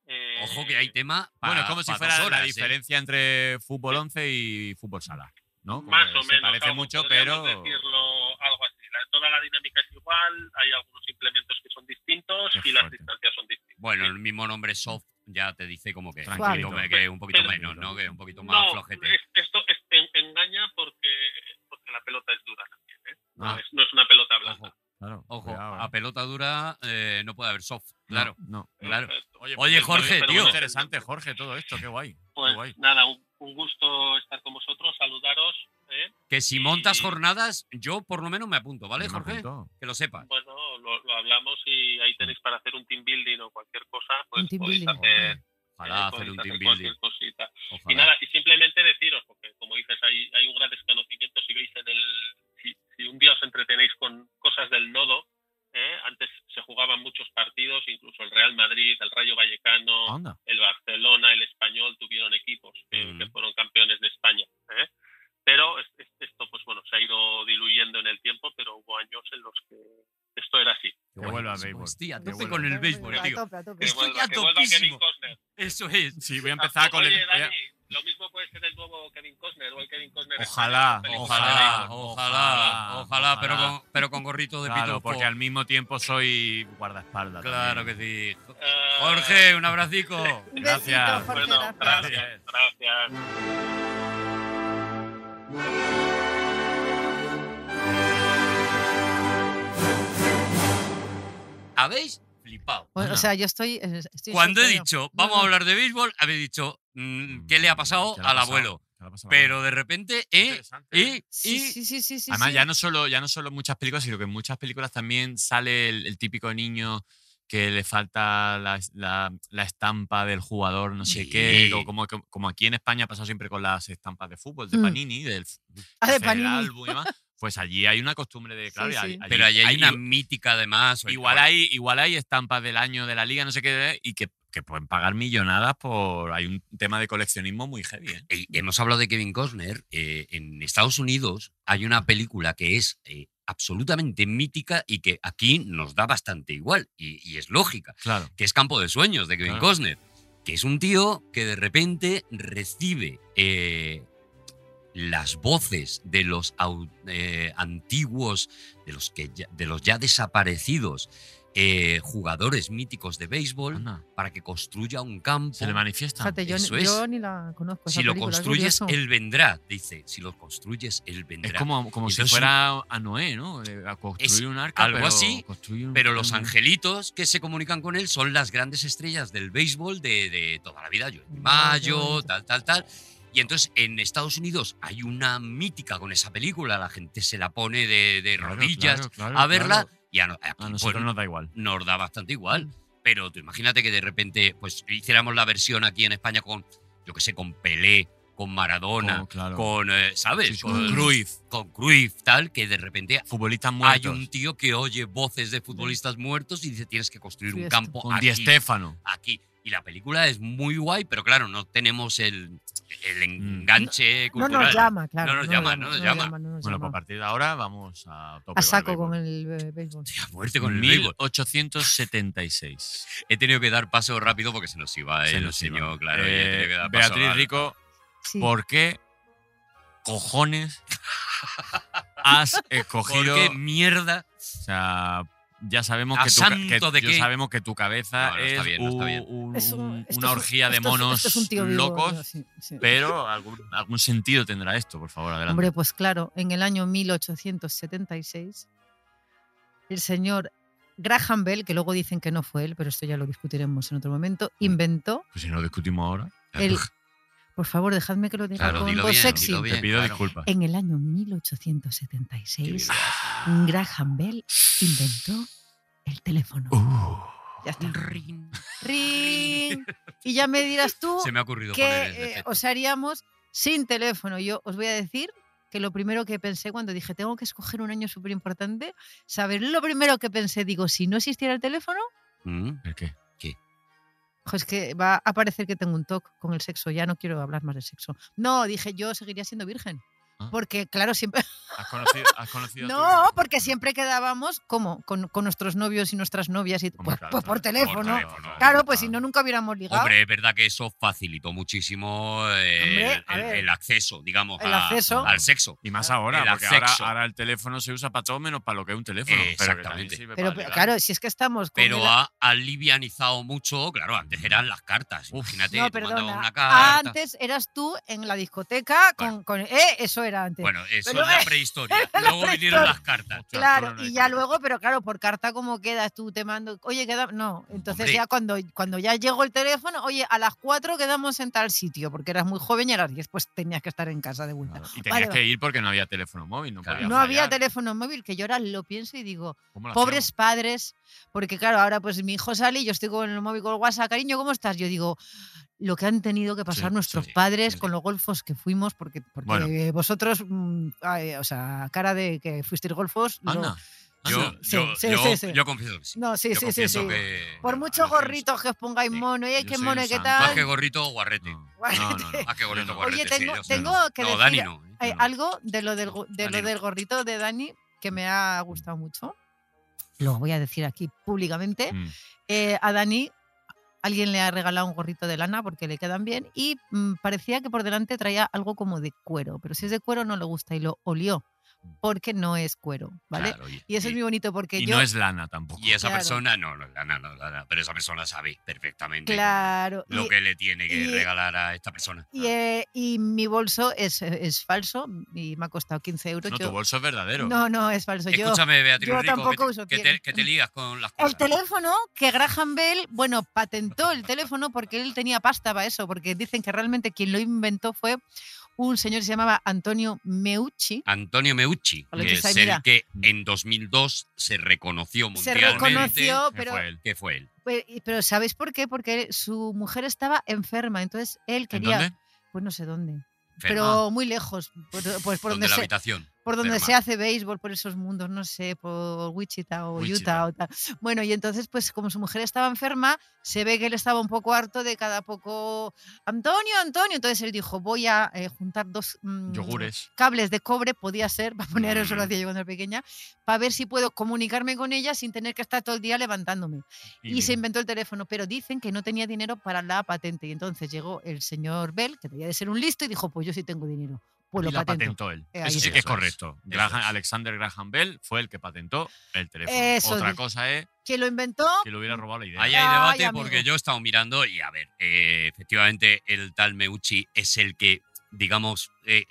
Speaker 6: Eh,
Speaker 4: Ojo que hay tema para
Speaker 5: bueno, es como si
Speaker 4: para
Speaker 5: fuera
Speaker 4: dos
Speaker 5: la
Speaker 4: horas, ¿eh?
Speaker 5: diferencia entre fútbol 11 y fútbol sala. ¿no? Como
Speaker 6: Más
Speaker 5: que
Speaker 6: o
Speaker 5: se
Speaker 6: menos.
Speaker 5: parece
Speaker 6: algo,
Speaker 5: mucho, pero.
Speaker 6: podríamos decirlo algo así. La- toda la dinámica es igual, hay algunos implementos que son distintos
Speaker 5: Qué
Speaker 6: y las
Speaker 5: fuerte.
Speaker 6: distancias son distintas.
Speaker 4: Bueno, el mismo nombre soft ya te dice como que,
Speaker 5: Tranquilito.
Speaker 4: como que un poquito
Speaker 6: Pero-
Speaker 4: menos, ¿no? Que es un poquito más
Speaker 6: no,
Speaker 5: eh,
Speaker 4: flojete.
Speaker 6: es- esto es- en- engaña porque, porque la pelota es dura también. ¿eh? No,
Speaker 5: Ah.
Speaker 6: es, no es una pelota blanca.
Speaker 4: Ojo,
Speaker 5: Claro,
Speaker 4: ojo,
Speaker 5: cuidado,
Speaker 4: a
Speaker 5: eh.
Speaker 4: pelota dura eh, no puede haber soft, claro.
Speaker 5: No.
Speaker 4: Claro.
Speaker 5: Oye,
Speaker 4: Oye,
Speaker 5: pues,
Speaker 4: Jorge,
Speaker 5: pero
Speaker 4: tío.
Speaker 5: Muy interesante, Jorge, todo esto, qué guay.
Speaker 6: Pues
Speaker 5: qué guay.
Speaker 6: nada, un, un gusto estar con vosotros, saludaros. ¿eh?
Speaker 4: Que si
Speaker 6: Y-
Speaker 4: montas jornadas, yo por lo menos me apunto, ¿vale,
Speaker 5: Me
Speaker 4: Jorge?
Speaker 5: apuntó.
Speaker 4: Que lo sepas.
Speaker 6: Bueno, lo, lo hablamos y ahí tenéis para hacer un team building o cualquier cosa, pues
Speaker 2: Un team
Speaker 6: podéis
Speaker 2: building.
Speaker 6: hacer,
Speaker 4: Ojalá
Speaker 6: eh, podéis
Speaker 4: hacer un team
Speaker 6: hacer
Speaker 4: building.
Speaker 6: cualquier cosita.
Speaker 4: Ojalá.
Speaker 6: Y nada, y simplemente deciros, porque como dices, hay, hay un gran desconocimiento. Si veis en el. Si, si un día os entretenéis con cosas del nodo, ¿eh? antes se jugaban muchos partidos, incluso el Real Madrid, el Rayo Vallecano,
Speaker 5: Anda.
Speaker 6: el Barcelona, el Español tuvieron equipos que,
Speaker 4: Ujú.
Speaker 6: que fueron campeones de España. ¿eh? Pero es- es- esto, pues bueno, se ha ido diluyendo en el tiempo, pero hubo años en los que esto era así.
Speaker 4: Qué
Speaker 5: Que
Speaker 4: guay.
Speaker 5: vuelva el béisbol.
Speaker 4: Estoy a
Speaker 5: Que
Speaker 4: tope
Speaker 5: vuelva.
Speaker 4: con el
Speaker 2: Pues,
Speaker 4: béisbol,
Speaker 2: a
Speaker 4: tío.
Speaker 2: tope, a tope.
Speaker 4: Es- Estoy ya
Speaker 6: que vuelva
Speaker 4: topísimo.
Speaker 6: Kevin Costner.
Speaker 4: Eso es.
Speaker 5: Sí, voy a empezar con el.
Speaker 6: Oye,
Speaker 5: voy a-
Speaker 6: Dani, lo mismo puede ser el nuevo Kevin Costner o el Kevin Costner.
Speaker 5: Ojalá,
Speaker 6: español.
Speaker 4: Ojalá,
Speaker 5: Ojalá,
Speaker 4: ojalá,
Speaker 5: ojalá,
Speaker 4: ojalá, pero
Speaker 5: ojalá.
Speaker 4: con, pero con gorrito de
Speaker 5: Claro,
Speaker 4: pitufo.
Speaker 5: porque al mismo tiempo soy guardaespaldas.
Speaker 4: Claro
Speaker 5: también.
Speaker 4: que sí.
Speaker 6: Eh,
Speaker 4: Jorge, un abracico.
Speaker 2: Un
Speaker 5: Gracias.
Speaker 2: besito, Jorge,
Speaker 6: Bueno,
Speaker 2: gracias.
Speaker 6: gracias. Gracias.
Speaker 4: Habéis flipado.
Speaker 2: Pues, O- O
Speaker 5: Ana.
Speaker 2: sea, yo estoy. eh, estoy em,
Speaker 4: Cuando he
Speaker 2: sorprendida.
Speaker 4: dicho,
Speaker 2: No,
Speaker 4: vamos a
Speaker 2: no.
Speaker 4: hablar de béisbol, habéis dicho, mm, ¿qué le ha pasado
Speaker 5: ¿Qué le ha
Speaker 4: al
Speaker 5: pasado?
Speaker 4: abuelo?
Speaker 5: ¿Qué le ha pasado al abuelo?
Speaker 4: Pero de repente, ¿eh?
Speaker 5: Interesante, ¿eh?
Speaker 4: ¿eh?
Speaker 2: Sí,
Speaker 4: ¿eh?
Speaker 2: sí, sí, sí. sí,
Speaker 5: Además,
Speaker 2: sí.
Speaker 5: ya no solo, ya no solo en muchas películas, sino que en muchas películas también sale el, el típico niño que le falta la, la- la estampa del jugador, no sé
Speaker 4: Sí.
Speaker 5: qué. o Como, como- como aquí en España ha pasado siempre con las estampas de fútbol, de
Speaker 2: Mm.
Speaker 5: Panini, del
Speaker 2: Ah, de
Speaker 5: del
Speaker 2: Panini.
Speaker 5: álbum y demás. Pues allí hay una costumbre de. Claro,
Speaker 2: Sí,
Speaker 5: y
Speaker 2: sí.
Speaker 4: Pero ahí hay una
Speaker 5: i-
Speaker 4: mítica además. o-
Speaker 5: Igual hay, igual hay estampas del año de la liga, no sé qué, y que, que pueden pagar millonadas por. Hay un tema de coleccionismo muy heavy, ¿eh?
Speaker 4: Eh, Hemos hablado de Kevin Costner. eh, en Estados Unidos hay una película que es eh, absolutamente mítica y que aquí nos da bastante igual y- y es lógica.
Speaker 5: Claro.
Speaker 4: que es Campo de Sueños de Kevin
Speaker 5: Claro.
Speaker 4: Costner, que es un tío que de repente recibe eh, las voces de los au- eh, antiguos, de los, que ya, de los ya desaparecidos eh, jugadores míticos de béisbol para que construya un campo.
Speaker 5: se le manifiesta.
Speaker 2: Fíjate, yo,
Speaker 4: Eso
Speaker 2: ni- yo
Speaker 4: es.
Speaker 2: ni Pues la conozco.
Speaker 4: Si
Speaker 2: esa
Speaker 4: lo
Speaker 2: película, es
Speaker 4: construyes,
Speaker 2: curioso.
Speaker 4: él vendrá, dice. Si lo construyes, él vendrá.
Speaker 5: Es como, como si
Speaker 4: Entonces,
Speaker 5: fuera a Noé, ¿no? Eh, A construir
Speaker 4: es
Speaker 5: un arca.
Speaker 4: algo
Speaker 5: pero
Speaker 4: así,
Speaker 5: construir un-
Speaker 4: Pero los
Speaker 5: un-
Speaker 4: angelitos que se comunican con él son las grandes estrellas del béisbol de, de toda la vida. Johnny
Speaker 2: Ah, qué
Speaker 4: Mayo,
Speaker 2: bonito.
Speaker 4: tal, tal, tal. Y entonces en Estados Unidos hay una mítica con esa película. La gente se la pone de, de
Speaker 5: Claro,
Speaker 4: rodillas
Speaker 5: claro, claro,
Speaker 4: a verla.
Speaker 5: claro.
Speaker 4: Y a, no- aquí,
Speaker 5: A nosotros Mm.
Speaker 4: pues,
Speaker 5: nos da igual.
Speaker 4: nos da bastante igual. Pero tú imagínate que de repente pues hiciéramos la versión aquí en España con, yo qué sé, con Pelé, con Maradona,
Speaker 5: Oh, claro.
Speaker 4: con, eh, ¿sabes?
Speaker 5: Sí, sí,
Speaker 4: con
Speaker 5: con
Speaker 4: Cruyff. Con Cruyff, tal, que de repente
Speaker 5: Futbolistas muertos.
Speaker 4: hay un tío que oye voces de futbolistas muertos y dice tienes que construir
Speaker 2: Sí,
Speaker 4: un
Speaker 2: esto.
Speaker 4: campo
Speaker 5: con Di
Speaker 4: aquí,
Speaker 5: Stéfano.
Speaker 4: aquí. Y la película es muy guay, pero claro, no tenemos el, el
Speaker 5: Mm.
Speaker 4: enganche
Speaker 2: No
Speaker 4: cultural.
Speaker 2: nos llama, claro.
Speaker 4: No nos llama, no nos llama.
Speaker 2: no nos
Speaker 5: Bueno,
Speaker 2: llama.
Speaker 5: pues a partir de ahora vamos a tope
Speaker 2: A saco
Speaker 5: con
Speaker 2: con
Speaker 5: el. béisbol.
Speaker 2: el eh, béisbol.
Speaker 4: Estoy a muerte con el béisbol.
Speaker 5: 1876.
Speaker 4: He tenido que dar paso rápido porque se nos iba eh,
Speaker 5: Se
Speaker 4: el
Speaker 5: nos iba.
Speaker 4: señor, claro. y he
Speaker 5: Eh,
Speaker 4: tenido que dar paso
Speaker 5: Beatriz
Speaker 4: al-
Speaker 5: Rico,
Speaker 2: Sí.
Speaker 5: ¿por qué cojones has
Speaker 4: ¿Por
Speaker 5: escogido?
Speaker 4: qué mierda?
Speaker 5: O sea, ya sabemos
Speaker 4: ¿A
Speaker 5: que, tu, ca-
Speaker 4: Ah, santo
Speaker 5: que
Speaker 4: de
Speaker 5: yo
Speaker 4: qué?
Speaker 5: sabemos que tu cabeza
Speaker 4: No, no,
Speaker 5: es
Speaker 4: está bien, no está bien.
Speaker 5: un- un-
Speaker 2: Es un-
Speaker 5: un-
Speaker 2: esto es
Speaker 5: una
Speaker 2: un-
Speaker 5: orgía de
Speaker 2: esto es-
Speaker 5: monos
Speaker 2: esto es un tío vivo,
Speaker 5: locos,
Speaker 2: tío, sí, sí.
Speaker 5: pero algún, algún sentido tendrá esto, por favor, adelante.
Speaker 2: Hombre, pues claro, en el año 1876, el señor Graham Bell, que luego dicen que no fue él, pero esto ya lo discutiremos en otro momento, inventó
Speaker 5: Pues si no lo discutimos ahora,
Speaker 2: el. Por favor, dejadme que lo diga
Speaker 4: Claro,
Speaker 2: con
Speaker 4: dilo
Speaker 2: voz
Speaker 4: bien,
Speaker 2: sexy.
Speaker 4: dilo bien,
Speaker 5: te pido
Speaker 4: claro.
Speaker 5: disculpas.
Speaker 2: En el año
Speaker 4: Qué
Speaker 2: 1876,
Speaker 4: vivazo.
Speaker 2: Graham Bell inventó el teléfono.
Speaker 5: Uh,
Speaker 2: Ya está.
Speaker 4: Rin.
Speaker 2: Rin. Y ya me dirás tú
Speaker 4: Se me ha ocurrido poner el
Speaker 2: qué eh,
Speaker 4: efecto.
Speaker 2: os haríamos sin teléfono. Yo os voy a decir que lo primero que pensé cuando dije tengo que escoger un año súper importante, saber lo primero que pensé, digo, si no existiera el teléfono,
Speaker 4: Mm,
Speaker 5: ¿El qué?
Speaker 2: jo, es que va a parecer que tengo un toque con el sexo, ya no quiero hablar más de sexo. No, dije, yo seguiría siendo virgen.
Speaker 5: Ah.
Speaker 2: Porque, claro, siempre.
Speaker 5: ¿Has conocido, has conocido a tu-
Speaker 2: No, porque siempre quedábamos, como Con, con nuestros novios y nuestras novias, y
Speaker 5: Hombre,
Speaker 2: pues,
Speaker 5: claro,
Speaker 2: pues por
Speaker 5: claro,
Speaker 2: teléfono.
Speaker 5: por teléfono.
Speaker 2: Claro, pues si no, nunca hubiéramos ligado.
Speaker 4: Hombre, es verdad que eso facilitó muchísimo eh,
Speaker 2: Hombre,
Speaker 4: el-
Speaker 2: a
Speaker 4: el,
Speaker 2: ver.
Speaker 4: el acceso, digamos,
Speaker 2: El
Speaker 4: a-
Speaker 2: acceso.
Speaker 4: al sexo.
Speaker 5: Y
Speaker 2: Ah.
Speaker 5: más ahora,
Speaker 4: El
Speaker 5: porque ahora,
Speaker 4: acceso.
Speaker 5: ahora el teléfono se usa para todo menos para lo que es un teléfono. pero que también
Speaker 4: Exactamente.
Speaker 5: sirve
Speaker 2: pero
Speaker 5: para ligar.
Speaker 2: claro, si es que estamos. con
Speaker 4: Pero
Speaker 2: el-
Speaker 4: ha alivianizado mucho, claro, antes eran las cartas. Imagínate,
Speaker 2: No,
Speaker 4: tú mandabas
Speaker 2: perdona.
Speaker 4: una carta.
Speaker 2: Antes eras tú en la discoteca con. con- eh, eso era antes.
Speaker 4: Bueno, eso
Speaker 2: Pero- eh.
Speaker 4: es la prehistoria.
Speaker 2: la
Speaker 4: Luego vinieron
Speaker 2: prehistoria.
Speaker 4: las cartas.
Speaker 5: Hostia,
Speaker 2: Claro,
Speaker 5: tú no
Speaker 2: y
Speaker 5: eres
Speaker 2: ya
Speaker 5: capaz.
Speaker 2: luego, pero claro, por carta como quedas tú, te mando, oye, queda, no, entonces
Speaker 4: Hombre.
Speaker 2: ya cuando, cuando ya llegó el teléfono, oye, a las 4 quedamos en tal sitio, porque eras muy joven y a las 10 pues tenías que estar en casa de vuelta.
Speaker 5: Claro, Y tenías
Speaker 2: Vale,
Speaker 5: que ir porque no había teléfono móvil. No,
Speaker 4: Claro.
Speaker 5: podías
Speaker 2: No había
Speaker 5: fallar.
Speaker 2: teléfono móvil, que yo ahora lo pienso y digo,
Speaker 5: ¿Cómo lo
Speaker 2: pobres padres, porque claro, ahora pues mi hijo sale y yo estoy con el móvil con el WhatsApp, cariño, ¿cómo estás? Yo digo, lo que han tenido que pasar
Speaker 5: Sí,
Speaker 2: nuestros
Speaker 5: sí,
Speaker 2: padres
Speaker 5: sí, sí.
Speaker 2: con los golfos que fuimos, porque, porque
Speaker 5: Bueno.
Speaker 2: vosotros, mm, ay, o sea, cara de que fuisteis golfos, lo-
Speaker 5: hacíamos? Anda.
Speaker 4: Yo,
Speaker 5: anda.
Speaker 2: Sí,
Speaker 4: yo-
Speaker 2: sí,
Speaker 4: yo-
Speaker 2: sí, sí.
Speaker 4: yo confieso que sí.
Speaker 2: no, sí,
Speaker 4: Yo
Speaker 2: sí, sí,
Speaker 4: confieso
Speaker 2: sí.
Speaker 4: que-
Speaker 2: Por
Speaker 5: Yo-
Speaker 2: muchos
Speaker 5: yo soy un-
Speaker 2: gorritos que os pongáis
Speaker 4: Sí,
Speaker 2: mono, oye,
Speaker 5: yo
Speaker 2: qué
Speaker 5: soy
Speaker 2: mono,
Speaker 5: un
Speaker 2: qué
Speaker 5: santo.
Speaker 4: Más que
Speaker 2: tal.
Speaker 4: gorrito o guarrete.
Speaker 5: No,
Speaker 2: Guau,
Speaker 5: no, Ah, no, no.
Speaker 4: Más que gorrito o
Speaker 5: Oye,
Speaker 4: guarrete. sí,
Speaker 2: tengo-
Speaker 4: yo sí, yo
Speaker 2: tengo
Speaker 4: no.
Speaker 2: que
Speaker 4: No,
Speaker 2: decir-
Speaker 4: Dani no. ¿eh?
Speaker 2: Hay
Speaker 5: no.
Speaker 2: algo de lo, del, gu- de lo
Speaker 4: Dani no.
Speaker 2: del gorrito de Dani que me ha gustado mucho. Lo voy a decir aquí públicamente.
Speaker 5: Mm.
Speaker 2: Eh, a Dani alguien le ha regalado un gorrito de lana porque le quedan bien y mm, parecía que por delante traía algo como de cuero, pero si es de cuero no le gusta y lo olió porque no es cuero, ¿vale?
Speaker 4: Claro, oye,
Speaker 2: Y eso es muy bonito porque
Speaker 5: Mm. Y
Speaker 2: yo...
Speaker 5: no es lana tampoco.
Speaker 4: y esa
Speaker 2: Claro.
Speaker 4: persona, no, no, no, no, no, no, pero esa persona sabe perfectamente
Speaker 2: claro.
Speaker 4: lo
Speaker 2: y-
Speaker 4: que le tiene que
Speaker 2: y-
Speaker 4: regalar a esta persona.
Speaker 2: Y, eh, y mi bolso es, es falso y me ha costado 15 euros.
Speaker 5: No,
Speaker 2: Yo-
Speaker 5: tu bolso es verdadero.
Speaker 2: no, no, es falso. Yo,
Speaker 4: Escúchame, Beatriz
Speaker 2: yo
Speaker 4: Rico, que
Speaker 2: tampoco
Speaker 4: te-
Speaker 2: uso
Speaker 4: que,
Speaker 2: pie.
Speaker 4: te, que te lías con las cosas.
Speaker 2: el teléfono que Graham Bell, bueno, patentó el teléfono porque él tenía pasta para eso, porque dicen que realmente quien lo inventó fue un señor que se llamaba Antonio Meucci.
Speaker 4: Antonio Meucci,
Speaker 2: Con lo
Speaker 4: que
Speaker 2: que
Speaker 4: es
Speaker 2: está ahí,
Speaker 4: el
Speaker 2: mira.
Speaker 4: que en 2002 se reconoció
Speaker 2: Se
Speaker 4: mundialmente
Speaker 2: reconoció,
Speaker 5: que
Speaker 2: pero,
Speaker 5: fue él.
Speaker 4: que fue él.
Speaker 2: pe- Pues, y- pero ¿sabéis por qué? Porque su mujer estaba enferma, entonces él
Speaker 5: ¿En
Speaker 2: quería,
Speaker 5: dónde?
Speaker 2: pues no sé dónde,
Speaker 4: Fermat,
Speaker 2: pero muy lejos, por- pues por
Speaker 4: donde
Speaker 2: donde
Speaker 4: la
Speaker 2: se,
Speaker 4: habitación.
Speaker 2: por donde
Speaker 4: Fermat.
Speaker 2: se hace béisbol, por esos mundos, no sé, por Wichita o Utah
Speaker 5: Wichita.
Speaker 2: o tal. Bueno, y entonces, pues como su mujer estaba enferma, se ve que él estaba un poco harto de cada poco, Antonio, Antonio. Entonces él dijo, voy a eh, juntar dos mm,
Speaker 5: Yogures.
Speaker 2: cables de cobre, podía ser, para poner eso lo
Speaker 5: Mm.
Speaker 2: hacía yo cuando era pequeña, para ver si puedo comunicarme con ella sin tener que estar todo el día levantándome. mm, Y, se inventó el teléfono, pero dicen que no tenía dinero para la patente. Y entonces llegó el señor Bell, que debía de ser un listo, y dijo, pues yo sí tengo dinero. Pues
Speaker 5: y
Speaker 2: lo
Speaker 5: la
Speaker 2: patento.
Speaker 5: patentó él.
Speaker 2: Eh, ahí
Speaker 5: Eso sí
Speaker 4: está.
Speaker 5: que es
Speaker 4: Eso es.
Speaker 5: correcto.
Speaker 4: Eso
Speaker 5: Graham-
Speaker 4: es.
Speaker 5: Alexander Graham Bell fue el que patentó el teléfono.
Speaker 2: Eso
Speaker 5: Otra
Speaker 2: dije.
Speaker 5: cosa es
Speaker 2: Que lo inventó,
Speaker 5: que le hubiera robado la idea.
Speaker 4: Ahí
Speaker 2: Ay,
Speaker 4: hay debate
Speaker 2: amigo.
Speaker 4: porque yo he estado mirando y a ver, eh, efectivamente el tal Meucci es el que, digamos, eh,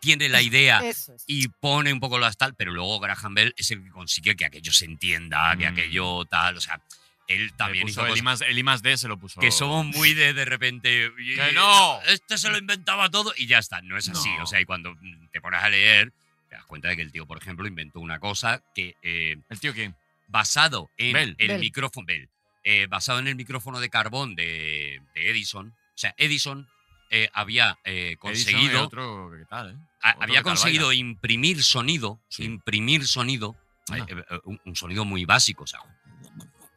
Speaker 4: tiene la idea
Speaker 2: eso es.
Speaker 4: Ah, y pone un poco las tal, pero luego Graham Bell es el que consigue que aquello se entienda, que
Speaker 5: Mm.
Speaker 4: aquello tal, o sea, él también
Speaker 5: Le
Speaker 4: hizo
Speaker 5: puso el, I
Speaker 4: cosas
Speaker 5: más, el I más D se lo puso.
Speaker 4: que somos muy de de repente y-
Speaker 5: Oh. ¡Que no!
Speaker 4: este se lo inventaba todo y ya está no es así
Speaker 5: No.
Speaker 4: o sea y cuando mm, te pones a leer te das cuenta de que el tío por ejemplo inventó una cosa que eh,
Speaker 5: ¿El tío quién?
Speaker 4: basado en
Speaker 5: Bell.
Speaker 4: el
Speaker 2: Bell.
Speaker 4: micrófono Bell, eh, basado en el micrófono de carbón de, de Edison o sea Edison eh, había eh,
Speaker 5: Edison es
Speaker 4: conseguido
Speaker 5: Otro, ¿qué tal, eh?
Speaker 4: a-
Speaker 5: Otro
Speaker 4: había
Speaker 5: que tal
Speaker 4: conseguido imprimir sonido,
Speaker 5: Sí.
Speaker 4: imprimir sonido,
Speaker 5: Anda.
Speaker 4: eh, eh, un, un sonido muy básico, o sea,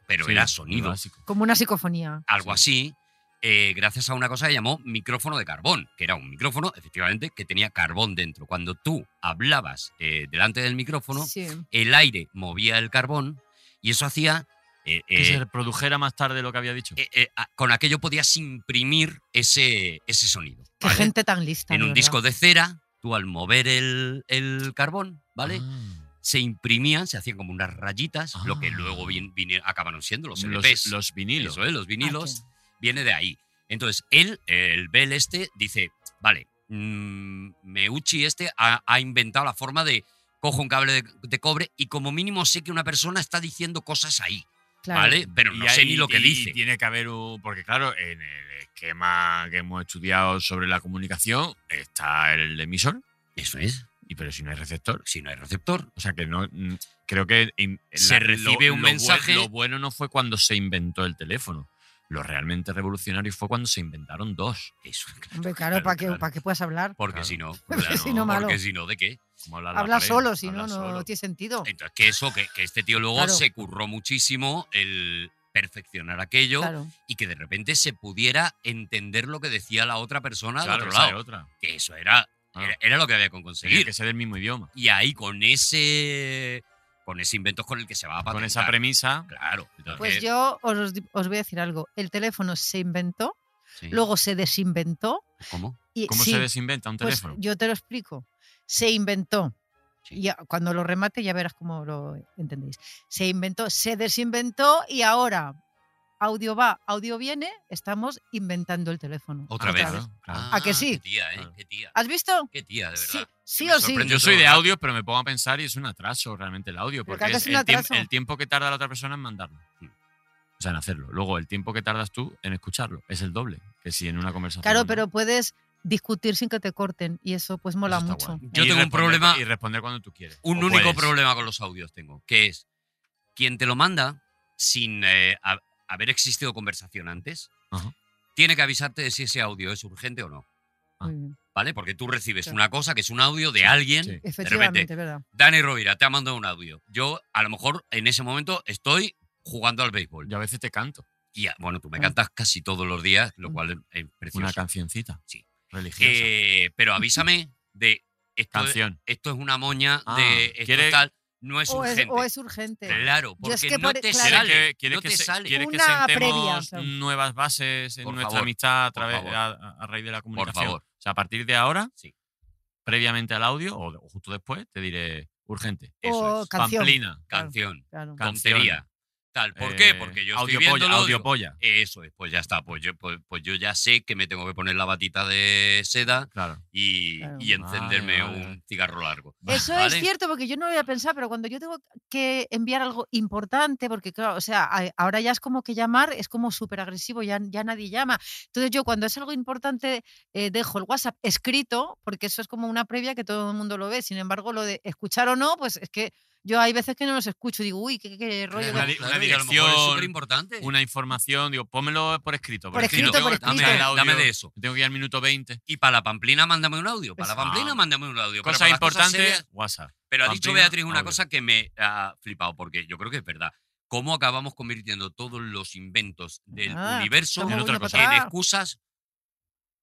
Speaker 4: pero
Speaker 5: Sí,
Speaker 4: era
Speaker 5: muy
Speaker 4: sonido,
Speaker 5: básico.
Speaker 2: Como una psicofonía.
Speaker 4: algo así, eh, gracias a una cosa que llamó micrófono de carbón, que era un micrófono, efectivamente, que tenía carbón dentro. Cuando tú hablabas eh, delante del micrófono,
Speaker 2: Sí.
Speaker 4: el aire movía el carbón y eso hacía... eh,
Speaker 5: Que
Speaker 4: eh,
Speaker 5: se reprodujera más tarde lo que había dicho.
Speaker 4: eh, eh, a- con aquello podías imprimir ese, ese sonido.
Speaker 2: Qué
Speaker 4: ¿vale?
Speaker 2: gente tan lista.
Speaker 4: en
Speaker 2: de
Speaker 4: un
Speaker 2: verdad.
Speaker 4: disco de cera, tú al mover el, el carbón, ¿vale?
Speaker 5: Ah.
Speaker 4: Se imprimían, se hacían como unas rayitas, lo que
Speaker 5: Ah.
Speaker 4: luego vin- vine- acabaron siendo los E
Speaker 5: los,
Speaker 4: LPs.
Speaker 5: los vinilos.
Speaker 4: Eso es, los
Speaker 2: Ah, qué-
Speaker 4: vinilos, viene de ahí. Entonces, él, el Bell este, dice, vale, mm, Meucci este ha, ha inventado la forma de cojo un cable de, de cobre y como mínimo sé que una persona está diciendo cosas ahí,
Speaker 2: claro.
Speaker 4: ¿vale? Eh, Pero no
Speaker 5: Y
Speaker 4: sé
Speaker 5: ahí-
Speaker 4: ni lo que
Speaker 5: y
Speaker 4: dice.
Speaker 5: Tiene que haber un. Porque, claro, en el esquema que hemos estudiado sobre la comunicación está el emisor,
Speaker 4: Eso es,
Speaker 5: y pero si no hay receptor.
Speaker 4: si no hay receptor.
Speaker 5: O sea que no. mm, Creo que. in-
Speaker 4: Se recibe un
Speaker 5: bue-
Speaker 4: mensaje.
Speaker 5: Lo bueno no fue cuando se inventó el teléfono. Lo realmente revolucionario fue cuando se inventaron dos.
Speaker 4: Eso, claro.
Speaker 2: Hombre, claro,
Speaker 5: Claro,
Speaker 2: para que,
Speaker 5: claro.
Speaker 2: para que puedas hablar.
Speaker 4: Porque
Speaker 5: Claro.
Speaker 4: si no,
Speaker 2: Porque
Speaker 4: claro,
Speaker 2: si no, malo.
Speaker 4: porque si no, ¿de qué?
Speaker 5: Como habla la
Speaker 2: Habla
Speaker 4: ¿eh?
Speaker 5: pared,
Speaker 2: solo, si no,
Speaker 5: habla
Speaker 2: no
Speaker 5: solo.
Speaker 2: tiene sentido.
Speaker 4: Entonces, que eso, que, que este tío luego
Speaker 2: Claro.
Speaker 4: se curró muchísimo el perfeccionar aquello
Speaker 2: Claro.
Speaker 4: y que de repente se pudiera entender lo que decía la otra persona
Speaker 5: Claro,
Speaker 4: al otro
Speaker 5: esa es
Speaker 4: lado.
Speaker 5: otra.
Speaker 4: Que eso era
Speaker 5: Ah.
Speaker 4: Era, era lo que había con
Speaker 5: Tenía
Speaker 4: conseguir.
Speaker 5: que ser del mismo idioma.
Speaker 4: Y ahí con ese con ese invento es con el que se va a
Speaker 5: Con
Speaker 4: patentar.
Speaker 5: esa premisa.
Speaker 4: Claro. entonces,
Speaker 2: Pues yo os, di- os voy a decir algo. El teléfono se inventó,
Speaker 4: sí.
Speaker 2: luego se desinventó.
Speaker 4: ¿Cómo?
Speaker 2: Y
Speaker 5: ¿Cómo
Speaker 2: eh, sí,
Speaker 5: se desinventa un
Speaker 2: pues
Speaker 5: teléfono?
Speaker 2: yo te lo explico. Se inventó.
Speaker 4: Sí.
Speaker 2: Y ya- cuando lo remate ya verás cómo lo entendéis. Se inventó, se desinventó y ahora audio va, audio viene, estamos inventando el teléfono.
Speaker 4: Otra
Speaker 5: Ah,
Speaker 4: vez.
Speaker 5: claro, claro.
Speaker 2: ¿A que sí?
Speaker 4: Qué tía, ¿eh?
Speaker 5: Claro.
Speaker 4: Qué tía.
Speaker 2: ¿Has visto?
Speaker 4: Qué tía, de verdad.
Speaker 2: Sí, sí
Speaker 4: me
Speaker 2: o sí.
Speaker 4: sorprende
Speaker 5: Yo soy de audio, pero me pongo a pensar y es un atraso realmente el audio,
Speaker 2: Pero
Speaker 5: porque
Speaker 2: claro
Speaker 5: es
Speaker 2: que es
Speaker 5: el,
Speaker 2: un
Speaker 5: tiemp-
Speaker 2: atraso.
Speaker 5: el tiempo que tarda la otra persona en mandarlo. O sea, en hacerlo. Luego, el tiempo que tardas tú en escucharlo es el doble que si en una conversación.
Speaker 2: Claro,
Speaker 5: normal.
Speaker 4: ¿eh?
Speaker 2: pero puedes discutir sin que te corten y eso pues mola
Speaker 5: Eso está
Speaker 2: mucho.
Speaker 5: guay.
Speaker 4: Yo
Speaker 5: Y
Speaker 4: tengo un
Speaker 5: responder-
Speaker 4: problema-
Speaker 5: Y responder cuando tú quieres.
Speaker 4: Un
Speaker 5: o pues.
Speaker 4: único
Speaker 5: puedes.
Speaker 4: problema con los audios tengo, que es quien te lo manda sin eh, ha- haber existido conversación antes,
Speaker 5: Ajá.
Speaker 4: tiene que avisarte de si ese audio es urgente o no.
Speaker 5: Ah.
Speaker 2: Muy bien.
Speaker 4: ¿Vale? Porque tú recibes
Speaker 2: Sí.
Speaker 4: una cosa que es un audio de alguien.
Speaker 5: sí.
Speaker 4: De
Speaker 2: Efectivamente,
Speaker 4: repente,
Speaker 2: ¿verdad?
Speaker 4: Dani Rovira te ha mandado un audio. Yo, a lo mejor, en ese momento estoy jugando al béisbol.
Speaker 5: Yo a veces te canto
Speaker 4: Y ah, bueno, tú me
Speaker 2: Ah.
Speaker 4: cantas casi todos los días, lo cual es- es
Speaker 5: Mm. una
Speaker 4: precioso.
Speaker 5: cancioncita.
Speaker 4: Sí.
Speaker 5: Religiosa.
Speaker 4: Eh, pero avísame de esto, es-
Speaker 5: Canción.
Speaker 4: esto es una moña
Speaker 5: Ah,
Speaker 4: de esto
Speaker 5: ¿quiere-
Speaker 4: tal, no es
Speaker 2: o,
Speaker 4: urgente.
Speaker 2: es, o es urgente.
Speaker 4: Claro, porque
Speaker 2: es que
Speaker 4: no
Speaker 2: por-
Speaker 4: te
Speaker 2: claro. ¿Quieres
Speaker 4: sale.
Speaker 5: ¿Quieres que, quieres
Speaker 4: no
Speaker 5: que
Speaker 4: te
Speaker 5: se-
Speaker 4: sale.
Speaker 5: quieres que
Speaker 2: Una
Speaker 5: sentemos
Speaker 2: previa, o sea.
Speaker 5: nuevas bases en
Speaker 4: Por
Speaker 5: nuestra
Speaker 4: favor,
Speaker 5: amistad a,
Speaker 4: por
Speaker 5: través,
Speaker 4: favor.
Speaker 5: a, a raíz de la
Speaker 4: Por
Speaker 5: comunicación?
Speaker 4: favor.
Speaker 5: O sea, a partir de ahora,
Speaker 4: Sí.
Speaker 5: previamente al audio o, o justo después, te diré urgente.
Speaker 4: Eso
Speaker 2: o
Speaker 4: es.
Speaker 2: canción.
Speaker 5: Pamplina. Eh,
Speaker 4: Canción,
Speaker 2: claro.
Speaker 5: Ca-
Speaker 4: tontería. Tal. ¿Por qué? Porque yo estoy
Speaker 5: audio
Speaker 4: viéndolo,
Speaker 5: polla,
Speaker 4: digo,
Speaker 5: audio polla.
Speaker 4: Eso es, pues ya está. Pues yo, pues, pues yo ya sé que me tengo que poner la batita de seda
Speaker 5: Claro.
Speaker 4: y,
Speaker 2: Claro.
Speaker 4: y encenderme
Speaker 5: Vale, vale.
Speaker 4: un cigarro largo.
Speaker 2: Eso
Speaker 4: ¿Vale?
Speaker 2: es cierto, porque yo no lo había pensado, pero cuando yo tengo que enviar algo importante, porque claro, o sea, a- ahora ya es como que llamar es como súper agresivo, ya, ya nadie llama. Entonces yo cuando es algo importante eh, dejo el WhatsApp escrito, porque eso es como una previa que todo el mundo lo ve. Sin embargo, lo de escuchar o no, pues es que yo hay veces que no los escucho y digo, uy, qué, qué rollo.
Speaker 5: Una
Speaker 4: Claro,
Speaker 5: di-
Speaker 4: claro,
Speaker 5: una
Speaker 4: y a lo mejor es
Speaker 5: dirección,
Speaker 4: súper importante.
Speaker 5: Una información, digo, pónmelo por escrito.
Speaker 2: Por escrito, por
Speaker 4: pues dame,
Speaker 2: escrito.
Speaker 5: el audio.
Speaker 4: dame de eso.
Speaker 5: Yo Tengo que ir al minuto 20.
Speaker 4: Y para la pamplina, mándame un audio. Para la
Speaker 2: Eso.
Speaker 4: pamplina, mándame un audio. Pero
Speaker 5: Ah. Cosa
Speaker 4: para las cosas
Speaker 5: importante,
Speaker 4: serias-
Speaker 5: WhatsApp.
Speaker 4: Pero ha
Speaker 5: Pamplina,
Speaker 4: dicho Beatriz una
Speaker 5: audio.
Speaker 4: cosa que me ha flipado, porque yo creo que es verdad. ¿Cómo acabamos convirtiendo todos los inventos del
Speaker 5: pues
Speaker 2: Ah,
Speaker 4: universo
Speaker 2: estamos
Speaker 4: en,
Speaker 2: volviendo para
Speaker 4: otra cosa, en
Speaker 2: atrás.
Speaker 4: excusas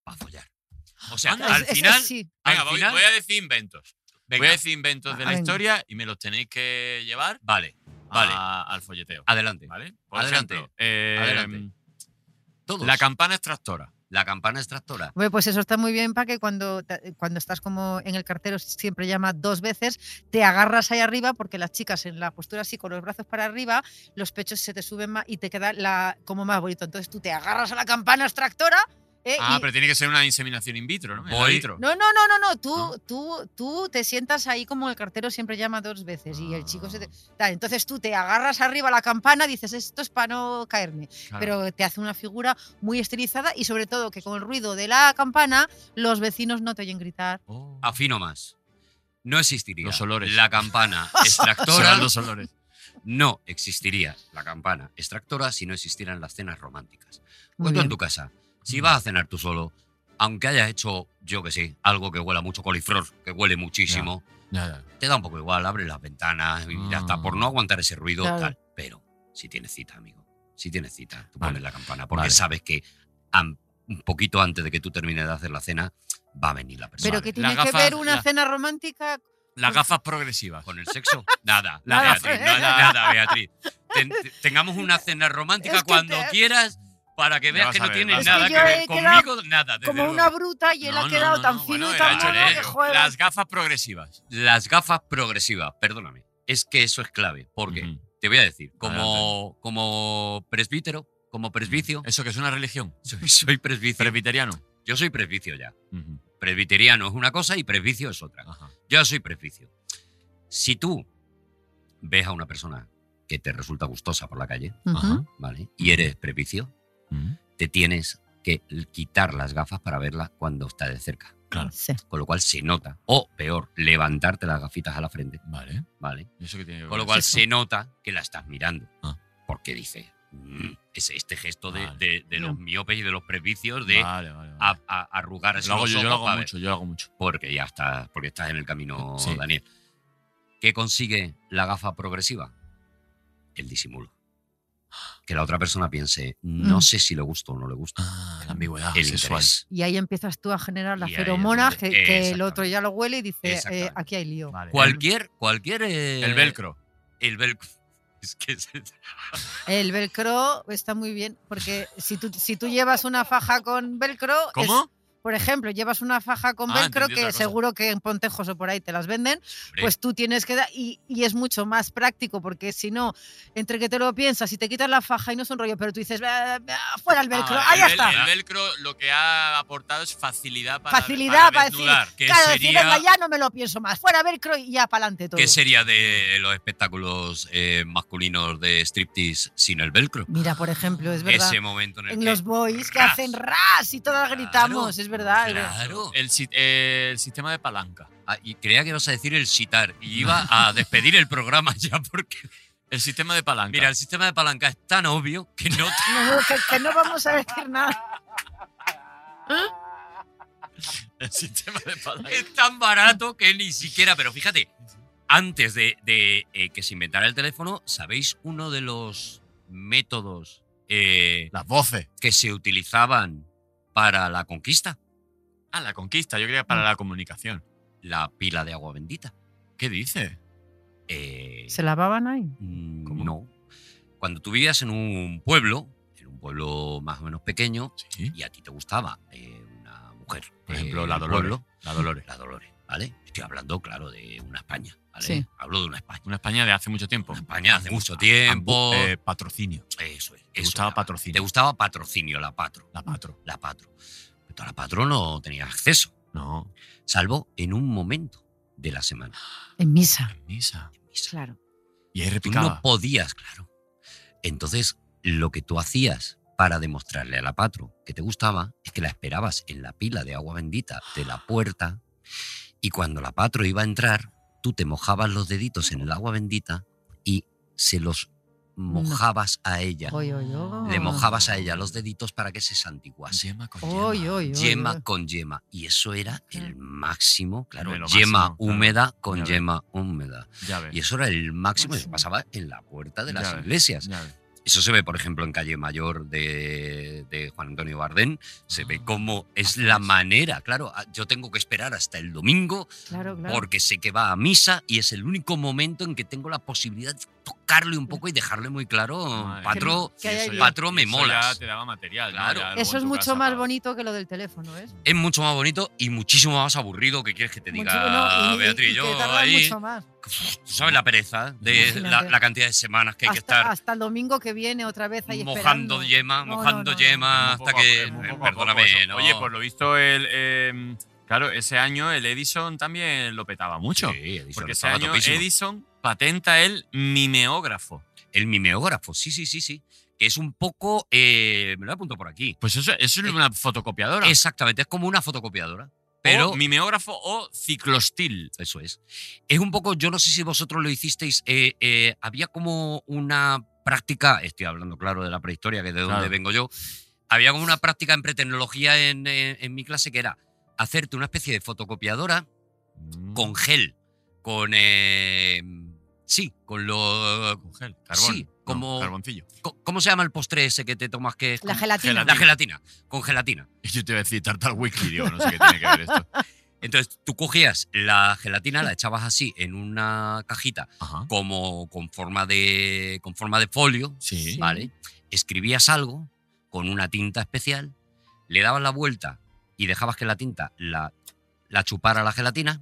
Speaker 4: para follar? O sea,
Speaker 5: Anda,
Speaker 4: al
Speaker 2: Es- es
Speaker 4: final,
Speaker 2: así.
Speaker 4: al
Speaker 5: Venga, voy,
Speaker 4: final-
Speaker 5: voy a decir inventos. Voy
Speaker 4: venga,
Speaker 5: a decir inventos de la
Speaker 2: Venga.
Speaker 5: historia y me los tenéis que llevar
Speaker 4: vale, vale,
Speaker 5: a- al folleteo.
Speaker 4: adelante.
Speaker 5: ¿Vale? Ah. Por
Speaker 4: Adelante.
Speaker 5: ejemplo, eh,
Speaker 4: Adelante. Todos.
Speaker 5: la campana extractora.
Speaker 4: La campana es tractora.
Speaker 2: Hombre, pues eso está muy bien para que cuando, te- eh, cuando estás como en el cartero siempre llama dos veces, te agarras ahí arriba porque las chicas en la postura así con los brazos para arriba, los pechos se te suben más y te queda la, como más bonito. Entonces tú te agarras a la campana extractora. ¿eh?
Speaker 5: Ah,
Speaker 2: y-
Speaker 5: pero Ah. tiene que ser una inseminación in vitro, ¿no? En
Speaker 4: Voy-
Speaker 5: vitro.
Speaker 2: No, no, no, no, no. Tú,
Speaker 5: ¿No?
Speaker 2: tú, tú te sientas ahí como el cartero siempre llama dos veces y el chico se te...
Speaker 5: Ah,
Speaker 2: tal, Entonces tú te agarras arriba a la campana, dices, esto es para no caerme.
Speaker 5: claro.
Speaker 2: pero te hace una figura muy estilizada y sobre todo que con el ruido de la campana los vecinos no te oyen gritar.
Speaker 5: Oh.
Speaker 4: Afino más. No existiría.
Speaker 5: Los olores.
Speaker 4: La campana
Speaker 5: Serán
Speaker 4: extractora
Speaker 5: los olores.
Speaker 4: no existiría. La campana extractora si no existieran las cenas románticas.
Speaker 2: Muy
Speaker 4: Cuento en
Speaker 2: bien.
Speaker 4: tu casa. Si
Speaker 5: Mm.
Speaker 4: vas a cenar tú solo, aunque hayas hecho, yo que sé, algo que huela mucho coliflor, que huele muchísimo,
Speaker 5: Ya, ya.
Speaker 4: te da un poco igual, abres las ventanas y ya está,
Speaker 5: Mm.
Speaker 4: por no aguantar ese ruido,
Speaker 2: Claro.
Speaker 4: tal. Pero si tienes cita, amigo, si tienes cita, tú
Speaker 5: Vale.
Speaker 4: pones la campana, porque
Speaker 5: Vale.
Speaker 4: sabes que am- un poquito antes de que tú termines de hacer la cena, va a venir la persona.
Speaker 2: Pero
Speaker 5: Vale,
Speaker 2: que
Speaker 5: las
Speaker 2: tiene que
Speaker 5: gafas-
Speaker 2: ver una
Speaker 5: la-
Speaker 2: cena romántica.
Speaker 5: Las gafas progresivas.
Speaker 4: ¿Con el sexo? Nada,
Speaker 5: Nada,
Speaker 4: Beatriz,
Speaker 2: Fran,
Speaker 4: no,
Speaker 2: ¿eh?
Speaker 4: nada, Beatriz. Ten- te- tengamos una cena romántica
Speaker 2: Es que
Speaker 4: cuando
Speaker 2: te-
Speaker 4: quieras para que
Speaker 5: Ya
Speaker 4: veas
Speaker 5: vas
Speaker 4: que
Speaker 5: a
Speaker 4: no
Speaker 5: ver,
Speaker 4: tiene
Speaker 5: vas a
Speaker 4: nada
Speaker 2: ver.
Speaker 4: que
Speaker 2: Es que
Speaker 4: ver
Speaker 2: yo he quedado
Speaker 4: conmigo, nada. desde
Speaker 2: Como
Speaker 4: luego.
Speaker 2: una bruta y él
Speaker 5: No,
Speaker 2: ha
Speaker 5: no,
Speaker 2: quedado
Speaker 5: no,
Speaker 2: tan
Speaker 5: no,
Speaker 2: fino
Speaker 5: bueno,
Speaker 2: y tan
Speaker 5: era
Speaker 2: mono
Speaker 4: choreo.
Speaker 2: que juega.
Speaker 5: ¿eh? Las gafas progresivas.
Speaker 4: Las gafas progresivas, perdóname. Es que eso es clave, porque
Speaker 5: Ujú.
Speaker 4: te voy a decir, como, como presbítero, como presbicio,
Speaker 5: Eso que es una religión.
Speaker 4: soy, soy presbicio.
Speaker 5: Presbiteriano.
Speaker 4: Yo soy presbicio ya.
Speaker 5: Ujú.
Speaker 4: Presbiteriano es una cosa y presbicio es otra.
Speaker 5: Ajá.
Speaker 4: Yo soy presbicio. Si tú ves a una persona que te resulta gustosa por la calle,
Speaker 5: Ajá.
Speaker 4: ¿vale? Y eres presbicio,
Speaker 5: Ujú.
Speaker 4: te tienes que l- quitar las gafas para verla cuando está de cerca.
Speaker 5: Claro.
Speaker 2: Sí.
Speaker 4: Con lo cual se nota. O peor, levantarte las gafitas a la frente,
Speaker 5: Vale.
Speaker 4: ¿vale?
Speaker 5: ¿Y eso que tiene que ver
Speaker 4: Con lo
Speaker 5: eso?
Speaker 4: cual se nota que la estás mirando.
Speaker 5: Ah.
Speaker 4: Porque dice, "Mm", es este gesto de,
Speaker 5: Vale.
Speaker 4: de- de los
Speaker 2: No.
Speaker 4: miopes y de los presbicios de
Speaker 5: Vale, vale, vale.
Speaker 4: a- a- arrugar así
Speaker 5: lo hago
Speaker 4: los
Speaker 5: yo, yo lo
Speaker 4: ojos
Speaker 5: hago
Speaker 4: para ver.
Speaker 5: mucho, yo lo hago mucho.
Speaker 4: Porque ya estás, porque estás en el camino,
Speaker 5: Sí.
Speaker 4: Daniel. ¿Qué consigue la gafa progresiva? El disimulo. que la otra persona piense, no
Speaker 2: Mm.
Speaker 4: sé si le gusta o no le gusta.
Speaker 5: Ah, la ambigüedad
Speaker 4: El
Speaker 5: sexual.
Speaker 4: interés.
Speaker 2: Y ahí empiezas tú a generar las
Speaker 4: Y ahí es
Speaker 2: feromonas que,
Speaker 4: donde-
Speaker 2: que el otro ya lo huele y dice, eh,
Speaker 4: Exactamente.
Speaker 2: aquí hay lío.
Speaker 5: Vale.
Speaker 4: Cualquier, cualquier. eh,
Speaker 5: El velcro.
Speaker 4: El velcro. Es que es-
Speaker 2: El velcro está muy bien porque si tú, si tú llevas una faja con velcro... es-
Speaker 5: ¿Cómo?
Speaker 2: por ejemplo, llevas una faja con
Speaker 5: Ah,
Speaker 2: velcro
Speaker 5: entendí otra
Speaker 2: que
Speaker 5: cosa.
Speaker 2: seguro que en Pontejos o por ahí te las venden, pues tú tienes que dar y, y es mucho más práctico porque si no, entre que te lo piensas y te quitas la faja y no es un rollo, pero tú dices, "Ah, ah, fuera el velcro,
Speaker 5: Ah,
Speaker 2: ahí
Speaker 5: el vel-
Speaker 2: está.
Speaker 5: El velcro lo que ha aportado es facilidad para
Speaker 2: Facilidad para decir,
Speaker 5: desnudar, que
Speaker 2: claro, decir,
Speaker 5: sería-
Speaker 2: "Venga, ya no me lo pienso más, fuera velcro y ya para adelante todo.
Speaker 4: ¿Qué sería de los espectáculos eh, masculinos de striptease sin el velcro?
Speaker 2: Mira, por ejemplo, es verdad.
Speaker 4: Ese momento en el
Speaker 2: En
Speaker 4: que-
Speaker 2: los boys que
Speaker 4: ras.
Speaker 2: hacen ras y todas
Speaker 4: Claro,
Speaker 2: gritamos, es verdad. eh. es verdad.
Speaker 4: Claro.
Speaker 5: El, si- eh, el sistema de palanca.
Speaker 4: Ah, y creía que ibas a decir el sitar y iba a despedir el programa ya porque
Speaker 5: El sistema de palanca.
Speaker 4: mira el sistema de palanca es tan obvio que no te-
Speaker 2: No, que, que no vamos a decir nada.
Speaker 5: el sistema de palanca.
Speaker 4: es tan barato que ni siquiera pero fíjate antes de, de, eh, que se inventara el teléfono sabéis uno de los métodos eh,
Speaker 5: Las voces.
Speaker 4: que se utilizaban para la conquista
Speaker 5: Ah, la conquista. Yo creía para la comunicación.
Speaker 4: la pila de agua bendita
Speaker 5: ¿Qué dice?
Speaker 4: Eh,
Speaker 2: ¿Se lavaban ahí?
Speaker 4: Mm,
Speaker 5: ¿Cómo?
Speaker 4: No. Cuando tú vivías en un pueblo, en un pueblo más o menos pequeño,
Speaker 5: Sí.
Speaker 4: y a ti te gustaba eh, una mujer.
Speaker 5: Por
Speaker 4: eh,
Speaker 5: ejemplo, la
Speaker 4: del
Speaker 5: Dolores.
Speaker 4: pueblo,
Speaker 5: La Dolores.
Speaker 4: la Dolores, ¿vale? Estoy hablando, claro, de una España, ¿vale?
Speaker 2: Sí.
Speaker 4: Hablo de una España.
Speaker 5: Una España de hace mucho tiempo.
Speaker 4: Una España hace
Speaker 5: Ambu-
Speaker 4: mucho tiempo.
Speaker 5: ambu- eh, patrocinio.
Speaker 4: eso es.
Speaker 5: Te
Speaker 4: eso
Speaker 5: gustaba
Speaker 4: era.
Speaker 5: patrocinio.
Speaker 4: Te gustaba patrocinio, la patro.
Speaker 5: La patro.
Speaker 4: La patro. Pero a la patro no tenías acceso,
Speaker 5: No.
Speaker 4: salvo en un momento de la semana.
Speaker 2: En misa.
Speaker 5: En misa.
Speaker 4: en misa.
Speaker 2: Claro.
Speaker 5: Y ahí
Speaker 4: Tú
Speaker 5: repicaba.
Speaker 4: no podías, claro. Entonces, lo que tú hacías para demostrarle a la patro que te gustaba es que la esperabas en la pila de agua bendita de la puerta y cuando la patro iba a entrar, tú te mojabas los deditos en el agua bendita y se los mojabas a ella.
Speaker 2: Oy, oy, oy.
Speaker 4: Le mojabas a ella los deditos para que se santiguase.
Speaker 5: Yema con
Speaker 2: Oy,
Speaker 5: yema.
Speaker 2: oy, oy,
Speaker 4: Yema
Speaker 2: oy.
Speaker 4: con yema. Y eso era el
Speaker 2: Claro.
Speaker 4: máximo, claro.
Speaker 5: De lo
Speaker 4: Yema
Speaker 5: máximo, claro.
Speaker 4: húmeda con
Speaker 5: Ya ves.
Speaker 4: yema húmeda.
Speaker 5: Ya ves.
Speaker 4: Y eso era el máximo y eso
Speaker 2: Máximo.
Speaker 4: pasaba en la puerta de
Speaker 5: Ya
Speaker 4: las
Speaker 5: ves.
Speaker 4: iglesias.
Speaker 5: Ya ves.
Speaker 4: Eso se ve, por ejemplo, en Calle Mayor de, de Juan Antonio Bardén. Se ve
Speaker 5: Ah,
Speaker 4: cómo es
Speaker 5: haces.
Speaker 4: la manera. Claro, ah, yo tengo que esperar hasta el domingo
Speaker 2: Claro, claro.
Speaker 4: porque sé que va a misa y es el único momento en que tengo la posibilidad de tocarle un poco y dejarle muy claro,
Speaker 5: Madre
Speaker 4: patro,
Speaker 5: mía.
Speaker 2: que haya
Speaker 5: Y eso ya-
Speaker 4: patro me
Speaker 5: y eso
Speaker 4: molas.
Speaker 5: Ya te daba material. ¿no?
Speaker 4: Claro.
Speaker 5: Ya luego
Speaker 2: Eso
Speaker 5: en
Speaker 2: es
Speaker 5: tu
Speaker 2: mucho
Speaker 5: casa
Speaker 2: más
Speaker 5: para-
Speaker 2: bonito que lo del teléfono, ¿eh?
Speaker 4: Es mucho más bonito y muchísimo más aburrido que quieres que te
Speaker 2: Mucho-
Speaker 4: diga
Speaker 2: no, y- y-
Speaker 4: Beatriz.
Speaker 2: y que
Speaker 4: yo
Speaker 2: tardan
Speaker 4: ahí,
Speaker 2: mucho más.
Speaker 4: tú sabes la pereza de la,
Speaker 2: Imagínate.
Speaker 4: la cantidad de semanas que hay que
Speaker 2: hasta,
Speaker 4: estar
Speaker 2: hasta el domingo que viene otra vez ahí
Speaker 4: mojando
Speaker 2: esperando.
Speaker 4: yema,
Speaker 2: No,
Speaker 4: mojando
Speaker 2: no, no,
Speaker 4: yema
Speaker 5: Es muy
Speaker 4: Ah, hasta
Speaker 5: poco a eh,
Speaker 4: que.
Speaker 5: poco, es muy poco a poco
Speaker 4: perdóname,
Speaker 5: eso.
Speaker 4: ¿no?
Speaker 5: Oye, por lo visto, el, eh, claro, ese año el Edison también lo petaba mucho.
Speaker 4: Sí, Edison
Speaker 5: porque ese
Speaker 4: estaba
Speaker 5: año
Speaker 4: topísimo.
Speaker 5: Edison patenta el mimeógrafo.
Speaker 4: El mimeógrafo, sí, sí, sí, sí. Que es un poco. eh, me lo apunto por aquí.
Speaker 5: Pues eso, eso es
Speaker 4: Eh,
Speaker 5: una fotocopiadora.
Speaker 4: Exactamente, es como una fotocopiadora.
Speaker 5: pero
Speaker 4: Pero.
Speaker 5: mimeógrafo o ciclostil.
Speaker 4: eso es. Es un poco, yo no sé si vosotros lo hicisteis. eh, eh, había como una práctica. Estoy hablando, claro, de la prehistoria, que es de
Speaker 5: Claro.
Speaker 4: donde vengo yo. Había como una práctica en pretecnología en, en- en mi clase que era hacerte una especie de fotocopiadora con gel, con. eh, sí, con lo.
Speaker 5: Con gel, carbón.
Speaker 4: Sí,
Speaker 5: No,
Speaker 4: como-
Speaker 5: carboncillo.
Speaker 4: co- ¿Cómo se llama el postre ese que te tomas que es
Speaker 2: La
Speaker 4: con-
Speaker 2: gelatina.
Speaker 4: La gelatina, con gelatina.
Speaker 5: Yo te iba a decir tartar whisky, digo, no sé qué tiene que ver esto.
Speaker 4: Entonces tú cogías la gelatina, la echabas así en una cajita
Speaker 5: Ajá.
Speaker 4: como con forma de, con forma de folio,
Speaker 5: Sí.
Speaker 4: ¿vale? Escribías algo con una tinta especial, le dabas la vuelta y dejabas que la tinta la, la chupara la gelatina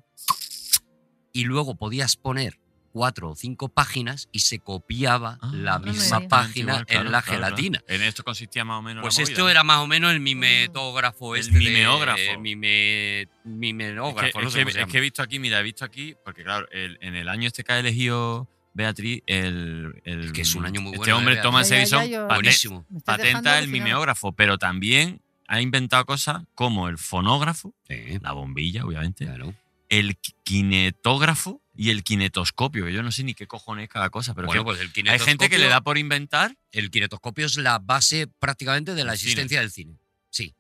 Speaker 4: y luego podías poner cuatro o cinco páginas y se copiaba
Speaker 5: Ah,
Speaker 4: la
Speaker 2: no me
Speaker 4: misma
Speaker 2: digas.
Speaker 4: página
Speaker 5: Igual, claro,
Speaker 4: en la
Speaker 5: claro, claro.
Speaker 4: gelatina.
Speaker 5: En esto consistía más o menos.
Speaker 4: Pues
Speaker 5: la
Speaker 4: esto
Speaker 5: movida.
Speaker 4: era más o menos el mimetógrafo.
Speaker 5: El
Speaker 4: este de-
Speaker 5: mimeógrafo.
Speaker 4: el mime- mimeógrafo,
Speaker 5: Es que,
Speaker 4: Oh, no
Speaker 5: es
Speaker 4: sé
Speaker 5: que-
Speaker 4: cómo se
Speaker 5: es
Speaker 4: llama.
Speaker 5: que he visto aquí, mira, he visto aquí, porque claro, el- en el año este que ha elegido Beatriz, el, el-
Speaker 4: Es que es un año muy
Speaker 5: Este
Speaker 4: bueno de
Speaker 5: hombre,
Speaker 4: Beatriz.
Speaker 5: Thomas
Speaker 2: Ya, ya,
Speaker 5: Edison,
Speaker 2: ya, yo-
Speaker 5: pate-
Speaker 4: Buenísimo.
Speaker 2: Me estás dejando
Speaker 5: patenta el
Speaker 2: alucinada.
Speaker 5: mimeógrafo, pero también ha inventado cosas como el fonógrafo,
Speaker 4: Sí,
Speaker 5: la bombilla, obviamente,
Speaker 4: claro.
Speaker 5: el qui- kinetógrafo y el kinetoscopio, que yo no sé ni qué cojones es cada cosa, pero
Speaker 4: Bueno,
Speaker 5: que
Speaker 4: pues el
Speaker 5: hay
Speaker 4: kinetoscopio,
Speaker 5: gente que le da por inventar.
Speaker 4: El kinetoscopio es la base prácticamente de la
Speaker 5: El cine.
Speaker 4: existencia del cine. Sí.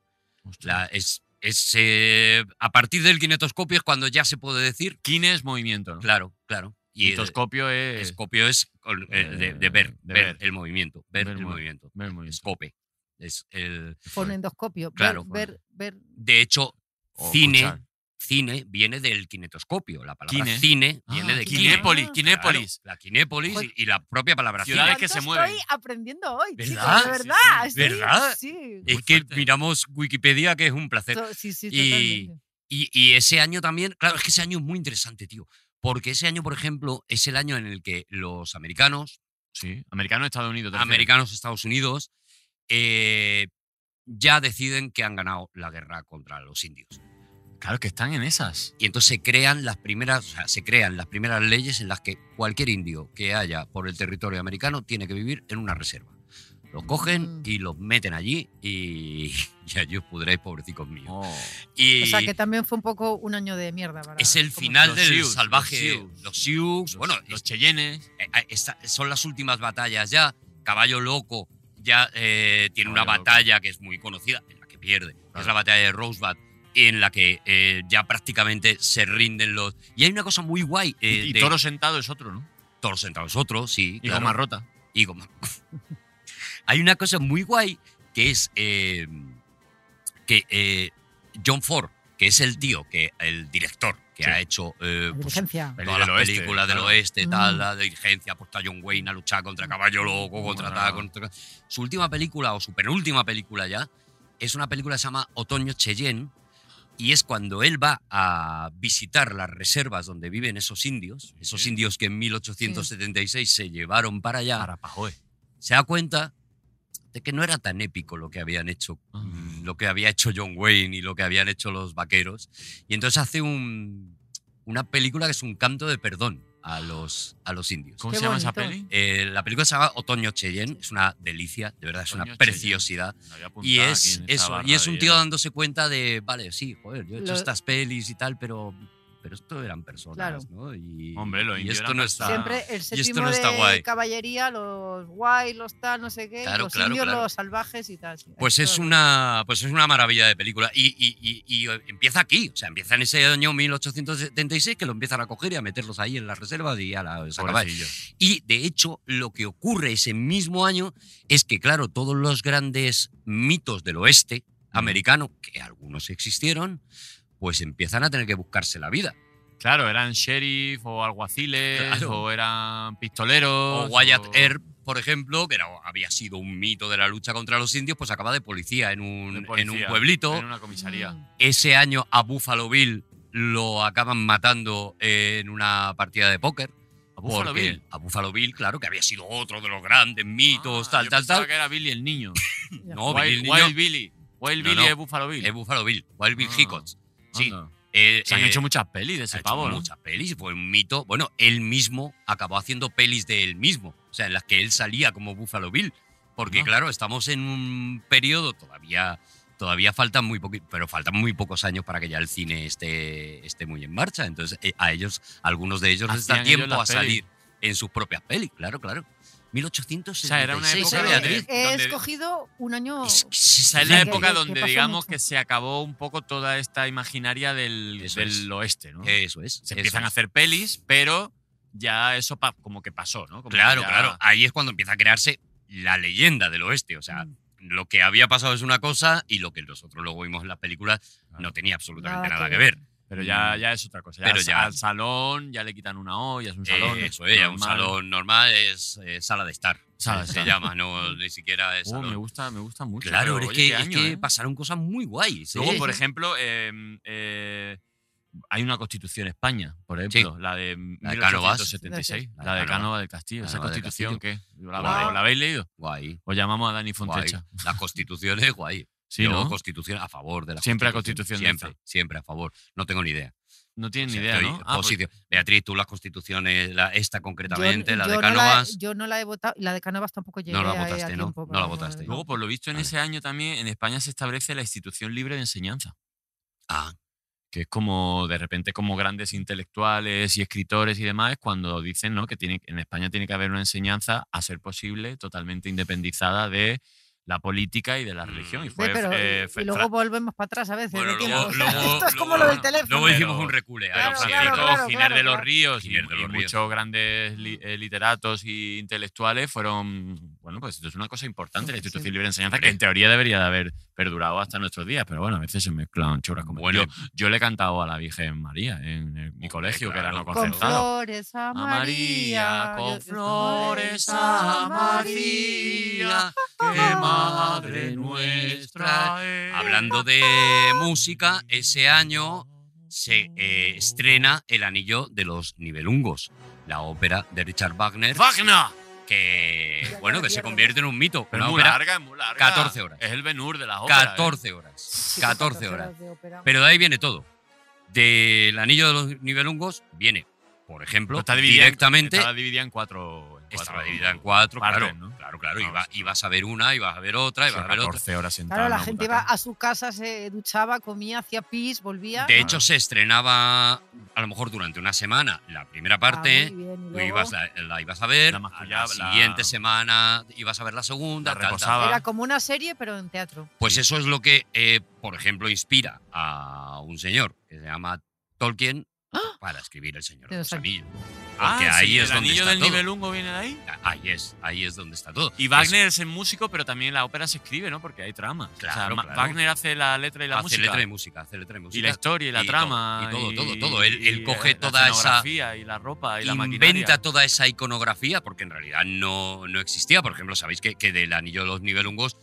Speaker 4: La- es, es, eh, a partir del kinetoscopio es cuando ya se puede decir.
Speaker 5: Kine es movimiento, ¿no?
Speaker 4: Claro, claro. Y el
Speaker 5: Litoscopio es.
Speaker 4: escopio es col- eh, de, de ver,
Speaker 5: de
Speaker 4: ver,
Speaker 5: ver.
Speaker 4: el movimiento, ver,
Speaker 5: Ver
Speaker 4: el
Speaker 5: mo-
Speaker 4: movimiento.
Speaker 5: Ver muy bien.
Speaker 4: Escope. Es el,
Speaker 2: Fonendoscopio.
Speaker 4: Claro,
Speaker 2: Ver, ver, ver-
Speaker 4: de hecho,
Speaker 5: O
Speaker 4: cine,
Speaker 5: escuchar.
Speaker 4: cine viene del kinetoscopio. La palabra
Speaker 5: Kine.
Speaker 4: cine viene
Speaker 5: Ah,
Speaker 4: de
Speaker 2: Kine.
Speaker 4: kine.
Speaker 5: Kinépolis,
Speaker 4: Claro,
Speaker 5: Kinépolis.
Speaker 4: la kinépolis
Speaker 2: Joder.
Speaker 4: y, y la propia palabra
Speaker 5: Ciudad Ciudades
Speaker 4: cine.
Speaker 5: que se
Speaker 2: ¿Cuánto
Speaker 5: mueven.
Speaker 2: Estoy aprendiendo hoy, chicos,
Speaker 4: ¿Verdad?
Speaker 2: de verdad.
Speaker 5: Sí, sí.
Speaker 2: estoy-
Speaker 4: ¿Verdad?
Speaker 2: Sí.
Speaker 4: Es
Speaker 5: Muy
Speaker 4: que
Speaker 5: fuerte.
Speaker 4: miramos Wikipedia, que es un placer.
Speaker 2: To- sí, sí,
Speaker 4: Y-
Speaker 2: totalmente.
Speaker 4: Y, y ese año también, claro, es que ese año es muy interesante, tío. Porque ese año, por ejemplo, es el año en el que los americanos,
Speaker 5: Sí, americano Estados Unidos. te refieres.
Speaker 4: americanos Estados Unidos, eh, ya deciden que han ganado la guerra contra los indios.
Speaker 5: Claro que están en esas.
Speaker 4: Y entonces se crean las primeras, o sea, se crean las primeras leyes en las que cualquier indio que haya por el territorio americano tiene que vivir en una reserva. Los cogen
Speaker 2: Mm.
Speaker 4: y los meten allí y ya yo pudréis, pobrecicos míos.
Speaker 5: Oh.
Speaker 4: Y
Speaker 2: O sea, que también fue un poco un año de mierda. para-
Speaker 4: es el
Speaker 2: como-
Speaker 4: final
Speaker 5: Los
Speaker 4: del
Speaker 5: Sioux,
Speaker 4: salvaje.
Speaker 5: los Sioux.
Speaker 4: Los Sioux,
Speaker 5: Los-
Speaker 4: bueno,
Speaker 5: Pues los Cheyennes.
Speaker 4: eh, eh, esta- son las últimas batallas ya. Caballo Loco ya eh, tiene una
Speaker 5: Caballo Loco.
Speaker 4: batalla que es muy conocida, en la que pierde, que es
Speaker 5: Claro.
Speaker 4: la batalla de Rosebud, en la que eh, ya prácticamente se rinden los... Y hay una cosa muy guay eh,
Speaker 5: Y, y
Speaker 4: de
Speaker 5: Toro Sentado es otro, ¿no?
Speaker 4: toros entre nosotros, sí.
Speaker 5: Y
Speaker 4: claro.
Speaker 5: Goma Rota.
Speaker 4: Y goma. hay una cosa muy guay que es eh, que eh, John Ford, que es el tío, que el director que
Speaker 5: Sí.
Speaker 4: ha hecho... eh,
Speaker 2: La
Speaker 4: pues,
Speaker 2: Virgencia.
Speaker 5: Peli
Speaker 4: todas
Speaker 5: del
Speaker 4: las
Speaker 5: oeste,
Speaker 4: películas del
Speaker 5: claro.
Speaker 4: oeste, tal,
Speaker 2: Mm.
Speaker 4: la dirigencia, pues está John Wayne a luchar contra Caballo Loco, contra
Speaker 5: Bueno.
Speaker 4: tal, contra- Su última película, o su penúltima película ya, es una película que se llama Otoño Cheyenne, y es cuando él va a visitar las reservas donde viven esos indios, esos indios que en 1876 se llevaron para allá,
Speaker 5: Para Pajoy.
Speaker 4: se da cuenta de que no era tan épico lo que habían hecho, mm,
Speaker 5: Ah.
Speaker 4: lo que había hecho John Wayne y lo que habían hecho los vaqueros. Y entonces hace un- una película que es un canto de perdón a los, a los indios.
Speaker 5: ¿Cómo
Speaker 2: Qué
Speaker 5: se llama esa
Speaker 2: bonito.
Speaker 5: peli?
Speaker 4: Eh, la película se llama Otoño Cheyenne, es una delicia, de verdad, es una
Speaker 5: Otoño Cheyenne.
Speaker 4: preciosidad.
Speaker 5: Eh, La había apuntado
Speaker 4: Y
Speaker 5: aquí
Speaker 4: es
Speaker 5: en esta
Speaker 4: eso,
Speaker 5: barra
Speaker 4: y es
Speaker 5: de
Speaker 4: un tío
Speaker 5: hielo.
Speaker 4: dándose cuenta de, vale, sí, joder, yo he hecho
Speaker 2: Lo-
Speaker 4: estas pelis y tal, pero, pero esto eran personas,
Speaker 2: Claro.
Speaker 4: ¿no? Y,
Speaker 5: Hombre, los
Speaker 4: y
Speaker 5: indios
Speaker 4: esto
Speaker 5: eran
Speaker 4: no está...
Speaker 5: personas.
Speaker 2: Siempre el
Speaker 4: esto
Speaker 2: séptimo
Speaker 4: no está
Speaker 2: de
Speaker 4: guay.
Speaker 2: caballería, los guay, los tal, no sé qué, y
Speaker 4: Claro,
Speaker 2: los
Speaker 4: claro,
Speaker 2: indios,
Speaker 4: claro.
Speaker 2: los salvajes y tal. sí.
Speaker 4: Pues
Speaker 2: Ahí
Speaker 4: es
Speaker 2: todo.
Speaker 4: una, pues es una maravilla de película. Y, y- y- y empieza aquí, o sea, empieza en ese año 1876 que lo empiezan a coger y a meterlos ahí en las reservas y a la se acaba.
Speaker 5: Pobrecillo.
Speaker 4: Y de hecho, lo que ocurre ese mismo año es que, claro, todos los grandes mitos del oeste americano, que algunos existieron, pues empiezan a tener que buscarse la vida.
Speaker 5: Claro, eran sheriff o alguaciles
Speaker 4: Claro.
Speaker 5: o eran pistoleros.
Speaker 4: O Wyatt Earp, por ejemplo, que era- había sido un mito de la lucha contra los indios, pues acaba de policía en un,
Speaker 5: de
Speaker 4: en un
Speaker 5: policía,
Speaker 4: pueblito.
Speaker 5: En una comisaría.
Speaker 2: Mm.
Speaker 4: ese año a Buffalo Bill lo acaban matando eh, en una partida de póker.
Speaker 5: ¿A Buffalo
Speaker 4: porque-
Speaker 5: Bill?
Speaker 4: A Buffalo Bill, claro, que había sido otro de los grandes mitos,
Speaker 5: Ah,
Speaker 4: tal,
Speaker 5: yo
Speaker 4: tal,
Speaker 5: pensaba
Speaker 4: tal.
Speaker 5: que era Billy el niño.
Speaker 4: No, Bill,
Speaker 5: Wild,
Speaker 4: el niño,
Speaker 5: Wild Billy. Wild
Speaker 4: No,
Speaker 5: Billy
Speaker 4: no.
Speaker 5: es Buffalo Bill.
Speaker 4: es Eh, Buffalo Bill, Wild Bill
Speaker 5: Ah,
Speaker 4: Hickox. Sí,
Speaker 5: Anda.
Speaker 4: eh,
Speaker 5: Eh, Se han
Speaker 4: eh,
Speaker 5: hecho muchas pelis de
Speaker 4: se ha
Speaker 5: ese
Speaker 4: hecho
Speaker 5: pavo, ¿no?
Speaker 4: muchas pelis, fue un mito. Bueno, él mismo acabó haciendo pelis de él mismo, o sea, en las que él salía como Buffalo Bill. Porque,
Speaker 5: Ah.
Speaker 4: claro, estamos en un periodo todavía. Todavía faltan muy poqui- pero faltan muy pocos años para que ya el cine esté, esté muy en marcha. Entonces, eh, a ellos, algunos de ellos les da
Speaker 5: Hacían ellos
Speaker 4: tiempo a
Speaker 5: las
Speaker 4: salir en sus propias pelis, claro, claro. 1876,
Speaker 5: O sea, era una
Speaker 2: O
Speaker 5: época
Speaker 2: sea,
Speaker 5: de
Speaker 2: he-
Speaker 5: Beatriz,
Speaker 2: he
Speaker 5: donde-
Speaker 2: escogido un año.
Speaker 4: Es que se
Speaker 5: O sea, es
Speaker 4: sabe
Speaker 5: la
Speaker 2: Sí,
Speaker 4: que-
Speaker 5: época
Speaker 2: que- que
Speaker 5: donde
Speaker 2: pasó
Speaker 5: digamos
Speaker 2: mucho.
Speaker 5: que se acabó un poco toda esta imaginaria del,
Speaker 4: Eso
Speaker 5: del
Speaker 4: es.
Speaker 5: oeste, ¿no?
Speaker 4: Eso es.
Speaker 5: se
Speaker 4: eso
Speaker 5: empiezan a
Speaker 4: es.
Speaker 5: hacer pelis, pero ya eso pa- como que pasó, ¿no? Como que
Speaker 4: Claro,
Speaker 5: ya-
Speaker 4: claro. Ahí es cuando empieza a crearse la leyenda del oeste. O sea,
Speaker 2: Mm.
Speaker 4: lo que había pasado es una cosa y lo que nosotros luego vimos en las películas no tenía absolutamente nada, que ver.
Speaker 5: Pero ya, ya es otra cosa. Ya
Speaker 4: Mm. Pero
Speaker 5: es
Speaker 4: ya-
Speaker 5: al salón, ya le quitan una olla, es un salón.
Speaker 4: Eh, eso es, ya un
Speaker 5: normal.
Speaker 4: salón normal es eh, sala de estar.
Speaker 5: Sala de
Speaker 4: se
Speaker 5: estar.
Speaker 4: llama, no, ni siquiera es
Speaker 5: Uh,
Speaker 4: salón.
Speaker 5: me gusta, me gusta mucho.
Speaker 4: Claro,
Speaker 5: pero,
Speaker 4: es,
Speaker 5: oye,
Speaker 4: que,
Speaker 5: qué
Speaker 4: es
Speaker 5: año,
Speaker 4: que
Speaker 5: ¿eh?
Speaker 4: pasaron cosas muy guays.
Speaker 5: Luego,
Speaker 4: ¿eh?
Speaker 5: por ejemplo, eh, eh, hay una constitución en España, por ejemplo, la de
Speaker 4: La de Cánovas.
Speaker 5: 1876,
Speaker 4: La de
Speaker 5: la de
Speaker 4: Cánovas.
Speaker 5: Cánovas del Castillo. Esa
Speaker 4: Cánovas del
Speaker 5: constitución que ¿La,
Speaker 4: Guay.
Speaker 5: la- la habéis leído?
Speaker 4: Guay,
Speaker 5: O llamamos a
Speaker 4: guay.
Speaker 5: Dani Fontecha.
Speaker 4: Las constituciones, guay.
Speaker 5: Sí,
Speaker 4: Yo,
Speaker 5: ¿no?
Speaker 4: constitución a favor de la
Speaker 5: Siempre la Constitución
Speaker 4: Siempre, siempre a favor. No tengo ni idea.
Speaker 5: No tienen
Speaker 4: O
Speaker 5: ni
Speaker 4: sea,
Speaker 5: idea,
Speaker 4: estoy
Speaker 5: ¿no? Ah, pues-
Speaker 4: posicio- Beatriz, tú las constituciones, la- esta
Speaker 2: Yo-
Speaker 4: concretamente, la de
Speaker 2: yo no
Speaker 4: Cánovas.
Speaker 2: yo no la he votado. Y la de Cánovas tampoco llegué
Speaker 4: la
Speaker 2: a- a
Speaker 4: votaste, ¿no?
Speaker 2: tiempo
Speaker 4: No
Speaker 2: para
Speaker 4: la votaste.
Speaker 5: Luego, por lo visto, en
Speaker 4: Vale.
Speaker 5: ese año también en España se establece la institución libre de enseñanza,
Speaker 4: Ah,
Speaker 5: que es como de repente como grandes intelectuales y escritores y demás, cuando dicen ¿no? que tiene, en España tiene que haber una enseñanza a ser posible totalmente independizada de la política y de la
Speaker 4: Mm.
Speaker 5: religión. Y
Speaker 4: Sí,
Speaker 5: fue,
Speaker 2: pero-
Speaker 5: eh,
Speaker 2: y
Speaker 5: fue
Speaker 2: luego
Speaker 5: Fra-
Speaker 2: volvemos para atrás a veces.
Speaker 5: Bueno,
Speaker 2: de
Speaker 5: luego-
Speaker 2: tiempo.
Speaker 5: luego-
Speaker 2: Esto es como
Speaker 4: luego-
Speaker 2: lo del teléfono.
Speaker 4: Luego hicimos
Speaker 5: Pero-
Speaker 4: un recule a
Speaker 2: Claro,
Speaker 4: don
Speaker 5: Francisco
Speaker 4: Francisco.
Speaker 2: claro, claro.
Speaker 5: Giner de los Ríos y,
Speaker 4: Giner de
Speaker 5: y
Speaker 4: los Ríos.
Speaker 5: muchos grandes li- eh, literatos y intelectuales fueron, bueno, pues esto es una cosa importante, la
Speaker 2: Sí, sí.
Speaker 5: institución libre de enseñanza, que en teoría debería de haber perdurado hasta nuestros días, pero bueno, a veces se mezclan churras como
Speaker 4: Bueno.
Speaker 5: yo. Yo le he cantado a la Virgen María en el- mi
Speaker 4: Hombre,
Speaker 5: colegio, que era
Speaker 4: claro.
Speaker 5: no
Speaker 4: Con
Speaker 2: Con
Speaker 5: concertado.
Speaker 2: flores a
Speaker 5: A María,
Speaker 2: María.
Speaker 5: con
Speaker 2: Yo-
Speaker 5: flores a María, que madre nuestra es.
Speaker 4: Hablando de música, ese año se eh, estrena El Anillo de los Nibelungos, la ópera de Richard Wagner,
Speaker 5: ¡Wagner!
Speaker 4: que, bueno, que se convierte en un mito.
Speaker 5: Pero
Speaker 4: Una
Speaker 5: es muy
Speaker 4: ópera,
Speaker 5: larga, es muy larga.
Speaker 4: 14 horas.
Speaker 5: Es el Benur de la
Speaker 4: ¿eh?
Speaker 5: ¿eh? ópera.
Speaker 4: 14 horas.
Speaker 2: Sí,
Speaker 4: 14 horas.
Speaker 2: de ópera.
Speaker 4: Pero de ahí viene todo. Del Anillo de los Nibelungos viene, por ejemplo,
Speaker 5: Está dividida,
Speaker 4: directamente...
Speaker 5: Estaba dividida en cuatro. en
Speaker 4: Estaba
Speaker 5: cuatro
Speaker 4: dividida en cuatro,
Speaker 5: partes,
Speaker 4: claro,
Speaker 5: ¿no?
Speaker 4: claro, claro,
Speaker 5: Ah,
Speaker 4: iba-
Speaker 5: sí.
Speaker 4: ibas a ver una, ibas a ver otra, ibas
Speaker 5: Son
Speaker 4: a ver otra.
Speaker 5: 14 horas sentada
Speaker 2: Claro,
Speaker 5: en
Speaker 2: la
Speaker 5: una
Speaker 2: gente iba
Speaker 5: butaca.
Speaker 2: a su casa, se duchaba, comía, hacía pis, volvía.
Speaker 4: De
Speaker 5: Ah.
Speaker 4: hecho, se estrenaba a lo mejor durante una semana la primera parte,
Speaker 2: Ah, muy bien, y
Speaker 4: tú
Speaker 2: luego
Speaker 4: ibas a- la, ibas a ver,
Speaker 5: La
Speaker 4: a
Speaker 5: mascullaba,
Speaker 4: la
Speaker 5: la-
Speaker 4: siguiente semana ibas a ver la segunda,
Speaker 5: La
Speaker 4: tal, tal.
Speaker 5: reposaba.
Speaker 2: Era como una serie, pero en teatro.
Speaker 4: Pues eso es lo que, eh, por ejemplo, inspira a un señor que se llama Tolkien para escribir El Señor de
Speaker 2: Pero
Speaker 4: los
Speaker 2: está-
Speaker 4: Anillos.
Speaker 5: Ah,
Speaker 4: Porque ahí
Speaker 5: sí,
Speaker 4: es
Speaker 5: el
Speaker 4: donde
Speaker 5: anillo
Speaker 4: está
Speaker 5: del
Speaker 4: todo.
Speaker 5: nivelungo viene de ahí.
Speaker 4: Ahí es, ahí es donde está todo.
Speaker 5: Y Wagner es el músico, pero también la ópera se escribe, ¿no? Porque hay tramas. O sea,
Speaker 4: Claro,
Speaker 5: Ma-
Speaker 4: claro.
Speaker 5: Wagner hace la letra y la
Speaker 4: hace
Speaker 5: música.
Speaker 4: letra de música, hace letra de música.
Speaker 5: y la historia y la
Speaker 4: y todo,
Speaker 5: trama.
Speaker 4: y todo, todo, todo. Él- él coge
Speaker 5: la
Speaker 4: toda esa-
Speaker 5: escenografía Y la ropa y la
Speaker 4: inventa
Speaker 5: maquinaria.
Speaker 4: toda esa iconografía, porque en realidad no, no existía. Por ejemplo, sabéis que, que del anillo de los nivelungos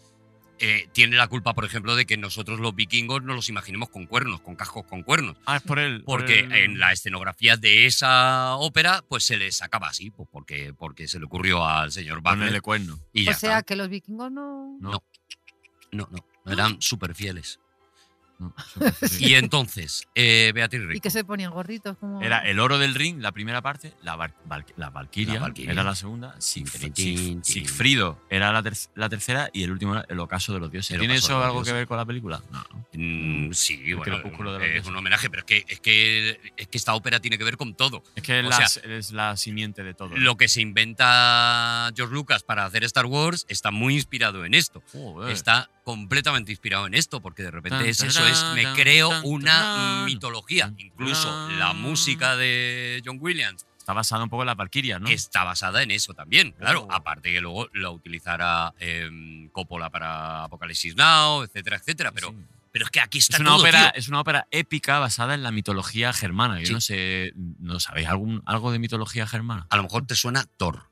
Speaker 4: eh, tiene la culpa, por ejemplo, de que nosotros los vikingos no los imaginemos con cuernos, con cascos con cuernos.
Speaker 5: Ah, es por él. por
Speaker 4: Porque
Speaker 5: él.
Speaker 4: en la escenografía de esa ópera, pues se les sacaba así, pues porque, porque se le ocurrió al señor
Speaker 5: Ponerle
Speaker 4: Wagner.
Speaker 5: cuerno.
Speaker 4: Y ya
Speaker 2: o sea,
Speaker 4: está.
Speaker 2: que los vikingos no.
Speaker 5: No.
Speaker 4: No, no, eran súper fieles.
Speaker 5: No, sí, sí.
Speaker 4: Y entonces, eh, Beatriz
Speaker 2: Y
Speaker 4: Rico.
Speaker 2: que se ponían gorritos. Como...
Speaker 5: Era el oro del ring, la primera parte, la, bar- val- la Valquiria,
Speaker 4: Mm. La Valquiria.
Speaker 5: era la segunda, Sigf-
Speaker 4: Tin, tin,
Speaker 5: Sig-
Speaker 4: tin.
Speaker 5: Sigfrido era la, ter- la tercera y el último era el ocaso de los dioses.
Speaker 4: El
Speaker 5: ¿Tiene
Speaker 4: ocaso de
Speaker 5: eso
Speaker 4: los
Speaker 5: algo que
Speaker 4: dioses.
Speaker 5: ver con la película? No. ¿no?
Speaker 4: Mm, sí, bueno,
Speaker 5: crepúsculo de los
Speaker 4: es
Speaker 5: dioses.
Speaker 4: un homenaje, pero es que, es, que, es que esta ópera tiene que ver con todo.
Speaker 5: Es que es
Speaker 4: O
Speaker 5: la,
Speaker 4: sea,
Speaker 5: es la simiente de todo.
Speaker 4: lo que se inventa George Lucas para hacer Star Wars está muy inspirado en esto.
Speaker 5: Joder.
Speaker 4: Está completamente inspirado en esto, porque de repente
Speaker 5: Tan,
Speaker 4: es eso,
Speaker 5: tarán,
Speaker 4: es me
Speaker 5: tan,
Speaker 4: creo
Speaker 5: tan,
Speaker 4: una
Speaker 5: tarán.
Speaker 4: mitología.
Speaker 5: Tan,
Speaker 4: Incluso
Speaker 5: tarán.
Speaker 4: la música de John Williams
Speaker 5: Está basado un poco en la Valquiria, ¿no?
Speaker 4: está basada en eso también. Claro,
Speaker 5: Oh.
Speaker 4: aparte que luego la utilizará em, Coppola para Apocalipsis Now, etcétera, etcétera.
Speaker 5: Sí,
Speaker 4: Pero,
Speaker 5: sí.
Speaker 4: pero es que aquí está
Speaker 5: Es una,
Speaker 4: todo,
Speaker 5: ópera,
Speaker 4: tío.
Speaker 5: es una ópera épica basada en la mitología germana. Yo
Speaker 4: Sí.
Speaker 5: no sé, ¿no sabéis algún, algo de mitología germana?
Speaker 4: A lo mejor te suena Thor.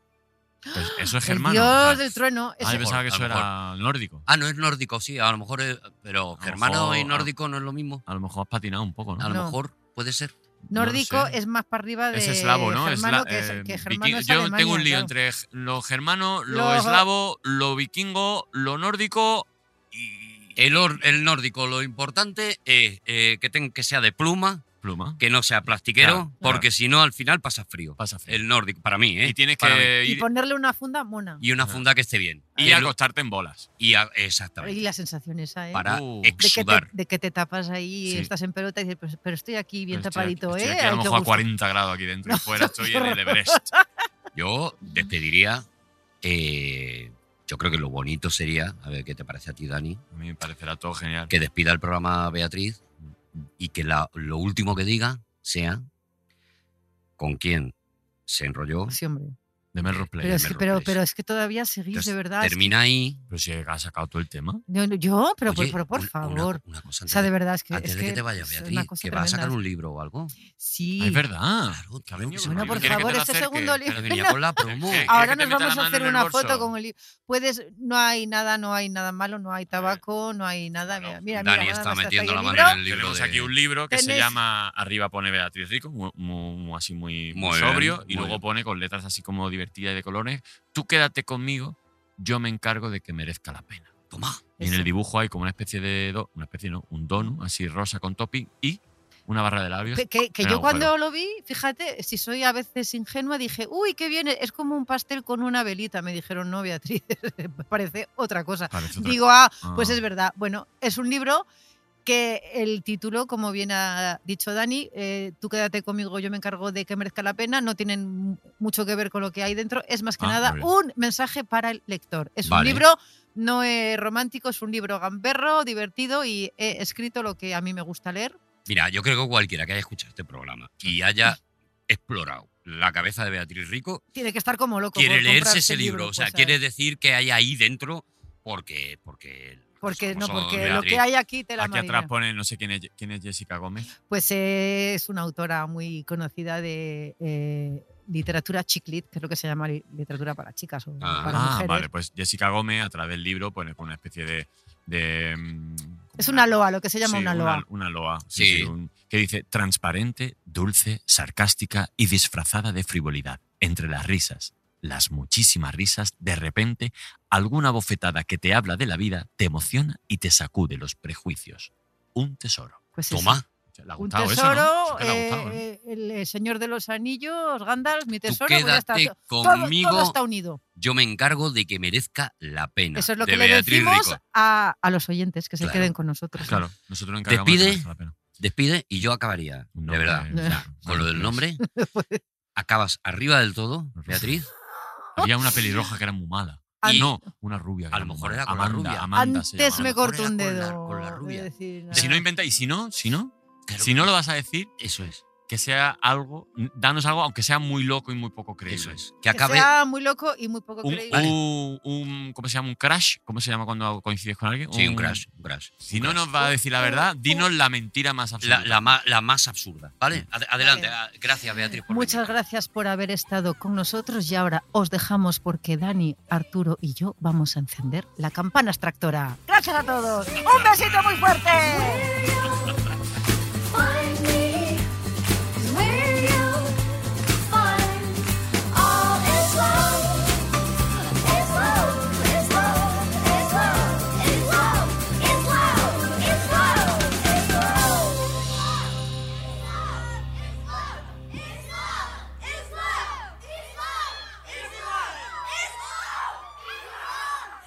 Speaker 5: Pues eso es
Speaker 2: El
Speaker 5: germano.
Speaker 2: dios
Speaker 5: Ah,
Speaker 2: del trueno.
Speaker 5: yo
Speaker 2: ese-
Speaker 4: Ay,
Speaker 5: pensaba que
Speaker 4: A lo
Speaker 5: eso era nórdico.
Speaker 4: Ah, no es nórdico, sí, a lo mejor, es- pero
Speaker 5: lo
Speaker 4: germano
Speaker 5: mejor-
Speaker 4: y nórdico no es lo mismo.
Speaker 5: A lo mejor has patinado un poco, ¿no?
Speaker 4: A lo
Speaker 2: No.
Speaker 4: mejor puede ser.
Speaker 5: no lo
Speaker 2: nórdico
Speaker 5: sé.
Speaker 2: es más para arriba de.
Speaker 5: es eslavo, ¿no?
Speaker 2: Germano,
Speaker 5: Esla-
Speaker 2: que es,
Speaker 5: eh,
Speaker 2: que
Speaker 5: viking-
Speaker 2: germano es
Speaker 5: Yo
Speaker 2: Alemania,
Speaker 5: tengo un lío
Speaker 2: claro.
Speaker 5: entre g- lo germano, lo
Speaker 2: Los-
Speaker 5: eslavo, lo vikingo, lo nórdico y
Speaker 4: El, or- el nórdico, lo importante es eh, que, ten- que sea de pluma,
Speaker 5: pluma.
Speaker 4: que no sea plastiquero,
Speaker 5: Claro, claro.
Speaker 4: porque si no, al final pasa frío.
Speaker 5: Pasa frío.
Speaker 4: El nórdico, para mí, ¿eh?
Speaker 5: y tienes
Speaker 4: para mí.
Speaker 5: que
Speaker 2: Y
Speaker 5: ir
Speaker 2: ponerle una funda mona.
Speaker 4: Y una
Speaker 5: Ajá.
Speaker 4: funda que esté bien.
Speaker 5: y
Speaker 4: Que lo-
Speaker 5: acostarte en bolas.
Speaker 4: y a-
Speaker 2: Y
Speaker 4: exactamente.
Speaker 2: la sensación esa, ¿eh?
Speaker 4: Para
Speaker 5: Uh. De
Speaker 2: de que,
Speaker 4: exudar.
Speaker 2: te, de que te tapas ahí,
Speaker 5: Sí.
Speaker 2: estás en pelota y dices, "Pues- pero estoy aquí bien
Speaker 5: Estoy aquí-
Speaker 2: tapadito,
Speaker 5: estoy
Speaker 2: ¿eh?
Speaker 5: aquí a
Speaker 2: Ay,
Speaker 5: lo
Speaker 2: qué
Speaker 5: mejor a
Speaker 2: gusto".
Speaker 5: 40 grados aquí dentro y fuera estoy en el Everest.
Speaker 4: Yo despediría. eh, yo creo que lo bonito sería, a ver qué te parece a ti, Dani,
Speaker 5: A mí me parecerá todo genial.
Speaker 4: que despida el programa Beatriz y que la- lo último que diga sea con quién se enrolló.
Speaker 2: Sí, hombre.
Speaker 5: De Melrose Place.
Speaker 2: Pero, es que-
Speaker 4: Melrose
Speaker 2: pero,
Speaker 4: Place.
Speaker 2: pero es que todavía seguís, de
Speaker 4: Entonces,
Speaker 2: verdad. es que-
Speaker 4: Termina ahí.
Speaker 5: Pero si has sacado todo el tema.
Speaker 2: Yo, no- yo, pero, por-
Speaker 4: Oye,
Speaker 2: pero por
Speaker 4: un- una-
Speaker 2: favor.
Speaker 4: una cosa
Speaker 2: o sea,
Speaker 4: antes
Speaker 2: de verdad es que.
Speaker 4: Antes
Speaker 2: es
Speaker 4: de que te vayas,
Speaker 2: es una
Speaker 4: Beatriz,
Speaker 2: cosa
Speaker 4: que va a sacar
Speaker 2: tremenda.
Speaker 4: un libro o algo.
Speaker 2: Sí.
Speaker 5: Ah, es verdad.
Speaker 4: Claro,
Speaker 5: Que ha
Speaker 4: tío,
Speaker 5: venido
Speaker 4: se
Speaker 5: con
Speaker 4: me
Speaker 5: el
Speaker 2: Bueno,
Speaker 4: olvidó.
Speaker 2: por
Speaker 5: ¿Quiere que te
Speaker 2: favor,
Speaker 5: lo
Speaker 2: este
Speaker 5: acerque?
Speaker 2: segundo libro.
Speaker 4: Que venía con la promo.
Speaker 5: ¿Qué?
Speaker 2: Ahora
Speaker 5: que te
Speaker 2: nos
Speaker 5: meta la
Speaker 2: vamos a
Speaker 5: mano
Speaker 2: hacer
Speaker 5: en el
Speaker 2: una
Speaker 5: bolso.
Speaker 2: foto con el libro. Puedes, no hay nada, no hay nada malo, no hay tabaco, no hay nada.
Speaker 5: Bueno,
Speaker 2: mira, mira,
Speaker 4: Eh, Dani
Speaker 2: mira, nada
Speaker 4: está
Speaker 2: más hasta
Speaker 4: metiendo
Speaker 2: ahí
Speaker 4: la
Speaker 2: el
Speaker 4: mano
Speaker 2: libro.
Speaker 4: en el libro.
Speaker 5: Tenemos
Speaker 4: de-
Speaker 5: aquí un libro que se
Speaker 2: Tenés-
Speaker 5: llama Arriba pone Beatriz Rico, mu- mu- mu- así muy, muy
Speaker 4: Muy bien,
Speaker 5: sobrio,
Speaker 4: muy
Speaker 5: y luego
Speaker 4: bien.
Speaker 5: pone con letras así como divertidas y de colores, tú quédate conmigo, yo me encargo de que merezca la pena.
Speaker 4: Toma.
Speaker 5: Y en
Speaker 2: Eso.
Speaker 5: el dibujo hay como una especie de, do- una especie no, un donut así rosa con topping y una barra de labios.
Speaker 2: Que, que- que
Speaker 5: Venga,
Speaker 2: yo
Speaker 5: un
Speaker 2: cuando lo vi, fíjate, si soy a veces ingenua, dije, uy, qué bien, es como un pastel con una velita. Me dijeron, no, Beatriz, parece otra cosa.
Speaker 5: Parece otra-
Speaker 2: Digo, ah, pues
Speaker 5: Ah.
Speaker 2: es verdad. Bueno, es un libro que el título, como bien ha dicho Dani, eh, tú quédate conmigo, yo me encargo de que merezca la pena, no tienen mucho que ver con lo que hay dentro, es más que
Speaker 5: Ah,
Speaker 2: nada
Speaker 5: muy bien.
Speaker 2: un mensaje para el lector. Es
Speaker 4: Vale.
Speaker 2: un libro No es romántico, es un libro gamberro, divertido y he escrito lo que a mí me gusta leer.
Speaker 4: Mira, yo creo que cualquiera que haya escuchado este programa y haya explorado la cabeza de Beatriz Rico
Speaker 2: Tiene que estar como loco.
Speaker 4: quiere
Speaker 2: por
Speaker 4: leerse
Speaker 2: comprarse
Speaker 4: ese
Speaker 2: el
Speaker 4: libro. O sea,
Speaker 2: pues,
Speaker 4: quiere decir que hay ahí dentro porque. Porque,
Speaker 2: Porque, no,
Speaker 4: somos
Speaker 2: porque lo
Speaker 4: Beatriz.
Speaker 2: que hay aquí te la
Speaker 5: Aquí atrás
Speaker 2: marina.
Speaker 5: pone, no sé quién es, Ye- quién es Jessica Gómez.
Speaker 2: Pues eh, es una autora muy conocida de eh, literatura chiclit, que es lo que se llama li- literatura para chicas o
Speaker 4: Ah,
Speaker 2: para
Speaker 5: Ah,
Speaker 2: mujeres.
Speaker 5: vale, pues Jessica Gómez a través del libro pone con una especie de. de, mm,
Speaker 2: Es una loa, lo que se llama
Speaker 5: sí,
Speaker 2: una loa.
Speaker 5: Una, loa, sí,
Speaker 4: Sí.
Speaker 5: sí, un- que dice transparente, dulce, sarcástica y disfrazada de frivolidad. Entre las risas, las muchísimas risas, de repente, alguna bofetada que te habla de la vida te emociona y te sacude los prejuicios. Un tesoro.
Speaker 2: Pues es
Speaker 4: Toma,
Speaker 5: O sea, le ha
Speaker 2: Un
Speaker 5: gustado eso,
Speaker 2: tesoro,
Speaker 5: ¿no? Sí que le ha gustado, ¿no?
Speaker 2: eh, el eh, Señor de los Anillos, Gandalf, mi
Speaker 4: tú
Speaker 2: tesoro. pues ya está.
Speaker 4: quédate
Speaker 2: Todo- todo
Speaker 4: conmigo.
Speaker 2: está unido.
Speaker 4: Yo me encargo de que merezca la pena.
Speaker 2: Eso es lo
Speaker 4: de
Speaker 2: que le
Speaker 4: Beatriz
Speaker 2: decimos
Speaker 4: Rico.
Speaker 2: a, a los oyentes, que se
Speaker 4: Claro.
Speaker 2: queden con nosotros.
Speaker 5: Pues Claro, nosotros nos encargamos de
Speaker 4: Despide.
Speaker 5: que merezca la pena.
Speaker 4: Despide y yo acabaría.
Speaker 5: Un
Speaker 4: de
Speaker 5: nombre,
Speaker 4: verdad.
Speaker 5: o sea,
Speaker 4: Con lo del
Speaker 5: pues,
Speaker 4: nombre, acabas arriba del todo, Beatriz.
Speaker 5: Había una pelirroja que era muy mala.
Speaker 4: Y-
Speaker 5: no, una rubia. que
Speaker 4: A lo
Speaker 5: muy
Speaker 4: mejor
Speaker 5: mala.
Speaker 4: era con la
Speaker 5: Amanda,
Speaker 4: rubia.
Speaker 5: Amanda se
Speaker 2: Antes
Speaker 5: llamaba.
Speaker 2: me
Speaker 4: A lo mejor
Speaker 2: corto
Speaker 4: era
Speaker 2: un
Speaker 4: con la-
Speaker 2: dedo.
Speaker 4: con la
Speaker 2: es
Speaker 4: rubia.
Speaker 2: decir, eh,
Speaker 5: Si
Speaker 2: nada.
Speaker 5: no inventa y si no, si no,
Speaker 4: Claro,
Speaker 5: si no lo vas a decir,
Speaker 4: Eso es,
Speaker 5: que sea algo, danos algo, aunque sea muy loco y muy poco creíble.
Speaker 4: eso es. Que
Speaker 2: Que
Speaker 4: acabe.
Speaker 2: sea muy loco y muy poco
Speaker 5: Un,
Speaker 2: creíble.
Speaker 4: Vale.
Speaker 5: un- un- ¿cómo se llama? Un crash, ¿cómo se llama cuando coincides con alguien?
Speaker 4: Sí, un crash, un crash.
Speaker 5: Si
Speaker 4: un
Speaker 5: no
Speaker 4: crash.
Speaker 5: nos va a decir la verdad, dinos la mentira más absoluta.
Speaker 4: La, la ma- la más absurda, ¿vale? Ad- Adelante, ah, gracias Beatriz. Por
Speaker 2: Muchas
Speaker 4: venir.
Speaker 2: gracias por haber estado con nosotros y ahora os dejamos porque Dani, Arturo y yo vamos a encender la campana extractora. Gracias a todos. Un besito muy fuerte.
Speaker 7: Find me is where you find all is love. It's love, it's love, it's love, it's love, it's love, it's love, it's love. It's love, it's love, it's love, it's love, it's love.